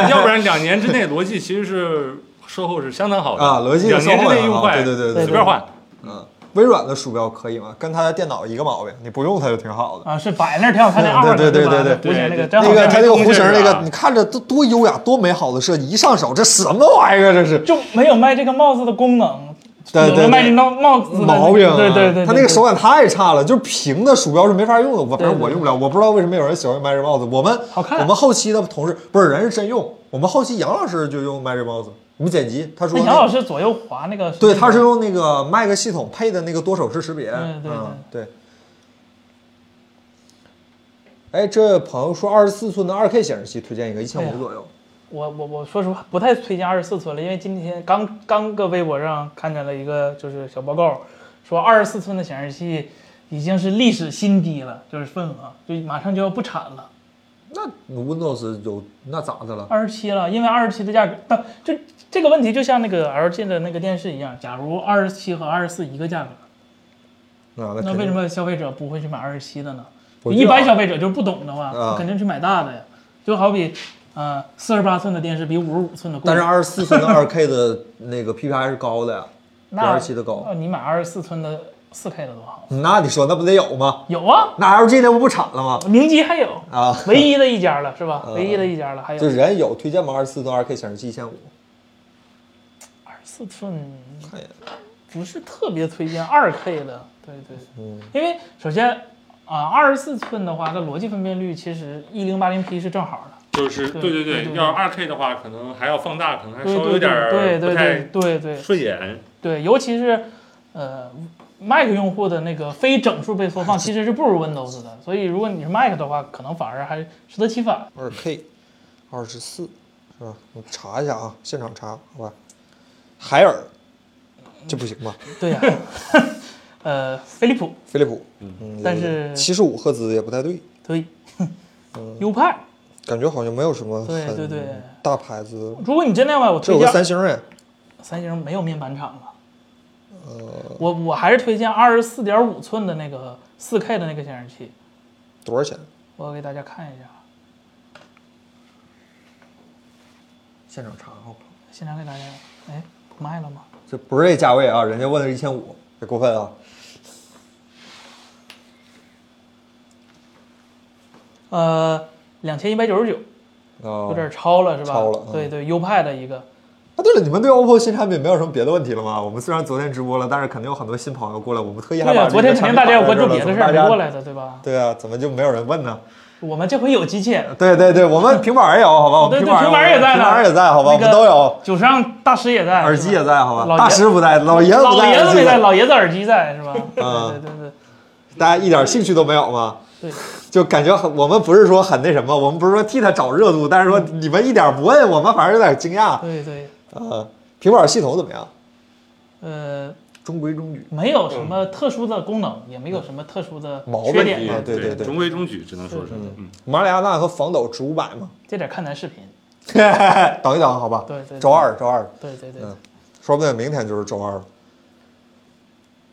[SPEAKER 3] 要不然两年之内逻辑其实是售后是相当好的
[SPEAKER 1] 啊，逻辑
[SPEAKER 3] 两年之内用坏，
[SPEAKER 1] 对对对
[SPEAKER 2] 对
[SPEAKER 1] 对
[SPEAKER 3] 随便换。
[SPEAKER 1] 嗯，微软的鼠标可以吗？跟它的电脑一个毛病，你不用它就挺好的。
[SPEAKER 2] 啊，是摆那儿挺好看那二
[SPEAKER 1] 对
[SPEAKER 2] 的，
[SPEAKER 1] 对
[SPEAKER 2] 是吧
[SPEAKER 1] 对对
[SPEAKER 2] 不行，那个
[SPEAKER 3] 对
[SPEAKER 2] 真好
[SPEAKER 1] 那个
[SPEAKER 2] 看。
[SPEAKER 1] 它那个
[SPEAKER 3] 工
[SPEAKER 1] 弧
[SPEAKER 3] 具
[SPEAKER 1] 形儿那
[SPEAKER 3] 是
[SPEAKER 1] 个
[SPEAKER 3] 吧，
[SPEAKER 1] 你看着多多优雅，多美好的设计，一上手这什么玩意儿啊？这是
[SPEAKER 2] 就没有卖这个帽子的功能，
[SPEAKER 1] 对
[SPEAKER 2] 有
[SPEAKER 1] 对
[SPEAKER 2] 的卖这
[SPEAKER 1] 对。
[SPEAKER 2] 帽帽子的
[SPEAKER 1] 毛病、啊，
[SPEAKER 2] 对对对，
[SPEAKER 1] 他那个手感太差了，就是平的鼠标是没法用的。我反正
[SPEAKER 2] 对对
[SPEAKER 1] 我用不了，我不知道为什么有人喜欢用 Magic Mouse。我们
[SPEAKER 2] 好看
[SPEAKER 1] 我们后期的同事不是人是真用，我们后期杨老师就用 Magic Mouse。我们剪辑，他说
[SPEAKER 2] 那
[SPEAKER 1] 那
[SPEAKER 2] 杨
[SPEAKER 1] 个
[SPEAKER 2] 老师左右滑那个，
[SPEAKER 1] 对，它是用那个 Mac 系统配的那个多手势识别。
[SPEAKER 2] 嗯对
[SPEAKER 1] 嗯对。哎，这朋友说二十四寸的二 K 显示器推荐一个一千
[SPEAKER 2] 哎呀
[SPEAKER 1] 五左右。
[SPEAKER 2] 我我我说实话不太推荐二十四寸了，因为今天刚刚搁微博上看见了一个就是小报告，说二十四寸的显示器已经是历史新低了，就是份额就马上就要不产了，
[SPEAKER 1] 那 Windows 有那咋的了？
[SPEAKER 2] 二十七了，因为二十七的价格，但就这个问题就像那个 LG 的那个电视一样，假如二十七和二十四一个价格，
[SPEAKER 1] 啊，那
[SPEAKER 2] 那
[SPEAKER 1] 肯
[SPEAKER 2] 为什
[SPEAKER 1] 定。
[SPEAKER 2] 么消费者不会去买二十七的呢？
[SPEAKER 1] 我
[SPEAKER 2] 一
[SPEAKER 1] 就
[SPEAKER 2] 般
[SPEAKER 1] 要
[SPEAKER 2] 消费者就是不懂的话，
[SPEAKER 1] 啊
[SPEAKER 2] 他肯定去买大的呀。就好比，呃，四十八寸的电视比五十五寸的贵，
[SPEAKER 1] 但是二十四寸的二 K 的那个 PPI 是高的呀，比
[SPEAKER 2] 那
[SPEAKER 1] 二十七的高。
[SPEAKER 2] 呃你买二十四寸的四 K 的多好。
[SPEAKER 1] 嗯那你说那不得有吗？
[SPEAKER 2] 有啊，
[SPEAKER 1] 那 LG 那不不产了吗？
[SPEAKER 2] 明基还 有，
[SPEAKER 1] 啊，
[SPEAKER 2] 唯一的一家了是吧？唯一的一家了，还有
[SPEAKER 1] 就人有推荐吗？二十四寸二 K 显示器一千五，
[SPEAKER 2] 二十四寸，
[SPEAKER 1] 看一眼。
[SPEAKER 2] 不是特别推荐二 K 的，对对，
[SPEAKER 1] 嗯
[SPEAKER 2] 因为首先啊，二十四寸的话，它逻辑分辨率其实一零八零 P 是正好的，
[SPEAKER 3] 就是
[SPEAKER 2] 对
[SPEAKER 3] 对对
[SPEAKER 2] 对对
[SPEAKER 3] 对，要二 K 的话，可能还要放大，可能还
[SPEAKER 2] 对
[SPEAKER 3] 稍微有
[SPEAKER 2] 对
[SPEAKER 3] 点
[SPEAKER 2] 对
[SPEAKER 3] 儿不
[SPEAKER 2] 对
[SPEAKER 3] 太
[SPEAKER 2] 对对对
[SPEAKER 3] 顺眼。
[SPEAKER 2] 对，尤其是呃 Mac 用户的那个非整数被 缩放其实是不如 Windows 的，所以如果你是 Mac 的话，可能反而还适得其反。
[SPEAKER 1] 二 K，二十四，是吧？我查一下啊，现场查，好吧？海尔，这不行吧？
[SPEAKER 2] 对呀、 呃，飞利浦
[SPEAKER 1] 飞利浦，嗯，
[SPEAKER 2] 但是
[SPEAKER 1] 七十五赫兹也不太对，
[SPEAKER 2] 对，优派
[SPEAKER 1] 感觉好像没有什么
[SPEAKER 2] 对对对
[SPEAKER 1] 嗯很大牌子。
[SPEAKER 2] 如果你真的要买，我
[SPEAKER 1] 这
[SPEAKER 2] 推
[SPEAKER 1] 有个
[SPEAKER 2] 荐
[SPEAKER 1] 三星哎，
[SPEAKER 2] 三星没有面板厂了。
[SPEAKER 1] 呃
[SPEAKER 2] 我我还是推荐二十四点五寸的那个四 K 的那个显示器，
[SPEAKER 1] 多少钱？
[SPEAKER 2] 我给大家看一下，
[SPEAKER 1] 现场查好吧？
[SPEAKER 2] 现场给大家，哎，不卖了吗？
[SPEAKER 1] 这不是这价位啊，人家问的是一千五，别过分啊！
[SPEAKER 2] 呃，两千一百九十九，
[SPEAKER 1] 啊
[SPEAKER 2] 有，点超了是吧？
[SPEAKER 1] 超了嗯
[SPEAKER 2] 对对，优派的一个，
[SPEAKER 1] 啊，对了，你们对 OPPO 新产品没有什么别的问题了吗？我们虽然昨天直播了，但是肯定有很多新朋友过来，我们特意还
[SPEAKER 2] 对啊
[SPEAKER 1] 把
[SPEAKER 2] 呀，昨天肯定大家要关注别的事儿，没过
[SPEAKER 1] 来。
[SPEAKER 2] 来的对吧？
[SPEAKER 1] 对啊，怎么就没有人问呢？
[SPEAKER 2] 我们这回有机器，
[SPEAKER 1] 对对对，我们平板儿也有，好吧？我们
[SPEAKER 2] 对对，
[SPEAKER 1] 板
[SPEAKER 2] 平板儿
[SPEAKER 1] 儿
[SPEAKER 2] 也在呢，
[SPEAKER 1] 平板儿也在，好吧？
[SPEAKER 2] 那
[SPEAKER 1] 我
[SPEAKER 2] 个
[SPEAKER 1] 们都有，
[SPEAKER 2] 九十让大师也在，
[SPEAKER 1] 耳机
[SPEAKER 2] 是吧
[SPEAKER 1] 也在，好吧？
[SPEAKER 2] 老
[SPEAKER 1] 大
[SPEAKER 2] 爷
[SPEAKER 1] 师不在，老爷子不
[SPEAKER 2] 老
[SPEAKER 1] 在，
[SPEAKER 2] 爷
[SPEAKER 1] 耳
[SPEAKER 2] 子
[SPEAKER 1] 机
[SPEAKER 2] 没在，
[SPEAKER 1] 在，
[SPEAKER 2] 老爷子耳机在是吧？对对
[SPEAKER 1] 嗯
[SPEAKER 2] 对对
[SPEAKER 1] 大家一点兴趣都没有吗？
[SPEAKER 2] 对，
[SPEAKER 1] 就感觉很，我们不是说很那什么，我们不是说替他找热度，但是说你们一点不问，我们反而有点惊讶。
[SPEAKER 2] 对对，
[SPEAKER 1] 呃，平板儿系统怎么样？
[SPEAKER 2] 呃，
[SPEAKER 1] 中规中矩，
[SPEAKER 2] 没有什么特殊的功能，也没有什么特殊的
[SPEAKER 1] 毛
[SPEAKER 2] 缺
[SPEAKER 1] 问
[SPEAKER 2] 点
[SPEAKER 1] 题啊
[SPEAKER 2] 吧，
[SPEAKER 1] 对对对
[SPEAKER 3] 中规中矩，只能说是
[SPEAKER 2] 对
[SPEAKER 3] 嗯，
[SPEAKER 1] 马里亚纳和防抖值五百嘛？
[SPEAKER 2] 这点看咱视频。
[SPEAKER 1] 等一等，好吧？
[SPEAKER 2] 对对对
[SPEAKER 1] 周二，周二，
[SPEAKER 2] 对对对，
[SPEAKER 1] 嗯说不定明天就是周二了。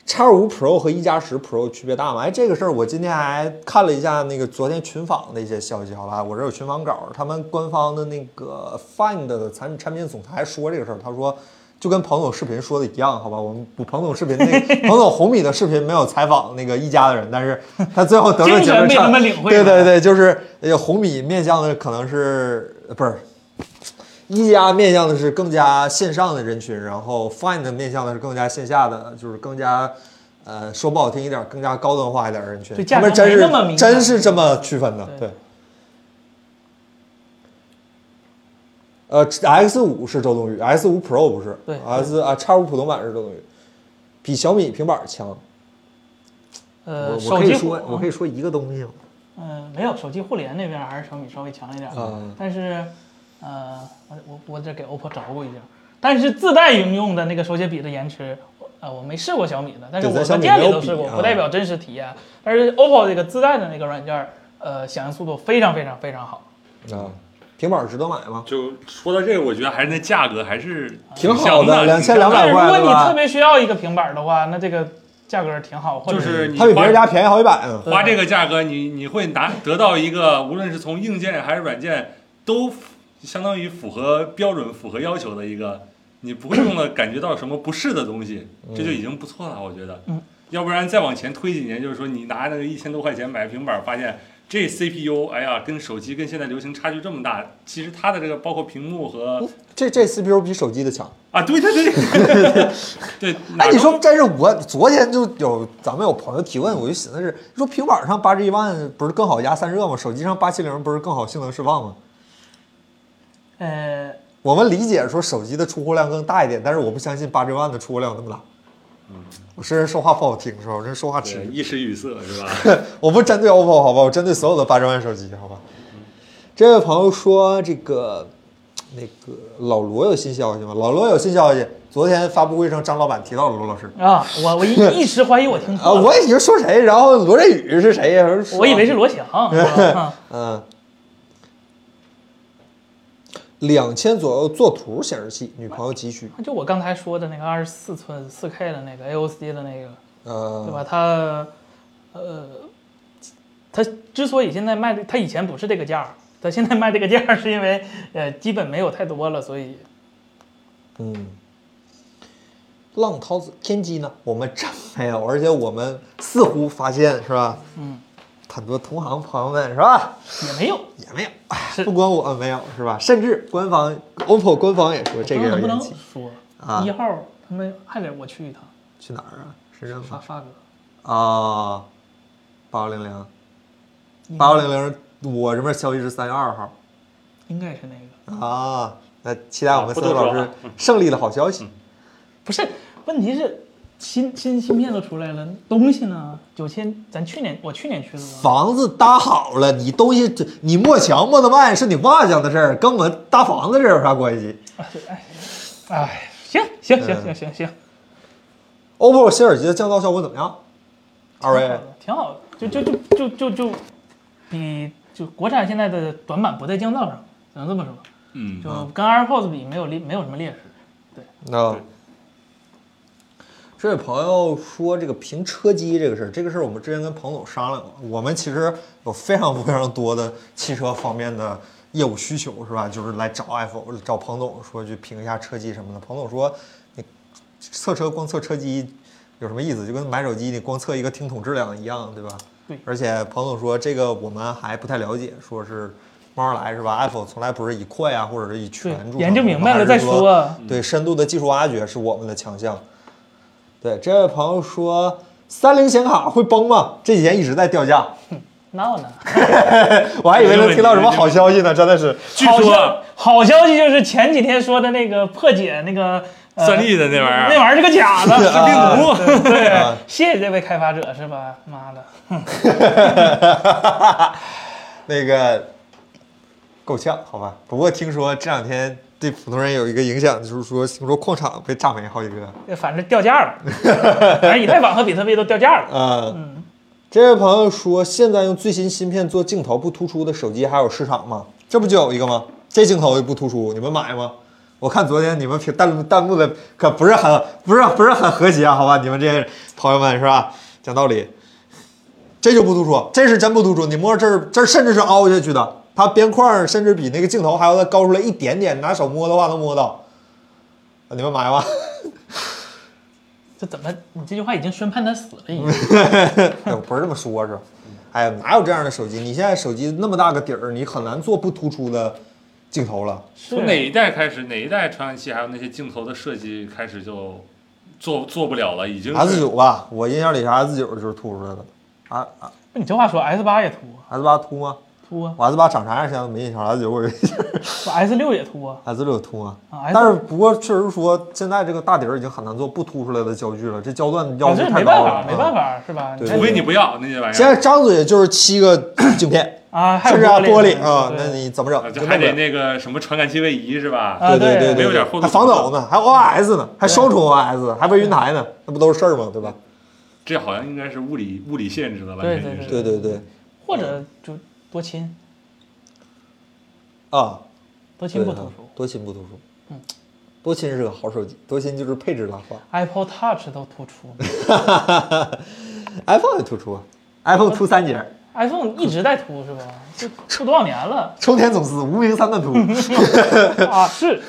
[SPEAKER 1] X 五 Pro 和一加十 Pro 区别大吗？哎，这个事儿我今天还看了一下那个昨天群访的一些消息，好吧，我这有群访稿，他们官方的那个 Find 的产产品总裁说这个事儿，他说就跟彭总视频说的一样，好吧，我们不彭总视频那 个彭总红米的视频没有采访那个一加的人，但是他最后得出结
[SPEAKER 2] 精神
[SPEAKER 1] 论
[SPEAKER 2] 被
[SPEAKER 1] 上
[SPEAKER 2] 他们领会
[SPEAKER 1] 对
[SPEAKER 2] 了
[SPEAKER 1] 对对，就是呃红米面向的可能是呃不是一加面向的是更加线上的人群，然后 Find 面向的是更加线下的，就是更加，呃，说不好听一点，更加高端化一点的人群
[SPEAKER 2] 对。价
[SPEAKER 1] 他
[SPEAKER 2] 格
[SPEAKER 1] 们真
[SPEAKER 2] 没那么
[SPEAKER 1] 是
[SPEAKER 2] 敏感
[SPEAKER 1] 真是这么区分的，
[SPEAKER 2] 对
[SPEAKER 1] 对。呃，X 五是周冬雨，S 五 Pro 不是，
[SPEAKER 2] 对
[SPEAKER 1] ，S 啊 X 五普通版是周冬雨，比小米平板强。
[SPEAKER 2] 呃，
[SPEAKER 1] 我我
[SPEAKER 2] 手
[SPEAKER 1] 可以
[SPEAKER 2] 机
[SPEAKER 1] 说
[SPEAKER 2] 互
[SPEAKER 1] 我可以说一个东西吗？
[SPEAKER 2] 嗯，没有手机互联那边还是小米稍微强一点，
[SPEAKER 1] 嗯
[SPEAKER 2] 但是，呃，我我我这给 OPPO 找过一下，但是自带应用的那个手写笔的延迟，我呃，我没试过小米的，但是
[SPEAKER 1] 对
[SPEAKER 2] 我
[SPEAKER 1] 咱小
[SPEAKER 2] 们
[SPEAKER 1] 米
[SPEAKER 2] 店
[SPEAKER 1] 没
[SPEAKER 2] 里
[SPEAKER 1] 有
[SPEAKER 2] 都试过，
[SPEAKER 1] 笔啊
[SPEAKER 2] 不代表真实体验。但是 OPPO 这个自带的那个软件，呃，响应速度非常非常非常好。
[SPEAKER 1] 啊，平板值得买吗？
[SPEAKER 3] 就说到这个，我觉得还是那价格还是
[SPEAKER 1] 挺
[SPEAKER 3] 香
[SPEAKER 1] 好的，
[SPEAKER 3] 的，
[SPEAKER 1] 两千两
[SPEAKER 2] 但
[SPEAKER 1] 百
[SPEAKER 2] 是如
[SPEAKER 1] 块，
[SPEAKER 2] 果
[SPEAKER 1] 对
[SPEAKER 2] 你特
[SPEAKER 1] 吧？
[SPEAKER 2] 别需要一个平板的话，那这个价格挺好，或者
[SPEAKER 3] 就是你
[SPEAKER 1] 它比别人
[SPEAKER 3] 花
[SPEAKER 1] 家便宜好几百呢。
[SPEAKER 3] 花这个价格，你你会拿得到一个无论是从硬件还是软件都符相当于符合标准、符合要求的一个，你不会用了感觉到什么不适的东西，这就已经不错了，我觉得。
[SPEAKER 2] 嗯
[SPEAKER 3] 要不然再往前推几年，就是说你拿那个一千多块钱买平板儿，发现这 CPU，哎呀，跟手机跟现在流行差距这么大，其实它的这个包括屏幕和
[SPEAKER 1] 这这 CPU 比手机的强。
[SPEAKER 3] 啊，对对对， 对，哪
[SPEAKER 1] 哎，
[SPEAKER 3] 都
[SPEAKER 1] 你说这是我昨天就有咱们有朋友提问，我就寻思是，说平板上八 G 一万不是更好压散热吗？手机上八七零不是更好性能释放吗？
[SPEAKER 2] 呃，
[SPEAKER 1] 我们理解说手机的出货量更大一点，但是我不相信八 G 万的出货量有那么大。我是说话不好听是吧？我这说话吃
[SPEAKER 3] 对
[SPEAKER 1] 力。
[SPEAKER 3] 一时语塞 是吧？
[SPEAKER 1] 我不针对 OPPO 好吧，我针对所有的八 G 万手机好吧。这位朋友说这个那个老罗有新消息吗？老罗有新消息，昨天发布会上张老板提到了罗老师。
[SPEAKER 2] 啊，我我一一时怀疑我听
[SPEAKER 1] 啊，
[SPEAKER 2] 错了，
[SPEAKER 1] 我也以为说谁，然后罗振宇是谁呀？说
[SPEAKER 2] 我以为是 罗翔，啊
[SPEAKER 1] 嗯，两千左右做图显示器，女朋友急需。
[SPEAKER 2] 就我刚才说的那个二十四寸四 K 的那个 AOC 的那个，对
[SPEAKER 1] 呃，
[SPEAKER 2] 吧？它，呃，它之所以现在卖，它以前不是这个价儿，它现在卖这个价儿是因为呃基本没有太多了，所以
[SPEAKER 1] 嗯，浪淘子天机呢？我们真没有，而且我们似乎发现是吧？
[SPEAKER 2] 嗯，
[SPEAKER 1] 很多同行朋友们是吧？
[SPEAKER 2] 也没有。
[SPEAKER 1] 也没有，哎
[SPEAKER 2] 是
[SPEAKER 1] 不光我没有是吧？甚至官方 OPPO 官方也说这个
[SPEAKER 2] 能
[SPEAKER 1] 有
[SPEAKER 2] 不
[SPEAKER 1] 延
[SPEAKER 2] 能
[SPEAKER 1] 期。
[SPEAKER 2] 说
[SPEAKER 1] 啊
[SPEAKER 2] 一号他们还得我去一趟，
[SPEAKER 1] 去哪儿啊？深圳
[SPEAKER 2] 发
[SPEAKER 1] 吗？
[SPEAKER 2] 发哥，
[SPEAKER 1] 啊，八幺零零，八幺零零，我这边消息是三月二号。
[SPEAKER 2] 应该是那个，
[SPEAKER 1] 啊，那期待我们
[SPEAKER 3] 啊不
[SPEAKER 1] 四
[SPEAKER 3] 多
[SPEAKER 1] 位老
[SPEAKER 3] 说
[SPEAKER 1] 师
[SPEAKER 3] 啊嗯
[SPEAKER 1] 胜利的好消息。
[SPEAKER 2] 不是，问题是新新芯片都出来了，东西呢？九千，咱去年我去年去的吧，
[SPEAKER 1] 房子搭好了，你东西你磨墙磨得慢是你爸讲的事儿，跟我们搭房子这有啥关系
[SPEAKER 2] 啊对哎哎，行行
[SPEAKER 1] 嗯
[SPEAKER 2] 行行行行，
[SPEAKER 1] ？OPPO 新耳机的降噪效果怎么样？二
[SPEAKER 2] 挺好
[SPEAKER 1] 位
[SPEAKER 2] 的挺好的，就就就就就就比就国产现在的短板不在降噪上，只能这么说，
[SPEAKER 3] 嗯，
[SPEAKER 2] 就跟 AirPods 比没有劣没有什么劣势。
[SPEAKER 1] 那这位朋友说这个评车机这个事儿，这个事儿我们之前跟彭总商量过，我们其实有非常非常多的汽车方面的业务需求，是吧？就是来找 iPhone 找彭总说去评一下车机什么的。彭总说，你测车光测车机有什么意思？就跟买手机你光测一个听筒质量一样，对吧？
[SPEAKER 2] 对
[SPEAKER 1] 而且彭总说这个我们还不太了解，说是慢慢来是吧？iPhone 从来不是以快啊，或者是以
[SPEAKER 2] 对
[SPEAKER 1] 全著，称
[SPEAKER 2] 研究明白了再。
[SPEAKER 1] 我们还是说
[SPEAKER 2] 说。啊
[SPEAKER 1] 对，深度的技术挖掘是我们的强项。对，这位朋友说，三菱显卡会崩吗？这几天一直在掉价，
[SPEAKER 2] 闹呢？
[SPEAKER 1] 我还以为能听到什么好消息呢，真的是。
[SPEAKER 3] 据
[SPEAKER 2] 好
[SPEAKER 3] 说
[SPEAKER 2] 消
[SPEAKER 3] 啊
[SPEAKER 2] 好消息就是前几天说的那个破解那个、呃、
[SPEAKER 3] 算力的那玩意儿啊
[SPEAKER 2] 那玩意儿是个假的，
[SPEAKER 1] 是病毒
[SPEAKER 2] 毒。
[SPEAKER 1] 啊
[SPEAKER 2] 对，谢谢这位开发者是吧？妈的，
[SPEAKER 1] 那个够呛，好吧。不过听说这两天对普通人有一个影响，就是说，听说矿场被炸没好几个。
[SPEAKER 2] 反正掉价了，反正以太坊和比特币都掉价了。
[SPEAKER 1] 啊，这位朋友说，现在用最新芯片做镜头不突出的手机还有市场吗？这不就有一个吗？这镜头也不突出，你们买吗？我看昨天你们评弹幕弹幕的可不是很不是不是很和谐啊，好吧？你们这些朋友们是吧？讲道理，这就不突出，这是真不突出。你摸这儿这儿甚至是凹下去的，它边框甚至比那个镜头还要再高出来一点点，拿手摸的话能摸到。你们买吗？
[SPEAKER 2] 这怎么？你这句话已经宣判他死了已经。
[SPEAKER 1] 哎我不是这么说，是吧？哎呀，哪有这样的手机？你现在手机那么大个底儿，你很难做不突出的镜头了。
[SPEAKER 3] 从哪一代开始，哪一代传感器还有那些镜头的设计开始就做做不了了，已经
[SPEAKER 1] S
[SPEAKER 3] 是
[SPEAKER 1] 九吧，我印象里是 S 九就是凸出来的。啊啊
[SPEAKER 2] 你这话说 S 八也秃
[SPEAKER 1] ，S 八凸吗？
[SPEAKER 2] 秃啊
[SPEAKER 1] 我 S 八长啥样现在没印象，S 九我有印象
[SPEAKER 2] ，S 六也秃啊。
[SPEAKER 1] ，S 六凸吗？
[SPEAKER 2] 啊，S
[SPEAKER 1] 但是不过确实说，现在这个大底儿已经很难做不凸出来的焦距了，这焦段要
[SPEAKER 2] 啊，
[SPEAKER 1] 求
[SPEAKER 2] 这
[SPEAKER 1] 太
[SPEAKER 2] 没
[SPEAKER 1] 高
[SPEAKER 2] 办
[SPEAKER 1] 了
[SPEAKER 2] 法，
[SPEAKER 1] 啊。
[SPEAKER 2] 没办法是吧？
[SPEAKER 1] 对
[SPEAKER 2] 那
[SPEAKER 3] 除非你不要那些玩意
[SPEAKER 1] 现在
[SPEAKER 3] 儿，
[SPEAKER 1] 张嘴就是七个镜片，
[SPEAKER 2] 啊，还有
[SPEAKER 1] 甚至啊玻璃
[SPEAKER 2] 呢
[SPEAKER 1] 啊，
[SPEAKER 2] 对
[SPEAKER 1] 那你怎么整？
[SPEAKER 3] 就
[SPEAKER 1] 就
[SPEAKER 3] 还
[SPEAKER 1] 弄不
[SPEAKER 3] 得
[SPEAKER 1] 了
[SPEAKER 3] 那个什么传感器位移是吧？
[SPEAKER 2] 啊
[SPEAKER 1] 对对对，
[SPEAKER 2] 对
[SPEAKER 3] 没有点
[SPEAKER 1] 还
[SPEAKER 3] 后头
[SPEAKER 1] 防抖呢，还 OS 呢，还双重 OS，还微云台呢，那不都是事儿吗？对吧？
[SPEAKER 3] 这好像应该是物理物理限制的了，
[SPEAKER 2] 对
[SPEAKER 3] 完全
[SPEAKER 2] 对
[SPEAKER 3] 是
[SPEAKER 1] 对对对，
[SPEAKER 2] 或者就多亲，
[SPEAKER 1] 啊，
[SPEAKER 2] 多
[SPEAKER 1] 对
[SPEAKER 2] 亲不突
[SPEAKER 1] 啊
[SPEAKER 2] 出。
[SPEAKER 1] 多亲不突出。多亲是个好手机，多亲就是配置拉胯
[SPEAKER 2] Apple Touch 都突出
[SPEAKER 1] ，iPhone 也突出啊，iPhone 突三节，
[SPEAKER 2] ，iPhone 一直在突是吧？就出多少年了
[SPEAKER 1] 冲天总司无名三段突，是
[SPEAKER 2] 啊？是，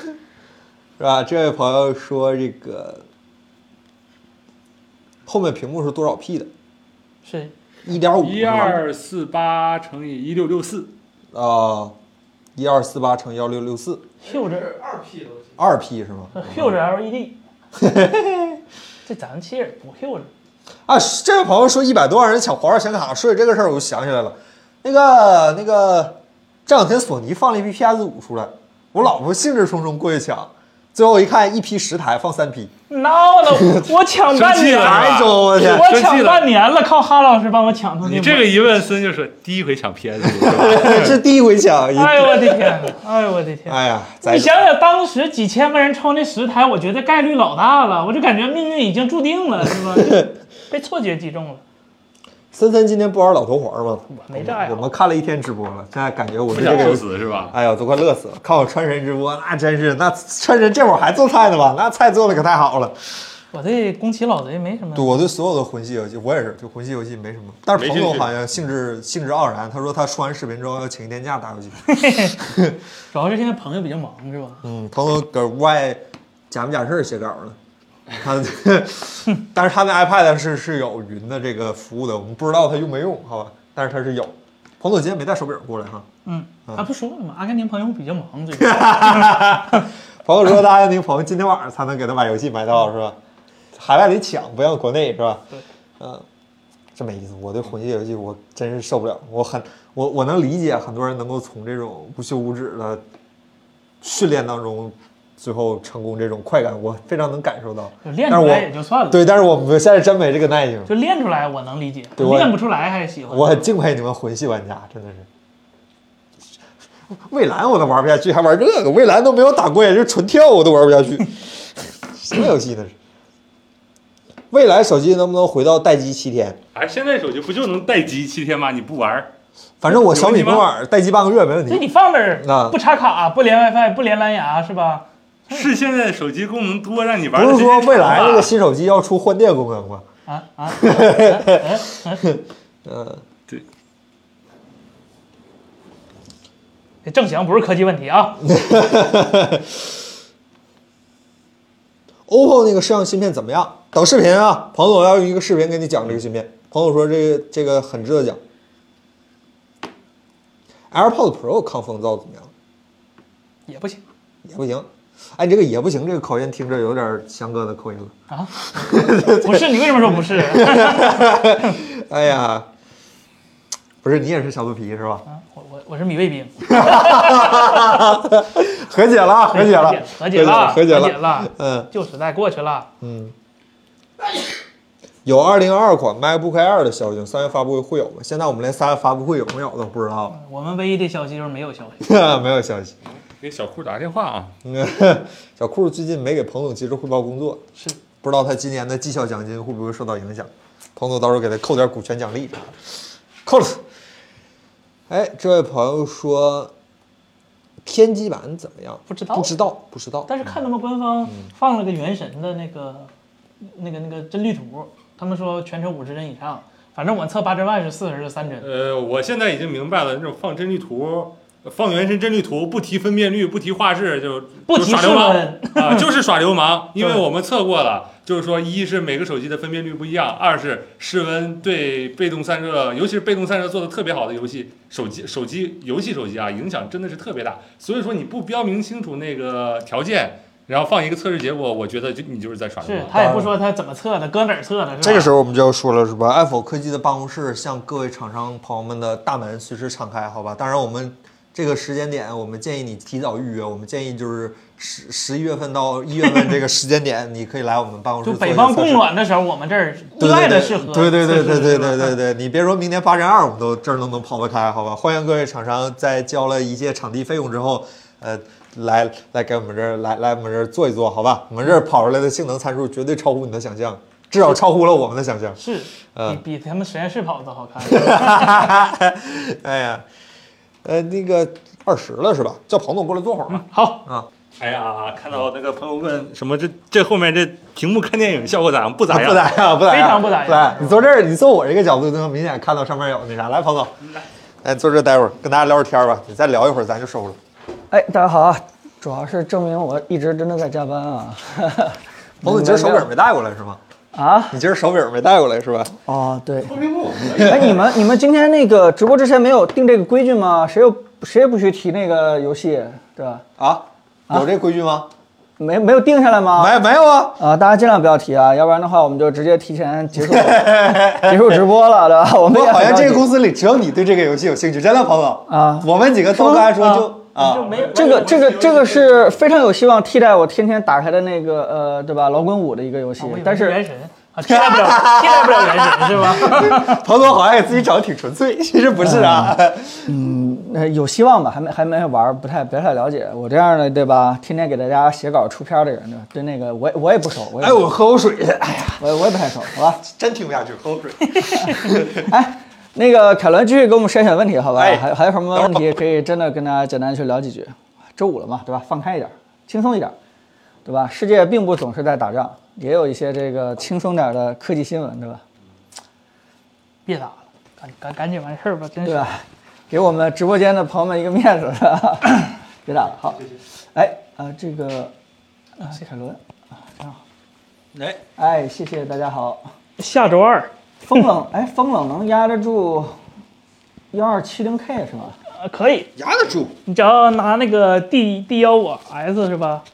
[SPEAKER 1] 吧？这位朋友说这个后面屏幕是多少 P 的？
[SPEAKER 2] 是
[SPEAKER 1] 一点五，
[SPEAKER 3] 一二四八乘以一六六四，
[SPEAKER 1] 啊，一二四八乘幺六六四，
[SPEAKER 2] ，Q 着
[SPEAKER 7] 是二 P 都行。
[SPEAKER 1] 二 P 是吗？
[SPEAKER 2] Q 着 LED，这咱们其实也不 Q 着，
[SPEAKER 1] 啊，这位朋友说一百多万人抢华为显卡，说起这个事儿我就想起来了，那个那个，这两天索尼放了一批 PS 五出来，我老婆兴致冲冲过去抢，最后我一看一批十台放三批，
[SPEAKER 2] 闹 了我我抢半
[SPEAKER 3] 生气
[SPEAKER 2] 年，
[SPEAKER 3] 了
[SPEAKER 1] 哎呦我天！
[SPEAKER 2] 我抢半年了，靠哈老师帮我抢出去。
[SPEAKER 3] 你这个一问，孙就说第一回抢 PS，
[SPEAKER 1] 这第一回抢，一
[SPEAKER 2] 哎呦我的天，哎呦我的天！
[SPEAKER 1] 哎呀，
[SPEAKER 2] 你
[SPEAKER 1] 咱
[SPEAKER 2] 想想，当时几千个人抽那十台，我觉得概率老大了，我就感觉命运已经注定了，是吧？就被错觉击中了。
[SPEAKER 1] 森森今天不玩老头环吗？
[SPEAKER 2] 没这爱好
[SPEAKER 1] 我们看了一天直播了，现在感觉我
[SPEAKER 3] 不
[SPEAKER 1] 们
[SPEAKER 3] 想
[SPEAKER 1] 这
[SPEAKER 3] 受
[SPEAKER 1] 个，
[SPEAKER 3] 死是吧？
[SPEAKER 1] 哎呀，都快乐死了。看我川神直播，那真是，那川神这会儿还做菜呢吧？那菜做的可太好了。
[SPEAKER 2] 我对宫崎老贼没什么
[SPEAKER 1] 对，。我对所有的魂系游戏，我也是，就魂系游戏没什么。但是
[SPEAKER 3] 没
[SPEAKER 1] 彭
[SPEAKER 3] 兴
[SPEAKER 1] 总
[SPEAKER 3] 趣
[SPEAKER 1] 好像兴致兴致盎然，他说他刷完视频之后要请一天假打游戏。
[SPEAKER 3] 嗯
[SPEAKER 2] 主要是现在朋友比较忙，是吧？
[SPEAKER 1] 嗯，彭总搁屋外假模假式儿写稿呢。 他，但是他那 iPad 是是有云的这个服务的，我们不知道他用没用，好吧？但是他是有。彭总今天没带手柄过来哈。
[SPEAKER 2] 嗯，
[SPEAKER 1] 嗯
[SPEAKER 2] 他不说了吗？阿根廷朋友比较忙， 最近
[SPEAKER 1] 朋友说，大家宁朋友今天晚上才能给他把游戏买到，是吧？海外里抢，不像国内，是吧？
[SPEAKER 2] 嗯对，
[SPEAKER 1] 嗯，这没意思。我对魂系游戏我真是受不了，我很我我能理解很多人能够从这种无休无止的训练当中最后成功这种快感，我非常能感受到。
[SPEAKER 2] 就练
[SPEAKER 1] 但
[SPEAKER 2] 出
[SPEAKER 1] 是
[SPEAKER 2] 来也
[SPEAKER 1] 我
[SPEAKER 2] 就算了。
[SPEAKER 1] 对，但是我们现在真没这个耐性，
[SPEAKER 2] 就练出来我能理解，
[SPEAKER 1] 对我
[SPEAKER 2] 练不出来还喜 欢。
[SPEAKER 1] 我很敬佩你们魂系玩家，真的是。蔚蓝我都玩不下去，还玩这个？蔚蓝都没有打过，也就纯跳我都玩不下去，什么游戏那是？蔚蓝手机能不能回到待机七天？
[SPEAKER 3] 哎，现在手机不就能待机七天吗？你不玩儿，
[SPEAKER 1] 反正我小米平板待机半个月没问
[SPEAKER 2] 所以
[SPEAKER 1] 题。
[SPEAKER 2] 你放那儿
[SPEAKER 1] 啊
[SPEAKER 2] 不插卡，不连 WiFi，不连蓝牙是吧？
[SPEAKER 3] 是现在手机功能多，让你玩
[SPEAKER 1] 不
[SPEAKER 3] 儿的
[SPEAKER 1] 是
[SPEAKER 3] 时
[SPEAKER 1] 说
[SPEAKER 3] 间长吧。啊
[SPEAKER 1] 蔚来这个新手机要出换电功能吗？
[SPEAKER 2] 啊啊！哎哎哎
[SPEAKER 1] 嗯，
[SPEAKER 2] 哎正行不是科技问题啊，
[SPEAKER 1] OPPO 那个摄像芯片怎么样？等视频啊，彭总要用一个视频给你讲这个芯片。彭总说这个这个很值得讲。AirPods Pro 抗风噪怎么样？
[SPEAKER 2] 也不行
[SPEAKER 1] 也不行。哎，这个也不行，这个口音听着有点翔哥的口音了。
[SPEAKER 2] 啊。不是你为什么说 不是？
[SPEAKER 1] 哎呀，不是你也是小肚皮是吧？
[SPEAKER 2] 啊我我我是米卫兵，
[SPEAKER 1] 和解了，啊和解了，
[SPEAKER 2] 和解了，
[SPEAKER 1] 和解
[SPEAKER 2] 了，和
[SPEAKER 1] 了。
[SPEAKER 2] 了。
[SPEAKER 1] 嗯，
[SPEAKER 2] 旧时代过去了，
[SPEAKER 1] 有2022款 MacBook Air 的消息，三月发布会会有吗？现在我们连三月发布会有没有都不知道，
[SPEAKER 2] 我们唯一的消息就是没有消息。
[SPEAKER 1] 没有消息。
[SPEAKER 3] 给小库打电话啊，
[SPEAKER 1] 小库最近没给彭总及时汇报工作，
[SPEAKER 2] 是
[SPEAKER 1] 不知道他今年的绩效奖金会不会受到影响。彭总到时候给他扣点股权奖励啥的，扣了。哎，这位朋友说，天玑版怎么样？
[SPEAKER 2] 不知道
[SPEAKER 1] 不知道，不知道。
[SPEAKER 2] 但是看他们官
[SPEAKER 1] 嗯
[SPEAKER 2] 方放了个《原神》的那个、那个、那个帧率图，他们说全程五十帧以上，反正我测八帧半是四十三
[SPEAKER 1] 嗯
[SPEAKER 2] 帧。
[SPEAKER 3] 呃，我现在已经明白了，那种放帧率图、放原神帧率图，不提分辨率，不提画质，就
[SPEAKER 2] 不
[SPEAKER 3] 就
[SPEAKER 2] 提嗯
[SPEAKER 3] 耍
[SPEAKER 2] 室
[SPEAKER 3] 流氓
[SPEAKER 2] 温，
[SPEAKER 3] 啊，就是耍流氓。因为
[SPEAKER 2] 对
[SPEAKER 3] 我们测过了，就是说，一是每个手机的分辨率不一样，二是室温对被动散热，尤其是被动散热做的特别好的游戏，手机、手机游戏手机啊，影响真的是特别大。所以说，你不标明清楚那个条件。然后放一个测试结果，我觉得就你就是在耍流
[SPEAKER 2] 是
[SPEAKER 3] 氓。
[SPEAKER 2] 他也不说他怎么测的，搁哪儿测的，是吧？
[SPEAKER 1] 嗯这个时候我们就要说了，是吧？爱否科技的办公室向各位厂商朋友们的大门随时敞开，好吧？当然，我们这个时间点，我们建议你提早预约。我们建议就是十十一月份到一月份这个时间点，你可以来我们办公室
[SPEAKER 2] 就
[SPEAKER 1] 做一
[SPEAKER 2] 北
[SPEAKER 1] 个测试。
[SPEAKER 2] 方供暖的时候，我们这儿意
[SPEAKER 1] 对
[SPEAKER 2] 外的适合。
[SPEAKER 1] 对对对对对对
[SPEAKER 2] 是吧
[SPEAKER 1] 对对，你别说明年八针二，我们都这儿都能跑得开，好吧？欢迎各位厂商在交了一些场地费用之后，呃，来来给我们这儿来来我们这儿坐一坐，好吧？我们这儿跑出来的性能参数绝对超乎你的想象，至少超乎了我们的想象。
[SPEAKER 2] 是
[SPEAKER 1] 嗯
[SPEAKER 2] 比比他们实验室跑的好看。
[SPEAKER 1] 哎呀，呃，那个二十了是吧？叫彭总过来坐会儿吧。
[SPEAKER 2] 好，
[SPEAKER 3] 哎呀，看到那个朋友问什么这这后面这屏幕看电影效果咋样？不咋样，
[SPEAKER 1] 啊不咋样，不咋样，
[SPEAKER 2] 非常不咋样
[SPEAKER 1] 你坐这儿，你坐我这个角度，就能明显看到上面有那啥。来，彭总，
[SPEAKER 2] 嗯
[SPEAKER 1] 来坐这儿待会儿，跟大家聊会儿天儿吧。你再聊一会儿，咱就收了。
[SPEAKER 4] 哎，大家好啊！主要是证明我一直真的在加班啊。
[SPEAKER 1] 哦彭总，你今儿手柄没带过来是吗？
[SPEAKER 4] 啊，
[SPEAKER 1] 你今儿手柄没带过来是吧？
[SPEAKER 4] 哦，对，哎，你们你们今天那个直播之前没有定这个规矩吗？谁又谁也不许提那个游戏，对吧？
[SPEAKER 1] 啊，有这规矩吗？
[SPEAKER 4] 没没有定下来吗？
[SPEAKER 1] 没没有啊？
[SPEAKER 4] 啊、大家尽量不要提啊，要不然的话我们就直接提前结束 结束直播了，对吧？我
[SPEAKER 1] 不
[SPEAKER 4] 们
[SPEAKER 1] 过
[SPEAKER 4] 也
[SPEAKER 1] 好像这个公
[SPEAKER 4] 司
[SPEAKER 1] 司里只有你对这个游戏有兴趣，真的，彭总
[SPEAKER 4] 啊
[SPEAKER 1] 我们几个都刚才说就啊，
[SPEAKER 2] 就没有
[SPEAKER 4] 这个这个这个是非常有希望替代我天天打开的那个呃，对吧？老滚五的一个游戏
[SPEAKER 2] 我以为，
[SPEAKER 4] 但是
[SPEAKER 2] 原神啊，替代不了，替代不了原神是吧？
[SPEAKER 1] 彭总好像给自己找的挺纯粹，其实不是啊。
[SPEAKER 4] 呃，有希望吧，还没还没玩儿，不太不太了解。我这样的，对吧？天天给大家写稿出片儿的人，对吧？对那个我也我也不熟，我也
[SPEAKER 1] 哎，
[SPEAKER 4] 不
[SPEAKER 1] 我喝口水去，哎呀，
[SPEAKER 4] 我也我也不太熟，好吧？
[SPEAKER 1] 真听不下去，喝口水。
[SPEAKER 4] 哎，那个凯伦继续给我们筛选问题，好吧？
[SPEAKER 1] 哎
[SPEAKER 4] 还有还有什么问题可以真的跟大家简单去聊几句？周五了嘛，对吧？放开一点，轻松一点，对吧？世界并不总是在打仗，也有一些这个轻松点的科技新闻， 对吧？
[SPEAKER 2] 别打了，赶赶赶紧完事儿吧，真
[SPEAKER 4] 对啊
[SPEAKER 2] 是
[SPEAKER 4] 吧。？给我们直播间的朋友们一个面子，是吧？ 别打了，好。哎，啊、这个，啊、凯伦，啊，挺好。
[SPEAKER 1] 哎，
[SPEAKER 4] 哎，谢谢大家好。
[SPEAKER 2] 下周二，
[SPEAKER 4] 风冷，哎，风冷能压得住幺二七零 K 是吧？
[SPEAKER 2] 呃，可以，
[SPEAKER 1] 压得住，
[SPEAKER 2] 你只要拿那个 D D 幺五 S 是吧？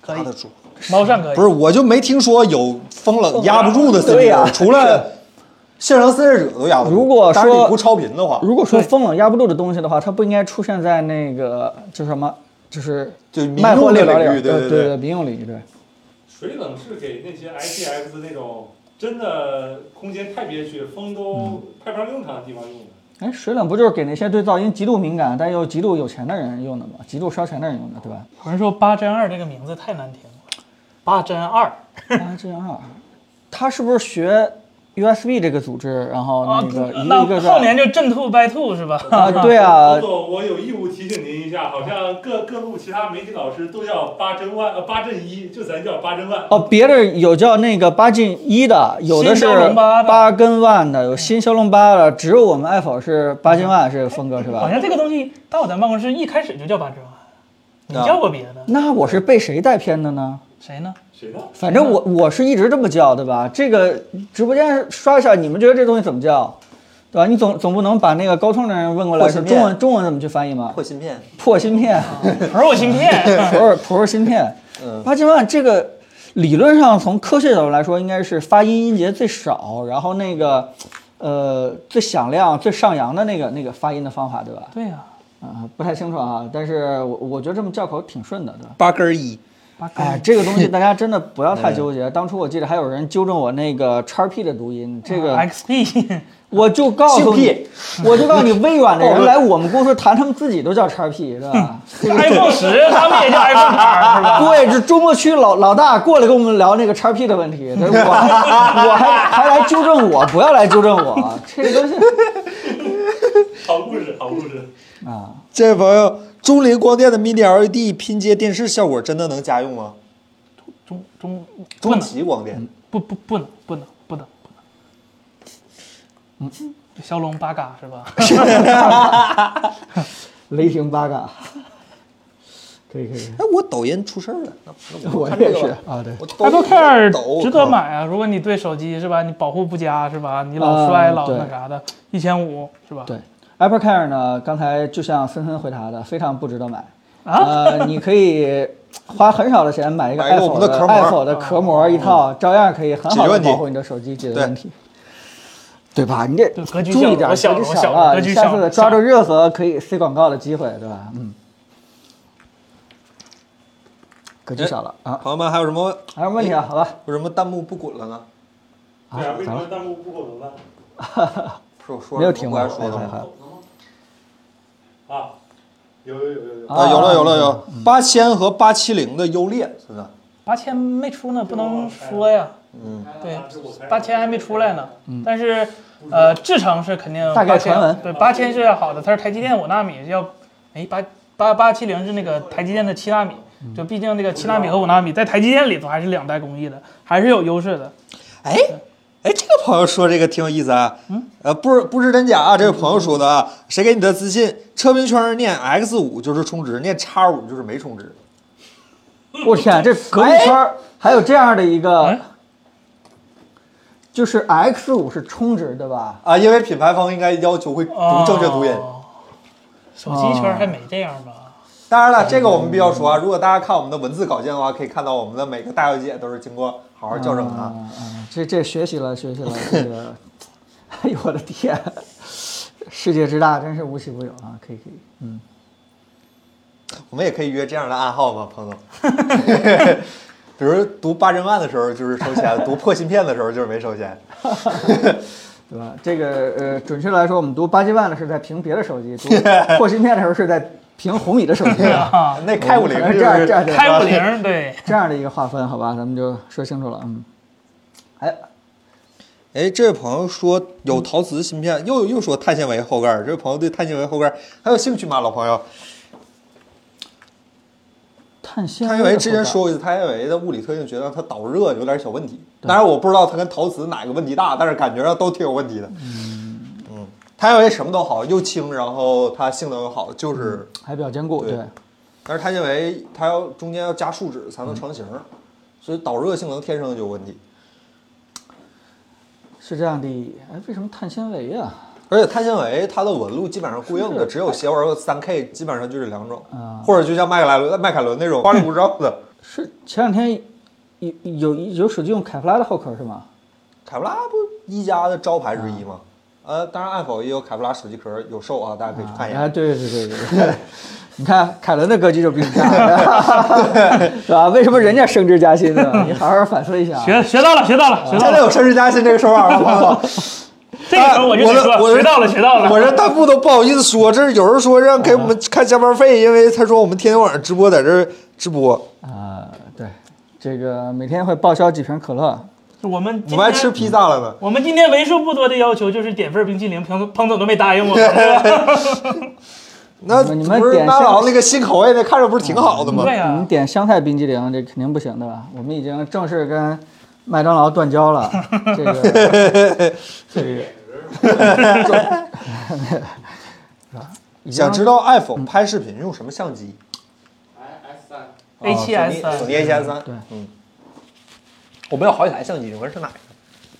[SPEAKER 2] 可以
[SPEAKER 1] 压，得住。
[SPEAKER 2] 猫上可以。
[SPEAKER 1] 不是，我就没听说有风冷压不住的
[SPEAKER 4] 对
[SPEAKER 1] CP
[SPEAKER 4] 呀
[SPEAKER 1] 值， 除了线上四十者都压不住。
[SPEAKER 4] 如果说
[SPEAKER 1] 但是你不超频的话，
[SPEAKER 4] 如果说风冷压不住的东西的话，它不应该出现在那个就是什么，就是
[SPEAKER 1] 就民
[SPEAKER 4] 卖货
[SPEAKER 1] 用的
[SPEAKER 4] 列表里
[SPEAKER 1] 领域，
[SPEAKER 4] 边，
[SPEAKER 1] 对
[SPEAKER 4] 对
[SPEAKER 1] 对，
[SPEAKER 4] 民用领域对。
[SPEAKER 3] 水冷是给那些 IPX 那种真的空间太憋屈、风都派不上用场的地方用的。
[SPEAKER 4] 哎，水冷不就是给那些对噪音极度敏感但又极度有钱的人用的吗？极度烧钱的人用的，对吧？
[SPEAKER 2] 有人说八针二这个名字太难听了，八针二
[SPEAKER 4] 啊，这样啊，他是不是学 USB 这个组织，然后
[SPEAKER 2] 啊
[SPEAKER 4] 那个，一个一个
[SPEAKER 2] 那
[SPEAKER 4] 在
[SPEAKER 2] 后年就正兔败兔是吧？
[SPEAKER 4] 啊，对啊
[SPEAKER 3] 彭，总，我有义务提醒您一下，好像各各路其他媒体老师都叫八针万，呃八针一，就咱叫八针万。
[SPEAKER 4] 哦，别的有叫那个八进一的，有的是
[SPEAKER 2] 新骁龙八的
[SPEAKER 4] 八跟万的，有新骁龙八的，只有我们爱否是八进万这个风格是
[SPEAKER 2] 嗯好
[SPEAKER 4] 吧？
[SPEAKER 2] 像这个东西到我咱办公室一开始就叫八针二，你
[SPEAKER 4] 啊
[SPEAKER 2] 叫过别的？
[SPEAKER 4] 那我是被谁带偏的呢？
[SPEAKER 2] 谁呢？
[SPEAKER 3] 谁呢？
[SPEAKER 4] 反
[SPEAKER 1] 嗯
[SPEAKER 4] 正我我是一直这么叫，对吧？这个直播间刷一下，你们觉得这东西怎么叫，对吧？你总总不能把那个高通的人问过来
[SPEAKER 1] 破
[SPEAKER 4] 说
[SPEAKER 1] 芯片嗯哦
[SPEAKER 4] 中文中文怎么去翻译嘛？
[SPEAKER 1] 破芯片，
[SPEAKER 4] 破芯片，
[SPEAKER 2] Pro 芯片，
[SPEAKER 4] 普尔普尔芯片，
[SPEAKER 1] 嗯
[SPEAKER 4] 八千万这个理论上从科学角度来说，应该是发音音节最少，然后那个呃最响亮、最上扬的那个那个发音的方法，对吧？
[SPEAKER 2] 对呀、
[SPEAKER 4] 啊、不太清楚啊，但是我我觉得这么叫口挺顺的，对吧？
[SPEAKER 1] 八根儿一，
[SPEAKER 4] 哎，这个东西大家真的不要太纠结。当初我记得还有人纠正我那个叉 P 的读音，这个
[SPEAKER 2] 哎 XP
[SPEAKER 4] 我就告诉
[SPEAKER 1] 性
[SPEAKER 4] 你
[SPEAKER 1] 癖，
[SPEAKER 4] 我就告诉你，微软的人来我们公司谈，他们自己都叫叉 P，是吧？哎
[SPEAKER 2] iPhone 十，他们也叫 iPhone 八是吧？
[SPEAKER 4] 对，这中国区老老大过来跟我们聊那个叉 P 的问题，这我我还还来纠正我，不要来纠正我，这个东西
[SPEAKER 3] 好故事，好故事。
[SPEAKER 4] 啊，
[SPEAKER 1] 这位朋友，中林光电的 Mini LED 拼接电视效果真的能家用吗？
[SPEAKER 2] 中中不
[SPEAKER 1] 中
[SPEAKER 2] 能
[SPEAKER 1] 旗光
[SPEAKER 4] 嗯
[SPEAKER 1] 电，
[SPEAKER 2] 不不不能不能不能不能，嗯，骁龙八嘎是吧？
[SPEAKER 4] 雷霆八嘎， 可以可以，
[SPEAKER 1] 哎，我抖音出事儿了，那那
[SPEAKER 4] 我
[SPEAKER 1] 看这
[SPEAKER 4] 也
[SPEAKER 1] 个
[SPEAKER 4] 是
[SPEAKER 1] 吧
[SPEAKER 4] 啊，对。
[SPEAKER 1] 我抖
[SPEAKER 2] Apple
[SPEAKER 1] 音
[SPEAKER 2] Care
[SPEAKER 1] 抖
[SPEAKER 2] 值得。买啊！如果你对手机是吧，你保护不佳是吧，你老
[SPEAKER 4] 啊
[SPEAKER 2] 摔老
[SPEAKER 4] 对
[SPEAKER 2] 那啥的，一千五是吧？
[SPEAKER 4] 对，Apple Care 呢，刚才就像森森回答的，非常不值得买。
[SPEAKER 2] 啊
[SPEAKER 4] 呃，你可以花很少的钱买一个
[SPEAKER 1] 买一个
[SPEAKER 4] Apple
[SPEAKER 1] 我们的壳膜嗯
[SPEAKER 4] Apple
[SPEAKER 2] 哦
[SPEAKER 4] 的壳膜一套，照样可以很好
[SPEAKER 1] 解决
[SPEAKER 4] 的
[SPEAKER 1] 问题
[SPEAKER 4] 保护你的手机，解决
[SPEAKER 1] 对
[SPEAKER 4] 问题，对吧？你这
[SPEAKER 2] 对格局
[SPEAKER 4] 注
[SPEAKER 2] 小
[SPEAKER 4] 意
[SPEAKER 2] 了
[SPEAKER 4] 点，
[SPEAKER 2] 我
[SPEAKER 4] 格
[SPEAKER 2] 小了
[SPEAKER 4] 局
[SPEAKER 2] 我小
[SPEAKER 4] 小
[SPEAKER 2] 了
[SPEAKER 4] 了，
[SPEAKER 2] 格局
[SPEAKER 4] 你
[SPEAKER 2] 小
[SPEAKER 4] 下次
[SPEAKER 2] 了
[SPEAKER 4] 抓
[SPEAKER 2] 小
[SPEAKER 4] 住任何可以塞广告的机会，对吧？嗯，格
[SPEAKER 1] 哎
[SPEAKER 4] 局小了啊，
[SPEAKER 1] 朋友们，还有什么
[SPEAKER 4] 还有问题啊？好吧，
[SPEAKER 1] 有什么弹幕不滚了呢？
[SPEAKER 4] 啊
[SPEAKER 1] 哎
[SPEAKER 3] 对啊，为什
[SPEAKER 4] 咋
[SPEAKER 3] 么
[SPEAKER 4] 了？
[SPEAKER 3] 弹幕不给我们办
[SPEAKER 1] 是我说
[SPEAKER 4] 没有
[SPEAKER 1] 什
[SPEAKER 4] 停
[SPEAKER 1] 么
[SPEAKER 4] 过，
[SPEAKER 1] 不
[SPEAKER 4] 哎
[SPEAKER 1] 该说的
[SPEAKER 4] 还
[SPEAKER 1] 吗？
[SPEAKER 4] 还
[SPEAKER 3] 啊？有有有有有。
[SPEAKER 1] 啊，有了有了
[SPEAKER 4] 啊
[SPEAKER 1] 有，八千和八七零的优劣现在
[SPEAKER 2] 八千没出呢，不能说呀。
[SPEAKER 1] 嗯，
[SPEAKER 2] 对
[SPEAKER 3] 这我才，
[SPEAKER 2] 八千还没出来呢。但是，呃，制程是肯定
[SPEAKER 4] 大概
[SPEAKER 2] 8000
[SPEAKER 4] 传闻
[SPEAKER 2] 对，八千是要好的，它是台积电五纳米，要哎八八八七零是那个台积电的七纳米，
[SPEAKER 1] 嗯
[SPEAKER 2] 就毕竟这个七纳米和五纳米在台积电里头还是两代工艺的，还是有优势的。
[SPEAKER 1] 哎哎，这个朋友说这个挺有意思啊，
[SPEAKER 4] 嗯
[SPEAKER 1] 呃，不是不知真假啊，这位朋友说的啊，谁给你的私信？车评圈念 X 五就是充值，念 X 五就是没充值。
[SPEAKER 4] 我天，这隔一圈儿还有这样的一个
[SPEAKER 2] 哎，
[SPEAKER 4] 就是 X 五是充值对吧？
[SPEAKER 1] 啊，因为品牌方应该要求会读正确读音。
[SPEAKER 2] 哦手机圈还没这样吧？
[SPEAKER 1] 当然
[SPEAKER 4] 嗯
[SPEAKER 1] 了，这个我们比较熟啊。如果大家看我们的文字稿件的话，可以看到我们的每个大小姐都是经过好好校正的啊。
[SPEAKER 4] 嗯嗯这这学习了，学习了，这个，哎呦我的天，世界之大，真是无奇不有啊！可以可以，嗯，
[SPEAKER 1] 我们也可以约这样的暗号吗， 彭总？比如读八珍万的时候就是收钱，读破芯片的时候就是没收钱。
[SPEAKER 4] 对吧？这个呃，准确来说，我们读八千万的是在评别的手 机，读破芯片的时候是在评红米的手机
[SPEAKER 1] 哦
[SPEAKER 4] 啊。
[SPEAKER 2] 啊，
[SPEAKER 1] 那开五零
[SPEAKER 4] 可能
[SPEAKER 1] 就是
[SPEAKER 4] 哦这样这样对
[SPEAKER 2] 开五零，对，
[SPEAKER 4] 这样的一个划分，好吧，咱们就说清楚了，嗯。哎，
[SPEAKER 1] 哎，这位朋友说有陶瓷芯片，又又说碳纤维后盖儿。这位朋友对碳纤维后盖儿还有兴趣吗，老朋友？
[SPEAKER 4] 碳纤
[SPEAKER 1] 碳纤
[SPEAKER 4] 维的
[SPEAKER 1] 维之前
[SPEAKER 4] 口罩
[SPEAKER 1] 说过，碳纤维的物理特性觉得它导热有点小问题。当然我不知道它跟陶瓷哪个问题大，但是感觉上都挺有问题的。嗯碳纤维什么都好，又轻，然后它性能又好，就是，
[SPEAKER 4] 还比较坚固，
[SPEAKER 1] 对
[SPEAKER 4] 对，
[SPEAKER 1] 但是碳纤维它要中间要加树脂才能成型，所以导热性能天生就有问题。
[SPEAKER 4] 是这样的。哎，为什么碳纤维啊？
[SPEAKER 1] 而且碳纤维它的纹路基本上固定的，只有斜纹和三 K，基本上就是两种，
[SPEAKER 4] 啊
[SPEAKER 1] 或者就像迈凯伦、迈凯伦那种花里胡哨的。
[SPEAKER 4] 是前两天有有有手机用凯夫拉的后壳是吗？
[SPEAKER 1] 凯夫拉不一加的招牌之一吗？呃，当然爱否也有凯夫拉手机壳有售啊，大家可以去看一眼。
[SPEAKER 4] 啊，对对对对对， 你看凯伦的格局就比你大， 是吧？为什么人家升职加薪呢？你好好反思一下啊。
[SPEAKER 2] 学学到了，学到了，学
[SPEAKER 1] 现
[SPEAKER 2] 到
[SPEAKER 1] 在
[SPEAKER 2] 了。
[SPEAKER 1] 有升职加薪这个说法 吗？
[SPEAKER 2] 这个时候我就得
[SPEAKER 1] 啊我
[SPEAKER 2] 说，
[SPEAKER 1] 的
[SPEAKER 2] 学到了，学到了。
[SPEAKER 1] 我这弹幕都不好意思说，这有人说让给我们看加班费，因为他说我们天天晚上直播在这儿直播，
[SPEAKER 4] 啊，对，这个每天会报销几瓶可乐，
[SPEAKER 2] 我们
[SPEAKER 1] 我
[SPEAKER 2] 今
[SPEAKER 1] 们还
[SPEAKER 2] 天
[SPEAKER 1] 吃披萨了呢。
[SPEAKER 2] 我们今天为数不多的要求就是点份冰淇淋，彭总彭总都没答应我。
[SPEAKER 1] 那
[SPEAKER 4] 你们你们
[SPEAKER 1] 不是
[SPEAKER 4] 点
[SPEAKER 1] 麦
[SPEAKER 4] 香
[SPEAKER 1] 当劳那个新口味那看着不是挺好的吗？
[SPEAKER 2] 对
[SPEAKER 4] 你
[SPEAKER 2] 呀
[SPEAKER 4] 们，点香菜冰激凌这肯定不行的吧？我们已经正式跟麦当劳断交了，这个这个
[SPEAKER 1] 想知道爱否拍视频用什么相机
[SPEAKER 7] S 三
[SPEAKER 2] A 7 S
[SPEAKER 1] 啊索尼 A 7 S 三。
[SPEAKER 4] 对，
[SPEAKER 1] 嗯，我们有好几台相机，你问是哪个？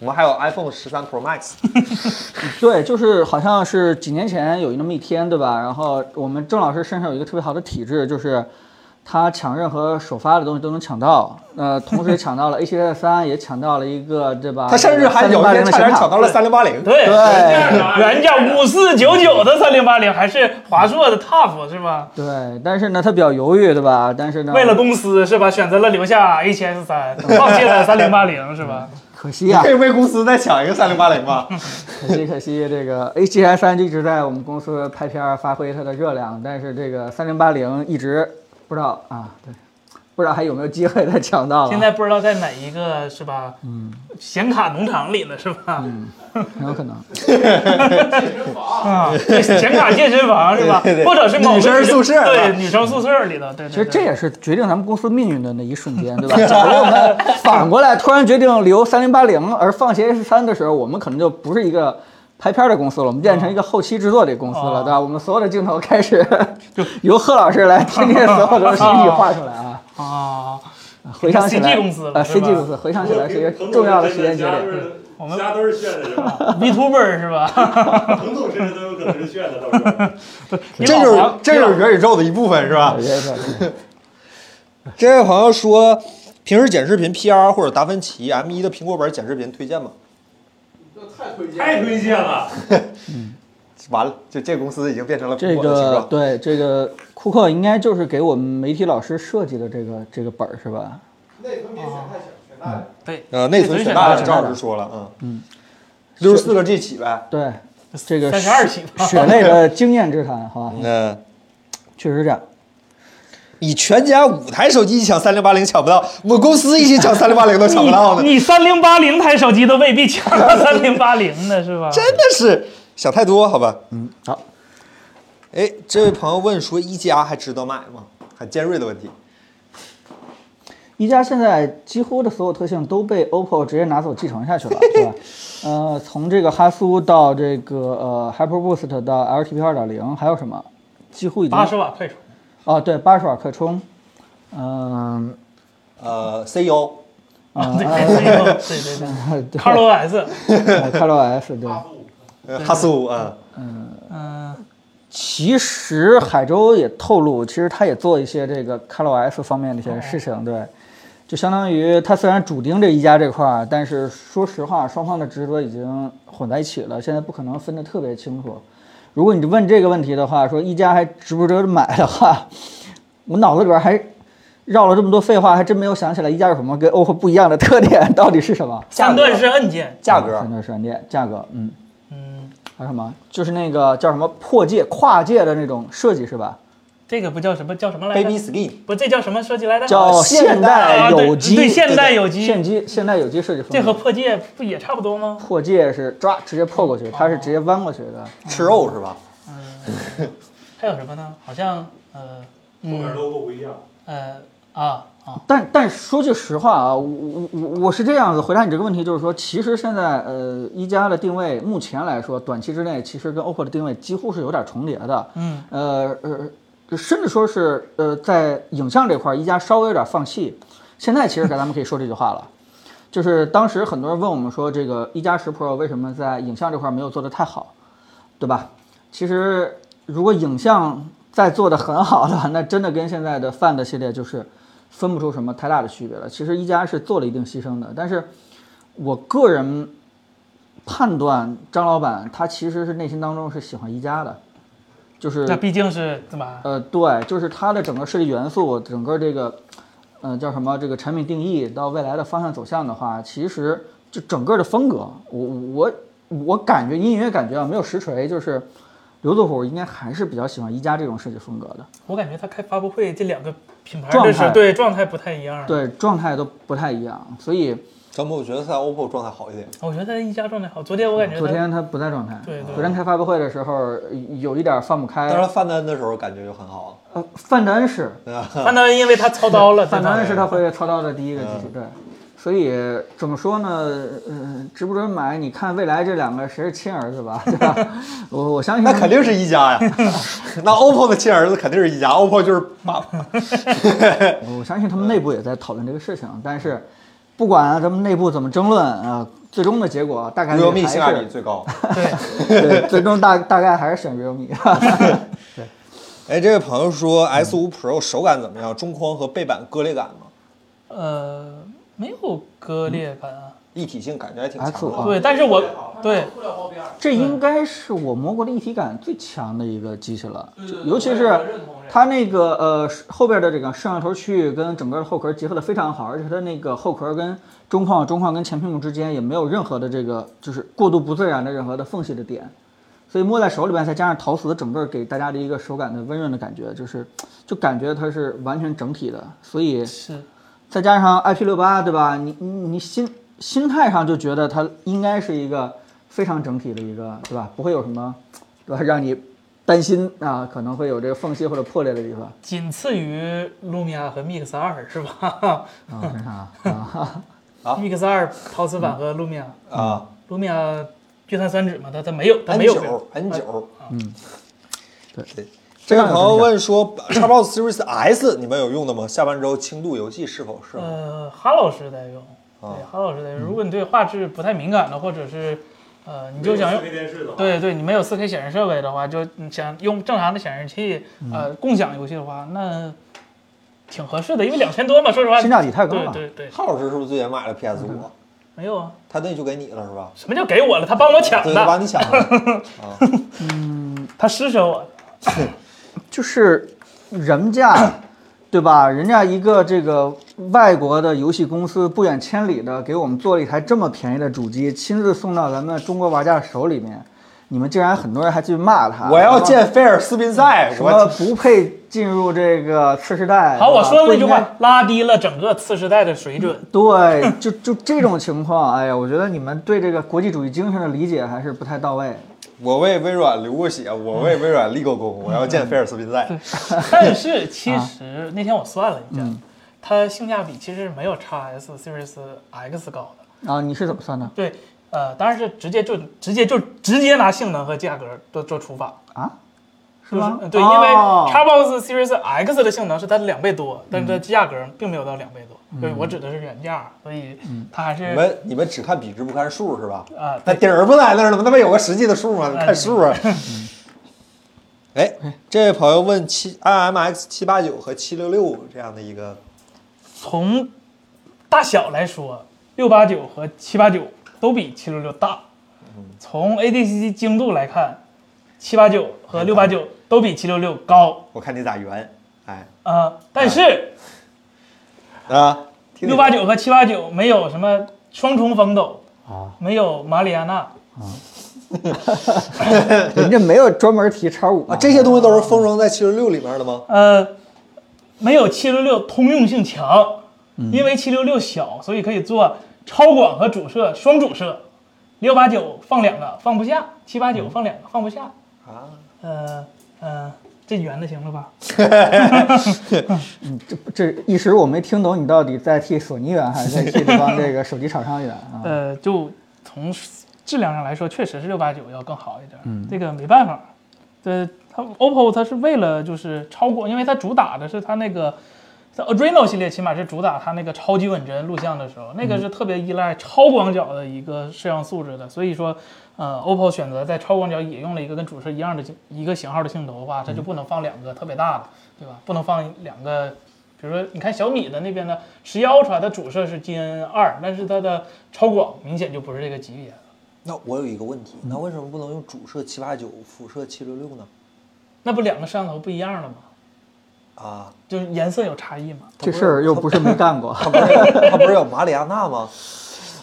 [SPEAKER 1] 我们还有 iPhone 十三 Pro Max。
[SPEAKER 4] 对，就是好像是几年前有那么一天，对吧？然后我们郑老师身上有一个特别好的体质，就是他抢任何首发的东西都能抢到，呃，同时也抢到了 A 7 S 三，也抢到了一个，对吧？
[SPEAKER 1] 他甚至还有一
[SPEAKER 4] 3080
[SPEAKER 1] 天
[SPEAKER 4] 的
[SPEAKER 1] 差点
[SPEAKER 4] 显卡
[SPEAKER 1] 抢到了三零八零。
[SPEAKER 2] 对，
[SPEAKER 4] 对
[SPEAKER 2] 原价五四九九的三零八零还是华硕的 TOP 是吧？
[SPEAKER 4] 对，但是呢，他比较犹豫，对吧？但是呢，
[SPEAKER 1] 嗯
[SPEAKER 2] 为了公司是吧，选择了留下 A 7 S 三，放弃了三零八零是吧？
[SPEAKER 4] 可惜啊
[SPEAKER 1] 可，以为公司再抢一个三零八零吧。
[SPEAKER 4] 可惜可惜，这个 A 7 S 三一直在我们公司拍片儿发挥它的热量，但是这个三零八零一直不知道啊，对，不知道还有没有机会再抢到了。
[SPEAKER 2] 现在不知道在哪一个是吧？嗯，显卡农场里呢是吧？
[SPEAKER 1] 嗯
[SPEAKER 4] 很有可能。
[SPEAKER 2] 啊，对，显卡健身房是吧？
[SPEAKER 1] 对对对
[SPEAKER 2] 或者是某个
[SPEAKER 1] 女生宿舍
[SPEAKER 2] 对，女生宿舍里头，对对对。
[SPEAKER 4] 其实这也是决定咱们公司命运的那一瞬间，对吧？假如我们反过来突然决定留三零八零，而放弃 S 三的时候，我们可能就不是一个拍片的公司了，我们变成一个后期制作的公司
[SPEAKER 2] 哦
[SPEAKER 4] 了，对吧？我们所有的镜头开始 由贺老师来天天所
[SPEAKER 2] 哦
[SPEAKER 4] 有的 CG 画出来啊，
[SPEAKER 2] 啊，
[SPEAKER 4] 回想起来
[SPEAKER 2] CG 公司了
[SPEAKER 4] 啊
[SPEAKER 2] 是吧
[SPEAKER 4] ，CG 公司回想起来是一个重要的时间节点。嗯
[SPEAKER 2] 我
[SPEAKER 3] 我
[SPEAKER 2] 们
[SPEAKER 3] 们家都是炫的是吧？
[SPEAKER 2] Vtuber 是吧？
[SPEAKER 3] 彭总甚至都有可能是炫的，到时候。
[SPEAKER 2] 你
[SPEAKER 1] 这
[SPEAKER 2] 老
[SPEAKER 1] 就是
[SPEAKER 2] 黄
[SPEAKER 1] 这就是元宇宙的一部分，是吧
[SPEAKER 4] 我？觉得这
[SPEAKER 1] 这位朋友说，平时剪视频 PR 或者达芬奇 M 1的苹果本剪视频推荐吗？
[SPEAKER 7] 那太推荐了，
[SPEAKER 3] 太推荐了，
[SPEAKER 1] 完了，就这公司已经变成了苹
[SPEAKER 4] 这
[SPEAKER 1] 果的形
[SPEAKER 4] 个
[SPEAKER 1] 状。
[SPEAKER 4] 对这个库克应该就是给我们媒体老师设计的这个这个本儿是吧？
[SPEAKER 7] 内存比显太小，显大点。
[SPEAKER 2] 对，
[SPEAKER 1] 呃，内存选大的，赵老师说了，嗯嗯，六十四个 G 起呗。
[SPEAKER 4] 对，这个
[SPEAKER 2] 三十二起吧。
[SPEAKER 4] 血泪的经验之谈，好吧？
[SPEAKER 1] 嗯，
[SPEAKER 4] 确实这样。
[SPEAKER 1] 你全家五台手机一起抢三零八零抢不到，我公司一起抢三零八零都抢不到呢，
[SPEAKER 2] 你三零八零台手机都未必抢到三零八零的是吧？
[SPEAKER 1] 真的是想太多，好吧？
[SPEAKER 4] 嗯，好，
[SPEAKER 1] 哎，这位朋友问说，一加还值得买吗？很尖锐的问题。
[SPEAKER 4] 一加现在几乎的所有特性都被 OPPO 直接拿走继承下去了，是吧？呃，从这个哈苏到这个呃 HyperBoost 到 LTP 2.0，还有什么？几乎已经
[SPEAKER 2] 八十瓦快充，
[SPEAKER 4] 哦，对，八十瓦快充，嗯、
[SPEAKER 1] 呃呃，CEO
[SPEAKER 2] 啊，对对对对
[SPEAKER 4] 对
[SPEAKER 2] ，Carlo S，
[SPEAKER 4] ，Carlo F 对。
[SPEAKER 1] 呃哈斯五啊，
[SPEAKER 2] 嗯，
[SPEAKER 4] 其实海州也透露，其实他也做一些这个 c o l o F 方面的一些事情，对，就相当于他虽然主盯着一加这块儿，但是说实话，双方的执着已经混在一起了，现在不可能分得特别清楚。如果你问这个问题的话，说一加还值不值得买的话，我脑子里边还绕了这么多废话，还真没有想起来一加有什么跟 OPPO 不一样的特点，到底是什么？啊
[SPEAKER 2] 三段式按键，
[SPEAKER 1] 价格
[SPEAKER 4] 三段式按键，价格，嗯。
[SPEAKER 2] 嗯，
[SPEAKER 4] 还有什么？就是那个叫什么破界、跨界的那种设计是吧？
[SPEAKER 2] 这个不叫什么叫什
[SPEAKER 4] 嗯
[SPEAKER 2] 么来着？
[SPEAKER 1] baby skin
[SPEAKER 2] 不，这叫什么设计来着？
[SPEAKER 4] 叫现代
[SPEAKER 2] 啊对
[SPEAKER 4] 有机，
[SPEAKER 2] 对现代有
[SPEAKER 4] 现
[SPEAKER 2] 机，
[SPEAKER 4] 机现代有机设计风格。
[SPEAKER 2] 这和破戒不也差不多吗？
[SPEAKER 4] 破界是抓直接破过
[SPEAKER 2] 哦
[SPEAKER 4] 去，它是直接弯过去的。
[SPEAKER 1] 吃肉是吧？
[SPEAKER 4] 嗯
[SPEAKER 2] 还有什么呢？好像呃，
[SPEAKER 7] 后面
[SPEAKER 2] 嗯
[SPEAKER 7] logo 不一样。
[SPEAKER 2] 呃啊啊，
[SPEAKER 4] 但但说句实话啊，我我我我是这样子回答你这个问题，就是说，其实现在呃，一加的定位目前来说，短期之内其实跟 OPPO 的定位几乎是有点重叠的。
[SPEAKER 2] 嗯，
[SPEAKER 4] 呃呃，甚至说是呃，在影像这块儿，一加稍微有点放弃。现在其实咱们可以说这句话了，就是当时很多人问我们说，这个一加十 Pro 为什么在影像这块儿没有做得太好，对吧？其实如果影像再做得很好的话，那真的跟现在的 Find 系列就是分不出什么太大的区别了。其实一加是做了一定牺牲的，但是我个人判断，张老板他其实是内心当中是喜欢一加的，就是
[SPEAKER 2] 那毕竟是怎么？
[SPEAKER 4] 呃，对，就是它的整个设计元素，整个这个，呃，叫什么？这个产品定义到未来的方向走向的话，其实就整个的风格，我我我感觉隐隐约感觉啊，没有实锤，就是刘作虎应该还是比较喜欢宜家这种设计风格的，
[SPEAKER 2] 我感觉他开发布会这两个品牌
[SPEAKER 4] 状
[SPEAKER 2] 的是
[SPEAKER 4] 态
[SPEAKER 2] 对状态不太一样。，
[SPEAKER 4] 对，状态都不太一样。所以
[SPEAKER 1] 咱们我觉得在 OPPO 状态好一点，
[SPEAKER 2] 我觉得他一加状态好。昨天我感觉
[SPEAKER 4] 嗯昨
[SPEAKER 2] 他
[SPEAKER 4] 天他不在状态，
[SPEAKER 2] 对对
[SPEAKER 4] 昨天开发布会的时候有一点放不
[SPEAKER 1] 但是
[SPEAKER 4] 开。
[SPEAKER 1] 范丹的时候感觉就很好
[SPEAKER 4] 呃，范丹是，
[SPEAKER 2] 范丹因为他操刀 了，
[SPEAKER 4] 范
[SPEAKER 2] 对吧
[SPEAKER 4] 丹是他回来操刀的第一个机
[SPEAKER 1] 嗯
[SPEAKER 4] 器，对。所以怎么说呢？嗯，值不准买，你看未来这两个谁是亲儿子吧， 对吧？我我相信
[SPEAKER 1] 那肯定是一家呀，
[SPEAKER 4] 哎
[SPEAKER 1] 那 OPPO 的亲儿子肯定是一家，OPPO 就是爸，
[SPEAKER 4] 我相信他们内部也在讨论这个事情，但是不管咱们内部怎么争论啊，最终的结果大概率
[SPEAKER 1] ，realme
[SPEAKER 4] 哎还
[SPEAKER 1] 性价啊比
[SPEAKER 4] 是
[SPEAKER 1] 最高。
[SPEAKER 2] 对，
[SPEAKER 4] 对，最终大大概还是选 realme。
[SPEAKER 1] 哎，这位朋友说 S 五 Pro 手感怎么样？中框和背板割裂感吗？
[SPEAKER 2] 呃，没有割裂感啊。
[SPEAKER 1] 一体性感觉还挺
[SPEAKER 4] S
[SPEAKER 1] 强
[SPEAKER 4] 五
[SPEAKER 1] 的。
[SPEAKER 2] 对，但是我对
[SPEAKER 7] 塑料包边儿。
[SPEAKER 4] 这应该是我摸过的一体感最强的一个机器了
[SPEAKER 7] 对对，对
[SPEAKER 4] 尤其是
[SPEAKER 7] 嗯我也认同这个
[SPEAKER 4] 它那个呃后边的这个摄像头区域跟整个的后壳结合的非常好，而且它那个后壳跟中框、中框跟前屏幕之间也没有任何的这个就是过度不自然的任何的缝隙的点，所以摸在手里边再加上陶瓷，整个给大家的一个手感的温润的感觉，就是就感觉它是完全整体的，所以
[SPEAKER 2] 是
[SPEAKER 4] 再加上 IP 六八，对吧？你你你心心态上就觉得它应该是一个非常整体的一个，对吧？不会有什么，对吧？让你担心啊，可能会有这个缝隙或者破裂的地方
[SPEAKER 2] 仅次于卢米亚和 Mix 二是吧
[SPEAKER 4] 啊， 真是啊啊，
[SPEAKER 2] ？Mix 二陶瓷版和卢米亚，
[SPEAKER 4] 嗯
[SPEAKER 1] 啊
[SPEAKER 2] 卢米亚聚碳酸酯嘛，它它没有它
[SPEAKER 1] ，N
[SPEAKER 2] 没有啊
[SPEAKER 1] 九 N 九，
[SPEAKER 4] 嗯，对
[SPEAKER 1] 对。这位朋友
[SPEAKER 4] 这样有什么
[SPEAKER 1] 问说，Xbox Series S 你们有用的吗？下班之后轻度游戏是否适合？
[SPEAKER 2] 呃，哈老师在用，
[SPEAKER 1] 啊
[SPEAKER 2] 对，哈老师
[SPEAKER 4] 嗯
[SPEAKER 2] 在用。如果你对画质不太敏感的，或者是呃，你就想用
[SPEAKER 7] 没有，电视的话，
[SPEAKER 2] 对对，你没有 4K 显示设备的话，就你想用正常的显示器，
[SPEAKER 4] 嗯
[SPEAKER 2] 呃，共享游戏的话，那挺合适的，因为两千多嘛，说实话，
[SPEAKER 4] 性价比太高
[SPEAKER 2] 对
[SPEAKER 4] 了。
[SPEAKER 2] 对对，
[SPEAKER 1] 浩老师是不是最近买了 PS 五？
[SPEAKER 2] 没有啊，
[SPEAKER 1] 他那就给你了是吧？
[SPEAKER 2] 什么叫给我了？他帮我抢
[SPEAKER 1] 对，就把
[SPEAKER 2] 的，
[SPEAKER 1] 你抢 了。啊，
[SPEAKER 2] 他施舍我。
[SPEAKER 4] 就是人家，对吧？人家一个这个外国的游戏公司不远千里的给我们做了一台这么便宜的主机，亲自送到咱们中国玩家手里面，你们竟然很多人还去骂他，
[SPEAKER 1] 我要
[SPEAKER 4] 然后
[SPEAKER 1] 见菲尔斯宾塞，
[SPEAKER 4] 什么
[SPEAKER 1] 我
[SPEAKER 4] 不配进入这个次世代。
[SPEAKER 2] 好，
[SPEAKER 4] 对吧
[SPEAKER 2] 我说那句，
[SPEAKER 4] 不应
[SPEAKER 2] 话拉低了整个次时代的水准。
[SPEAKER 4] 该对，就就这种情况，哎呀，我觉得你们对这个国际主义精神的理解还是不太到位。
[SPEAKER 1] 我为微软流过血，我为微软立过功，我要见菲尔斯宾
[SPEAKER 4] 嗯
[SPEAKER 1] 塞。
[SPEAKER 2] 但是其 实那天我算了一下，它性价比其实没有 x S Series X 高的。
[SPEAKER 4] 啊，你是怎么算的
[SPEAKER 2] 对，呃，当然是直接就直接就直接拿性能和价格做做除法。
[SPEAKER 4] 啊？哦
[SPEAKER 2] 是吗哦
[SPEAKER 8] 对，因为 Xbox Series X 的性能是它的两倍多，但是
[SPEAKER 2] 嗯
[SPEAKER 8] 它价格并没有到两倍多。对，我指的是原价，所以
[SPEAKER 2] 嗯
[SPEAKER 8] 它还
[SPEAKER 1] 你
[SPEAKER 8] 是
[SPEAKER 1] 们你们只看比值不看数是吧？
[SPEAKER 2] 呃
[SPEAKER 8] 啊，
[SPEAKER 1] 那
[SPEAKER 8] 对
[SPEAKER 1] 底儿不在那儿呢吗？那不有个实际的数吗？看数 啊。哎，这位朋友问七 IMX 七八九和七六六这样的一个，
[SPEAKER 2] 从大小来说，六八九和七八九都比七六六大。从 ADC 精度来看，七八九和六八九都比七六六高
[SPEAKER 1] 我看你咋圆，哎
[SPEAKER 2] 啊、呃但是
[SPEAKER 1] 啊，听你
[SPEAKER 2] 六八九和七八九没有什么双重防抖啊，没有马里亚纳，
[SPEAKER 4] 人家没有专门提叉五
[SPEAKER 1] 啊，这些东西都是封装在七六六里面的吗？
[SPEAKER 2] 呃，没有七六六通用性强，因为七六六小，所以可以做超广和主摄双主摄。六八九放两个放不下，七八九放两个放不下。
[SPEAKER 1] 啊，
[SPEAKER 2] 呃呃，这圆的行了吧？
[SPEAKER 4] 这这一时我没听懂，你到底在替索尼圆还是在替这帮这个手机厂商圆啊？
[SPEAKER 2] 呃，就从质量上来说，确实是六八九要更好一点。嗯，这个没办法。对，它 OPPO 它是为了就是超过，因为它主打的是它那个。在 Adreno 系列起码是主打它那个超级稳帧录像的时候，那个是特别依赖超广角的一个摄像素质的，所以说，呃，OPPO 选择在超广角也用了一个跟主摄一样的镜一个型号的镜头的话，它就不能放两个特别大的，对吧？不能放两个，比如说你看小米的那边的十一 Ultra 的主摄是 GN 二，但是它的超广明显就不是这个级别了。
[SPEAKER 1] 那我有一个问题，那为什么不能用主摄七八九，辅摄七六六呢？
[SPEAKER 2] 那不两个摄像头不一样了吗？
[SPEAKER 1] 啊，
[SPEAKER 2] 就是颜色有差异吗？
[SPEAKER 4] 这事儿又不是没干过。
[SPEAKER 1] 它不是它不是有马里亚纳吗？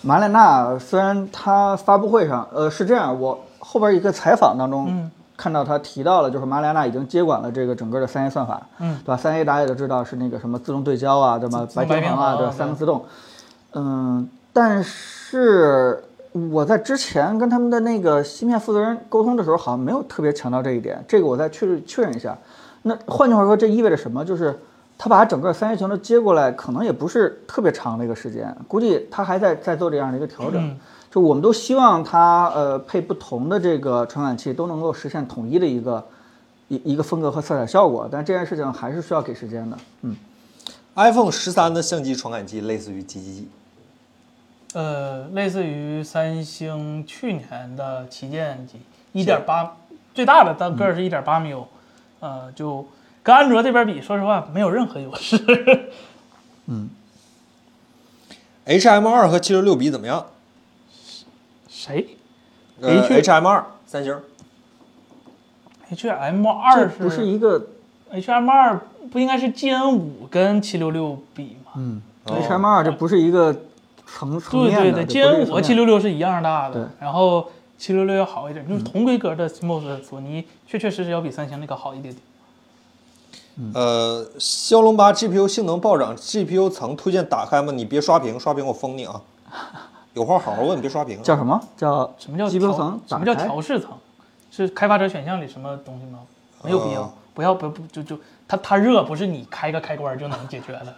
[SPEAKER 4] 马里纳虽然他发布会上，呃，是这样，我后边一个采访当中、
[SPEAKER 2] 嗯
[SPEAKER 4] 看到他提到了，就是马里亚纳已经接管了这个整个的三 A 算法，
[SPEAKER 2] 嗯，
[SPEAKER 4] 对吧？三 A 大家也都知道是那个什么自动对焦啊，对吧？
[SPEAKER 2] 自
[SPEAKER 4] 白
[SPEAKER 2] 动白
[SPEAKER 4] 平衡
[SPEAKER 2] 平
[SPEAKER 4] 啊，
[SPEAKER 2] 衡
[SPEAKER 4] 对吧？
[SPEAKER 2] 对
[SPEAKER 4] 三个自动，嗯，但是我在之前跟他们的那个芯片负责人沟通的时候，好像没有特别强调这一点，这个我再确确认一下。那换句话说，这意味着什么？就是他把整个三叶全都接过来，可能也不是特别长的一个时间，估计他还在在做这样的一个调整。就我们都希望它呃配不同的这个传感器都能够实现统一的一个一一个风格和色彩效果，但这件事情还是需要给时间的。嗯，
[SPEAKER 1] iPhone 十三的相机传感器类似于 GGG，
[SPEAKER 2] 呃，类似于三星去年的旗舰机，一点八最大的单个儿是一点八米，呃，就跟安卓这边比，说实话没有任何优势。
[SPEAKER 1] HM 二和七六六比怎么样？
[SPEAKER 2] 谁
[SPEAKER 1] 呃
[SPEAKER 2] H
[SPEAKER 1] ，HM 二三星儿
[SPEAKER 2] ？HM
[SPEAKER 4] 这
[SPEAKER 2] 二
[SPEAKER 4] 不是一个
[SPEAKER 2] HM 二不应该是 GN 五跟七六六比吗？
[SPEAKER 1] 哦
[SPEAKER 4] HM 二，这不是一个层层
[SPEAKER 2] 对
[SPEAKER 4] 面
[SPEAKER 2] 对
[SPEAKER 4] 的
[SPEAKER 2] 对
[SPEAKER 4] 这不是一
[SPEAKER 2] ，GN
[SPEAKER 4] 个
[SPEAKER 2] 五
[SPEAKER 4] 层
[SPEAKER 2] 和
[SPEAKER 4] 面
[SPEAKER 2] 七六六是一样大
[SPEAKER 4] 对嗯
[SPEAKER 2] 的，啊然后七六六要好一点，就是同规格的 CMOS 索尼确确实实要比三星那个好一点点。
[SPEAKER 1] 呃，骁龙八 GPU 性能暴涨，GPU 层推荐打开吗？你别刷屏，刷屏我封你啊！有话好好问，别刷屏啊。
[SPEAKER 4] 叫什么叫
[SPEAKER 2] 什么叫
[SPEAKER 4] 机标
[SPEAKER 2] 调
[SPEAKER 4] 层？
[SPEAKER 2] 什么叫
[SPEAKER 4] 打开
[SPEAKER 2] 调试层？是开发者选项里什么东西吗？没有必要，
[SPEAKER 1] 哦
[SPEAKER 2] 不要不不就就它它热不是你开个开关就能解决的。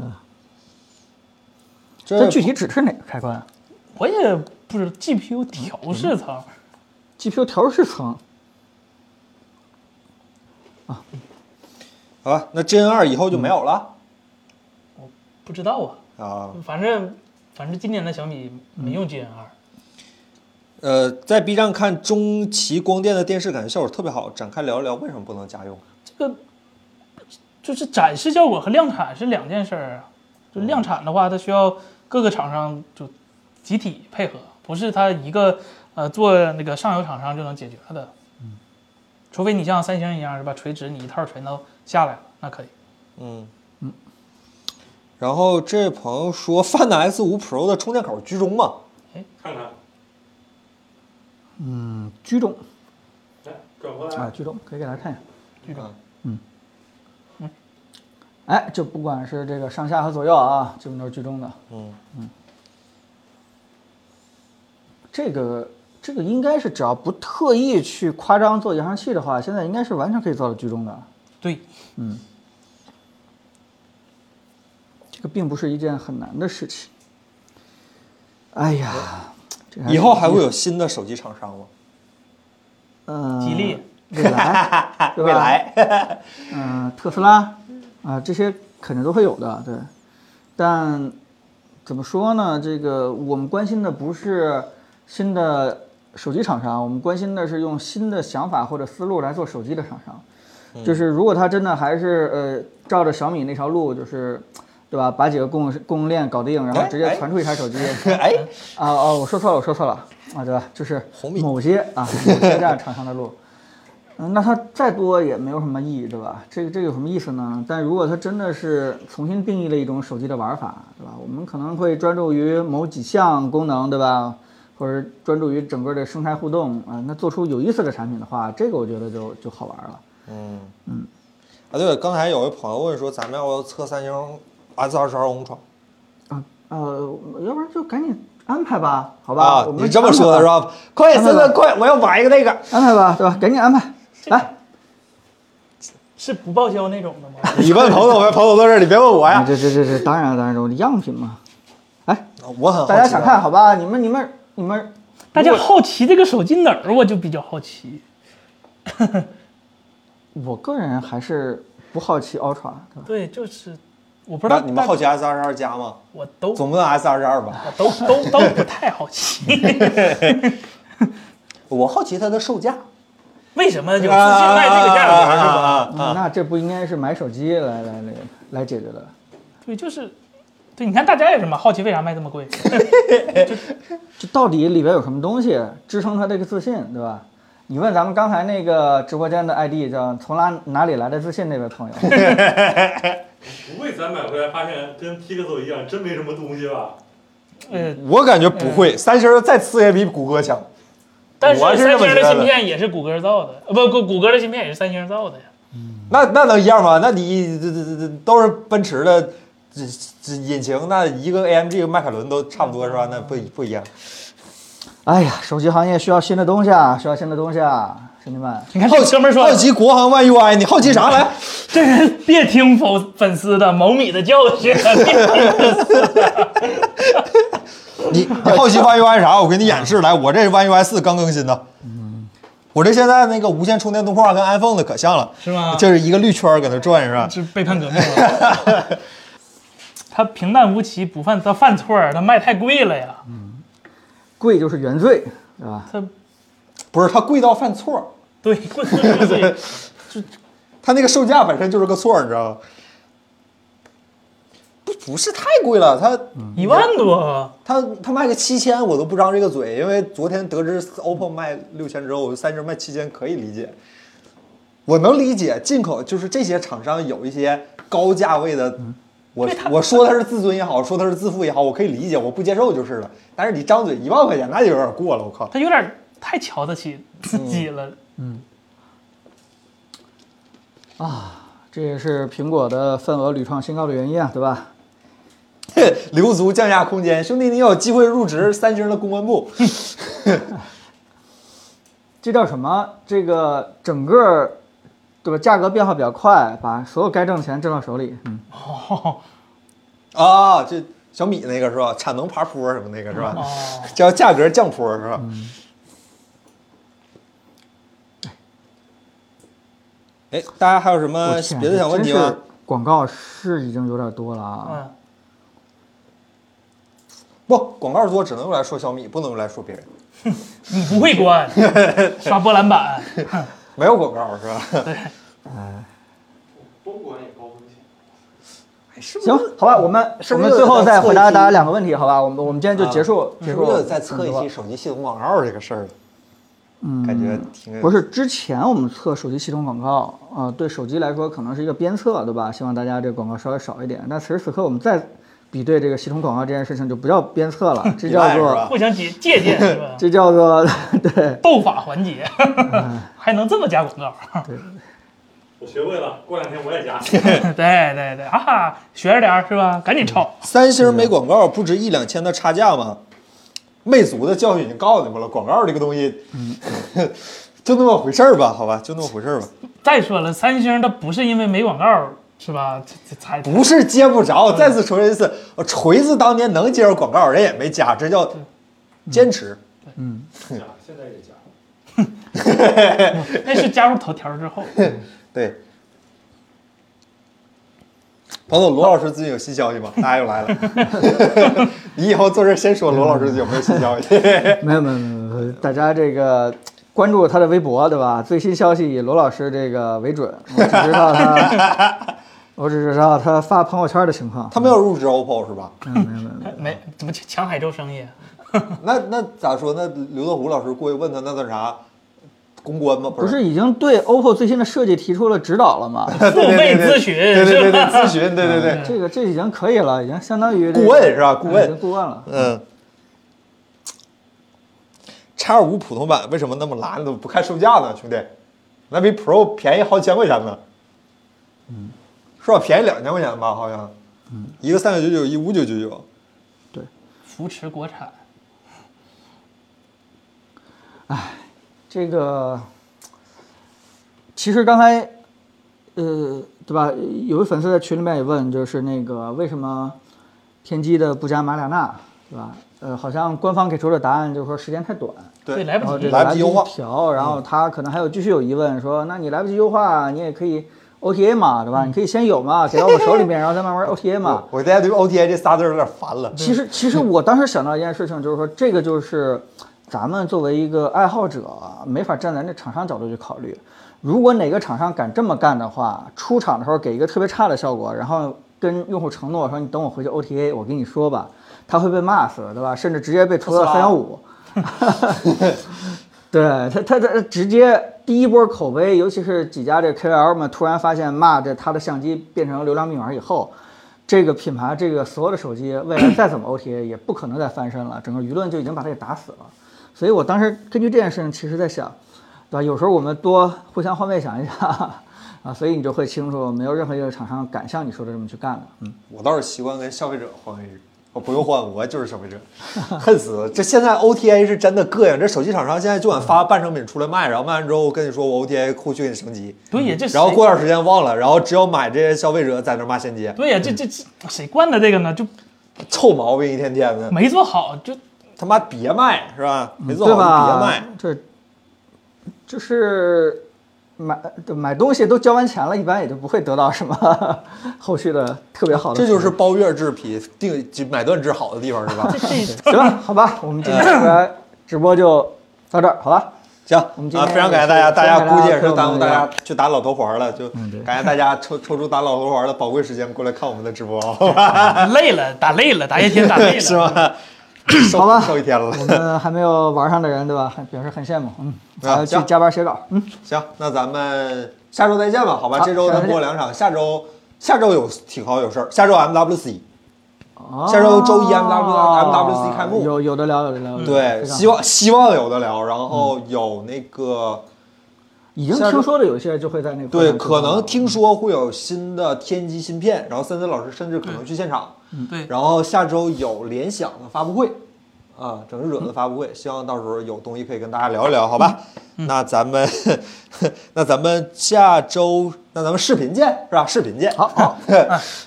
[SPEAKER 1] 这
[SPEAKER 4] 这具体指是哪个开关啊
[SPEAKER 2] 我也不知道 GPU 调试层，
[SPEAKER 4] ？GPU 调试层
[SPEAKER 1] 好吧？那 GN 二以后就没有了、
[SPEAKER 2] 不知道啊，
[SPEAKER 1] 啊。
[SPEAKER 2] 反正反正今年的小米没用 GN 二、
[SPEAKER 1] 呃，在 B 站看中旗光电的电视，感觉效果特别好，展开聊一聊为什么不能家用？
[SPEAKER 2] 这个就是展示效果和量产是两件事儿啊。就量产的话，它需要各个厂商就集体配合，不是它一个呃做那个上游厂商就能解决的。嗯，除非你像三星一样是吧，垂直你一套全都下来了，那可以。
[SPEAKER 1] 嗯嗯。然后这位朋友说，Find S 五 Pro 的充电口居中吗？
[SPEAKER 3] 看看，
[SPEAKER 4] 居中
[SPEAKER 3] 来转过来，
[SPEAKER 4] 啊，居中可以给大家看一下。嗯
[SPEAKER 2] 居嗯中，
[SPEAKER 4] 哎，就不管是这个上下和左右啊，基本都是居中的。
[SPEAKER 1] 嗯
[SPEAKER 4] 这个这个应该是只要不特意去夸张做扬声器的话，现在应该是完全可以做到居中的。
[SPEAKER 2] 对，
[SPEAKER 4] 这个并不是一件很难的事情。哎呀，这
[SPEAKER 1] 以后还
[SPEAKER 4] 是
[SPEAKER 1] 会有新的手机厂商吗？
[SPEAKER 4] 呃
[SPEAKER 2] 吉利
[SPEAKER 4] 蔚 来，对吧
[SPEAKER 9] 未，来，
[SPEAKER 4] 嗯、特斯拉，啊、这些肯定都会有的，对。但怎么说呢？这个我们关心的不是新的手机厂商，我们关心的是用新的想法或者思路来做手机的厂商。
[SPEAKER 9] 嗯
[SPEAKER 4] 就是如果它真的还是呃照着小米那条路，就是对吧，把几个供应供应链搞定，然后直接传出一台 手机。
[SPEAKER 9] 哎，
[SPEAKER 4] 啊哦，我说错了，我说错了啊，对吧？就是某些啊某些这样厂商的路，嗯，那它再多也没有什么意义，对吧？这个这个有什么意思呢？但如果它真的是重新定义了一种手机的玩法，对吧？我们可能会专注于某几项功能，对吧？或者专注于整个的生态互动啊、那做出有意思的产品的话，这个我觉得就就好玩了。
[SPEAKER 1] 啊，对，刚才有位朋友问说，咱们要不要测三星 S 二十二 Ultra？
[SPEAKER 4] 啊，呃，要不然就赶紧安排吧，好吧？
[SPEAKER 1] 啊
[SPEAKER 4] 我，们
[SPEAKER 1] 你这么说的是
[SPEAKER 4] 安排吧？
[SPEAKER 1] 吧？快，现在快，我要玩一个那个。
[SPEAKER 4] 安排吧，对吧？赶紧安排，来，
[SPEAKER 2] 是不报销那种的吗？
[SPEAKER 1] 你问彭总呗，彭总坐这儿，你别问我
[SPEAKER 4] 啊
[SPEAKER 1] 哎呀。
[SPEAKER 4] 这这这这当然了当然了，我的样品嘛，
[SPEAKER 1] 我很好奇
[SPEAKER 4] 大家想看好吧？你们你们你们，
[SPEAKER 2] 大家好奇这个手机哪儿，我就比较好奇。
[SPEAKER 4] 我个人还是不好奇 Ultra，对吧？
[SPEAKER 2] 对，就是我
[SPEAKER 1] 不
[SPEAKER 2] 不知道
[SPEAKER 1] 是你们好奇 S 二十二加吗？
[SPEAKER 2] 我都
[SPEAKER 1] 总不能 S 二十二吧？
[SPEAKER 2] 我 都都都不太好 奇，
[SPEAKER 1] 我好奇它的售价。
[SPEAKER 2] 为什么有自信卖这个价格是
[SPEAKER 1] 啊
[SPEAKER 2] 吧？
[SPEAKER 1] 啊啊啊
[SPEAKER 4] 那这不应该是买手机来来来来解决的？
[SPEAKER 2] 对，就是，对，你看大家也是嘛，好奇为啥卖这么贵？
[SPEAKER 4] 这到底里边有什么东西支撑他这个自信，对吧？你问咱们刚才那个直播间的 ID 叫从哪哪里来的自信那 位朋友，
[SPEAKER 3] 不会咱买回来发现跟 Pixel 一样，真没什么东西吧？
[SPEAKER 2] 呃，
[SPEAKER 1] 我感觉不会，三星儿再次也比谷歌强。
[SPEAKER 2] 但是
[SPEAKER 1] 我
[SPEAKER 2] 三
[SPEAKER 1] 是这么
[SPEAKER 2] 星的
[SPEAKER 1] 觉得
[SPEAKER 2] 芯片也是谷歌造的，呃，不，谷谷歌的芯片也是三星造的呀。
[SPEAKER 1] 那那能一样吗？那你这这这这都是奔驰的这这引擎，那一个 AMG 一个迈凯伦都差不多是吧？那不不一样。
[SPEAKER 4] 哎呀，手机行业需要新的东西啊，需要新的东西啊，兄弟们，
[SPEAKER 2] 你看这哥们儿说
[SPEAKER 1] 好，奇国行 One UI，你好奇啥 来？
[SPEAKER 2] 这人别听粉粉丝的某米的教 训，
[SPEAKER 1] 你你好奇 One UI 啥？我给你演示来，我这 One UI 四刚更新的。
[SPEAKER 2] 嗯
[SPEAKER 1] 我这现在那个无线充电动画跟 iPhone 的可像了，
[SPEAKER 2] 是 吗
[SPEAKER 1] 就是一个绿圈儿搁那转是吧？
[SPEAKER 2] 是背叛革命了。他平淡无奇，不犯他犯错儿，他卖太贵了呀。
[SPEAKER 4] 贵就是原罪，对吧？
[SPEAKER 2] 他
[SPEAKER 1] 不是，它贵到犯错儿，
[SPEAKER 2] 对贵贵 贵，
[SPEAKER 1] 它那个售价本身就是个错儿，你知道吗？不不是太贵了，它
[SPEAKER 2] 一万多，
[SPEAKER 1] 他他卖个七千，我都不张这个嘴，因为昨天得知 OPPO 卖六千之后，我三星卖七千可以理解，我能理解进口就是这些厂商有一些高价位的，我我说他是自尊也好，说他是自负也好，我可以理解，我不接受就是了。但是你张嘴一万块钱，那就有点过了，我靠！
[SPEAKER 2] 他有点太瞧得起自己了。
[SPEAKER 4] 这也是苹果的份额屡创新高的原因啊，对吧？
[SPEAKER 1] 留足降价空间，兄弟，你有机会入职三星的公关部，
[SPEAKER 4] 这叫什么？这个整个，对吧？价格变化比较快，把所有该挣的钱挣到手里。嗯，
[SPEAKER 1] 啊，这小米那个是吧？产能爬坡什么那个是吧？
[SPEAKER 2] 哦
[SPEAKER 1] 叫价格降坡是吧？哎，大家还有什么
[SPEAKER 4] 我天
[SPEAKER 1] 别的想问题啊
[SPEAKER 4] 真
[SPEAKER 1] 吗
[SPEAKER 4] 是？广告是已经有点多了啊。
[SPEAKER 2] 嗯，
[SPEAKER 1] 不，广告多只能用来说小米，不能用来说别人。
[SPEAKER 2] 你不会关，刷波兰板。
[SPEAKER 1] 没有广告是吧？
[SPEAKER 7] 中国也高风险。
[SPEAKER 4] 行，好吧，我们
[SPEAKER 1] 是
[SPEAKER 4] 我
[SPEAKER 1] 不是
[SPEAKER 4] 们
[SPEAKER 1] 又
[SPEAKER 4] 最后
[SPEAKER 1] 得
[SPEAKER 4] 再
[SPEAKER 1] 测一
[SPEAKER 4] 回答
[SPEAKER 1] 期
[SPEAKER 4] 大家两个问题，好吧？我们我们今天就结束、嗯结
[SPEAKER 1] 啊是
[SPEAKER 4] 束
[SPEAKER 1] 不
[SPEAKER 4] 我
[SPEAKER 1] 是
[SPEAKER 4] 们
[SPEAKER 1] 又
[SPEAKER 4] 的
[SPEAKER 1] 得
[SPEAKER 4] 直播。
[SPEAKER 1] 再测一期手机系统广告这个事儿了？嗯，感觉挺有
[SPEAKER 4] 不是之前我们测手机系统广告，呃，对手机来说可能是一个鞭策，对吧？希望大家这个广告稍微少一点。但此时此刻我们再比对这个系统广告这件事情，就不叫鞭 策了，这
[SPEAKER 1] 比
[SPEAKER 4] 叫
[SPEAKER 1] 赖是
[SPEAKER 4] 做
[SPEAKER 1] 吧？
[SPEAKER 2] 互相借借鉴 是吧？
[SPEAKER 4] 这叫做 对
[SPEAKER 2] 斗法环节，
[SPEAKER 1] 嗯
[SPEAKER 2] 还能这么加广告？
[SPEAKER 3] 我学会了，过两天我也加。
[SPEAKER 2] 对对对，啊哈，学着点儿是吧？赶紧抄。
[SPEAKER 1] 三星没广告不值一两千的差价吗？魅族的教训已经告诉你们了，广告这个东西，
[SPEAKER 4] 嗯
[SPEAKER 1] 就那么回事儿吧，好吧，就那么回事儿吧。
[SPEAKER 2] 再说了，三星它不是因为没广告是吧？这这才
[SPEAKER 1] 不是接不着，再次重申一次，呃锤子当年能接着广告，人也没加，这叫坚持。
[SPEAKER 3] 加，现在也加。
[SPEAKER 2] 那是加入头条之 后，
[SPEAKER 1] 嗯对。彭总，罗老师最近有新消息吗？大家又来了。你以后做事先说罗老师有没有新消息？
[SPEAKER 4] 没有没有没有没有，大家这个关注他的微博对吧？最新消息以罗老师这个为准， 我只知道他，我只知道他发朋友圈的情况。
[SPEAKER 1] 他没有入职 OPPO 是吧？
[SPEAKER 4] 嗯，没有没有没 有，
[SPEAKER 2] 没怎么抢海州生意啊，
[SPEAKER 1] 那那咋说？那刘德福老师过去问他那算啥？公关吗？
[SPEAKER 4] 不是已经对 OPPO 最新的设计提出了指导了吗？
[SPEAKER 2] 付费咨询
[SPEAKER 1] 对对
[SPEAKER 2] 是
[SPEAKER 1] 对对，
[SPEAKER 2] 吧？
[SPEAKER 1] 咨询，对对对，
[SPEAKER 4] 这个这已经可以了，已经相当于这个
[SPEAKER 1] 顾问是吧顾问
[SPEAKER 4] 已经顾问了。
[SPEAKER 1] 嗯。叉五普通版为什么那么拉呢？不看售价呢，兄弟，那比 Pro 便宜好几千块钱呢。嗯，是吧？便宜两千块钱吧，好像。嗯，一个三九九九，一五九九九。
[SPEAKER 2] 扶持国产，
[SPEAKER 4] 这个其实刚才，呃，对吧？有位粉丝在群里面也问，就是那个为什么天玑的不加马里亚纳，对吧？呃，好像官方给出的答案就是说时间太短，
[SPEAKER 2] 对，
[SPEAKER 1] 对，
[SPEAKER 2] 来
[SPEAKER 4] 然后
[SPEAKER 2] 不
[SPEAKER 4] 这
[SPEAKER 2] 及
[SPEAKER 4] 个
[SPEAKER 1] 来不及
[SPEAKER 4] 来不及
[SPEAKER 1] 优化嗯
[SPEAKER 4] 调，然后他可能还有继续有疑问，说那你来不及优化，你也可以 OTA 嘛，对吧？你可以先有嘛，给到我手里面，然后再慢慢 OTA 嘛。
[SPEAKER 1] 我大家对 OTA 这仨字儿有点烦了。
[SPEAKER 4] 其实，其实我当时想到一件事情，就是说，这个就是咱们作为一个爱好者，啊没法站在那厂商角度去考虑。如果哪个厂商敢这么干的话，出厂的时候给一个特别差的效果，然后跟用户承诺说你等我回去 OTA，我跟你说吧，他会被骂死，对吧？甚至直接被推到三幺五。 对他，他他直接第一波口碑，尤其是几家这 KOL 们突然发现骂这他的相机变成流量密码以后，这个品牌这个所有的手机未来再怎么 OTA 也不可能再翻身了，整个舆论就已经把它给打死了。所以我当时根据这件事情，其实在想，对吧？有时候我们多互相换位想一下啊，所以你就会清楚，没有任何一个厂商敢像你说的这么去干的。嗯，
[SPEAKER 1] 我倒是习惯跟消费者换位置，我不用换，我就是消费者，恨死了！这现在 OTA 是真的膈应，这手机厂商现在就敢发半成品出来卖，然后卖完之后跟你说我 OTA 后续给你升级，
[SPEAKER 2] 对呀，这谁
[SPEAKER 1] 嗯然后过段时间忘了，然后只有买这些消费者在那骂衔接，
[SPEAKER 2] 对呀，这这这谁惯的这个呢？就
[SPEAKER 1] 臭毛病一天天的，
[SPEAKER 2] 没做好，就
[SPEAKER 1] 他妈别卖是吧？没做好就
[SPEAKER 4] 嗯对
[SPEAKER 1] 别
[SPEAKER 4] 吧
[SPEAKER 1] 卖，？
[SPEAKER 4] 这就是买对买东西都交完钱了，一般也就不会得到什么后续的特别好的
[SPEAKER 1] 这
[SPEAKER 4] 服务。
[SPEAKER 1] 就是包月制比定就买断制好的地方是吧？
[SPEAKER 4] 行了，好吧，我们今天 的直播就到这儿，好吧？
[SPEAKER 1] 行
[SPEAKER 4] 我们今
[SPEAKER 1] 啊，
[SPEAKER 4] 天
[SPEAKER 1] 非常感谢大家，
[SPEAKER 4] 也是
[SPEAKER 1] 大家估计也
[SPEAKER 4] 非
[SPEAKER 1] 是
[SPEAKER 4] 常
[SPEAKER 1] 耽误大
[SPEAKER 4] 感谢
[SPEAKER 1] 家去打老头环了，就
[SPEAKER 4] 嗯对
[SPEAKER 1] 感谢大家抽抽出打老头环的宝贵时间过来看我们的直播，好吧？
[SPEAKER 2] 累了，打累了，打一天打累 了，
[SPEAKER 1] 是 吗？受
[SPEAKER 4] 好吧
[SPEAKER 1] 受一天了。
[SPEAKER 4] 我们还没有玩上的人，对吧？还表示很羡慕，嗯，
[SPEAKER 1] 啊
[SPEAKER 4] 还要去
[SPEAKER 1] 行
[SPEAKER 4] 加班写稿，嗯，
[SPEAKER 1] 行，那咱们下周再见吧，好吧？
[SPEAKER 4] 好
[SPEAKER 1] 这周
[SPEAKER 4] 下周
[SPEAKER 1] 咱播两场，下周下周有体考有事儿，下周 MWC，下
[SPEAKER 4] 下
[SPEAKER 1] 周周一 MWC 开幕
[SPEAKER 4] 哦有有的聊，有的聊，有的聊
[SPEAKER 1] 对，
[SPEAKER 4] 非常好
[SPEAKER 1] 希望希望有的聊，然后有那个
[SPEAKER 4] 已经
[SPEAKER 1] 下周
[SPEAKER 4] 听说的有些就会在那个
[SPEAKER 1] 对，
[SPEAKER 4] 会上
[SPEAKER 1] 可能
[SPEAKER 4] 直播
[SPEAKER 1] 听说会有新的天玑芯片，然后森森老师甚至可能去现场，
[SPEAKER 2] 嗯对
[SPEAKER 1] 然后下周有联想的发布会，啊，整日者的发布会，希望到时候有东西可以跟大家聊一聊，好吧？那咱们 那咱们下周那咱们视频见是吧？视频见，好 好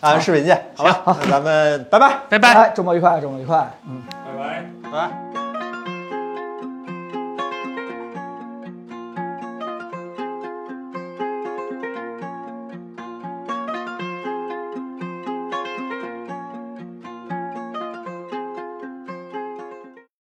[SPEAKER 1] 啊，视频见，好吧？那咱们拜拜，
[SPEAKER 2] 拜拜。
[SPEAKER 4] 哎拜，周末愉快，周末愉快，嗯。
[SPEAKER 3] 拜拜。
[SPEAKER 1] 拜拜。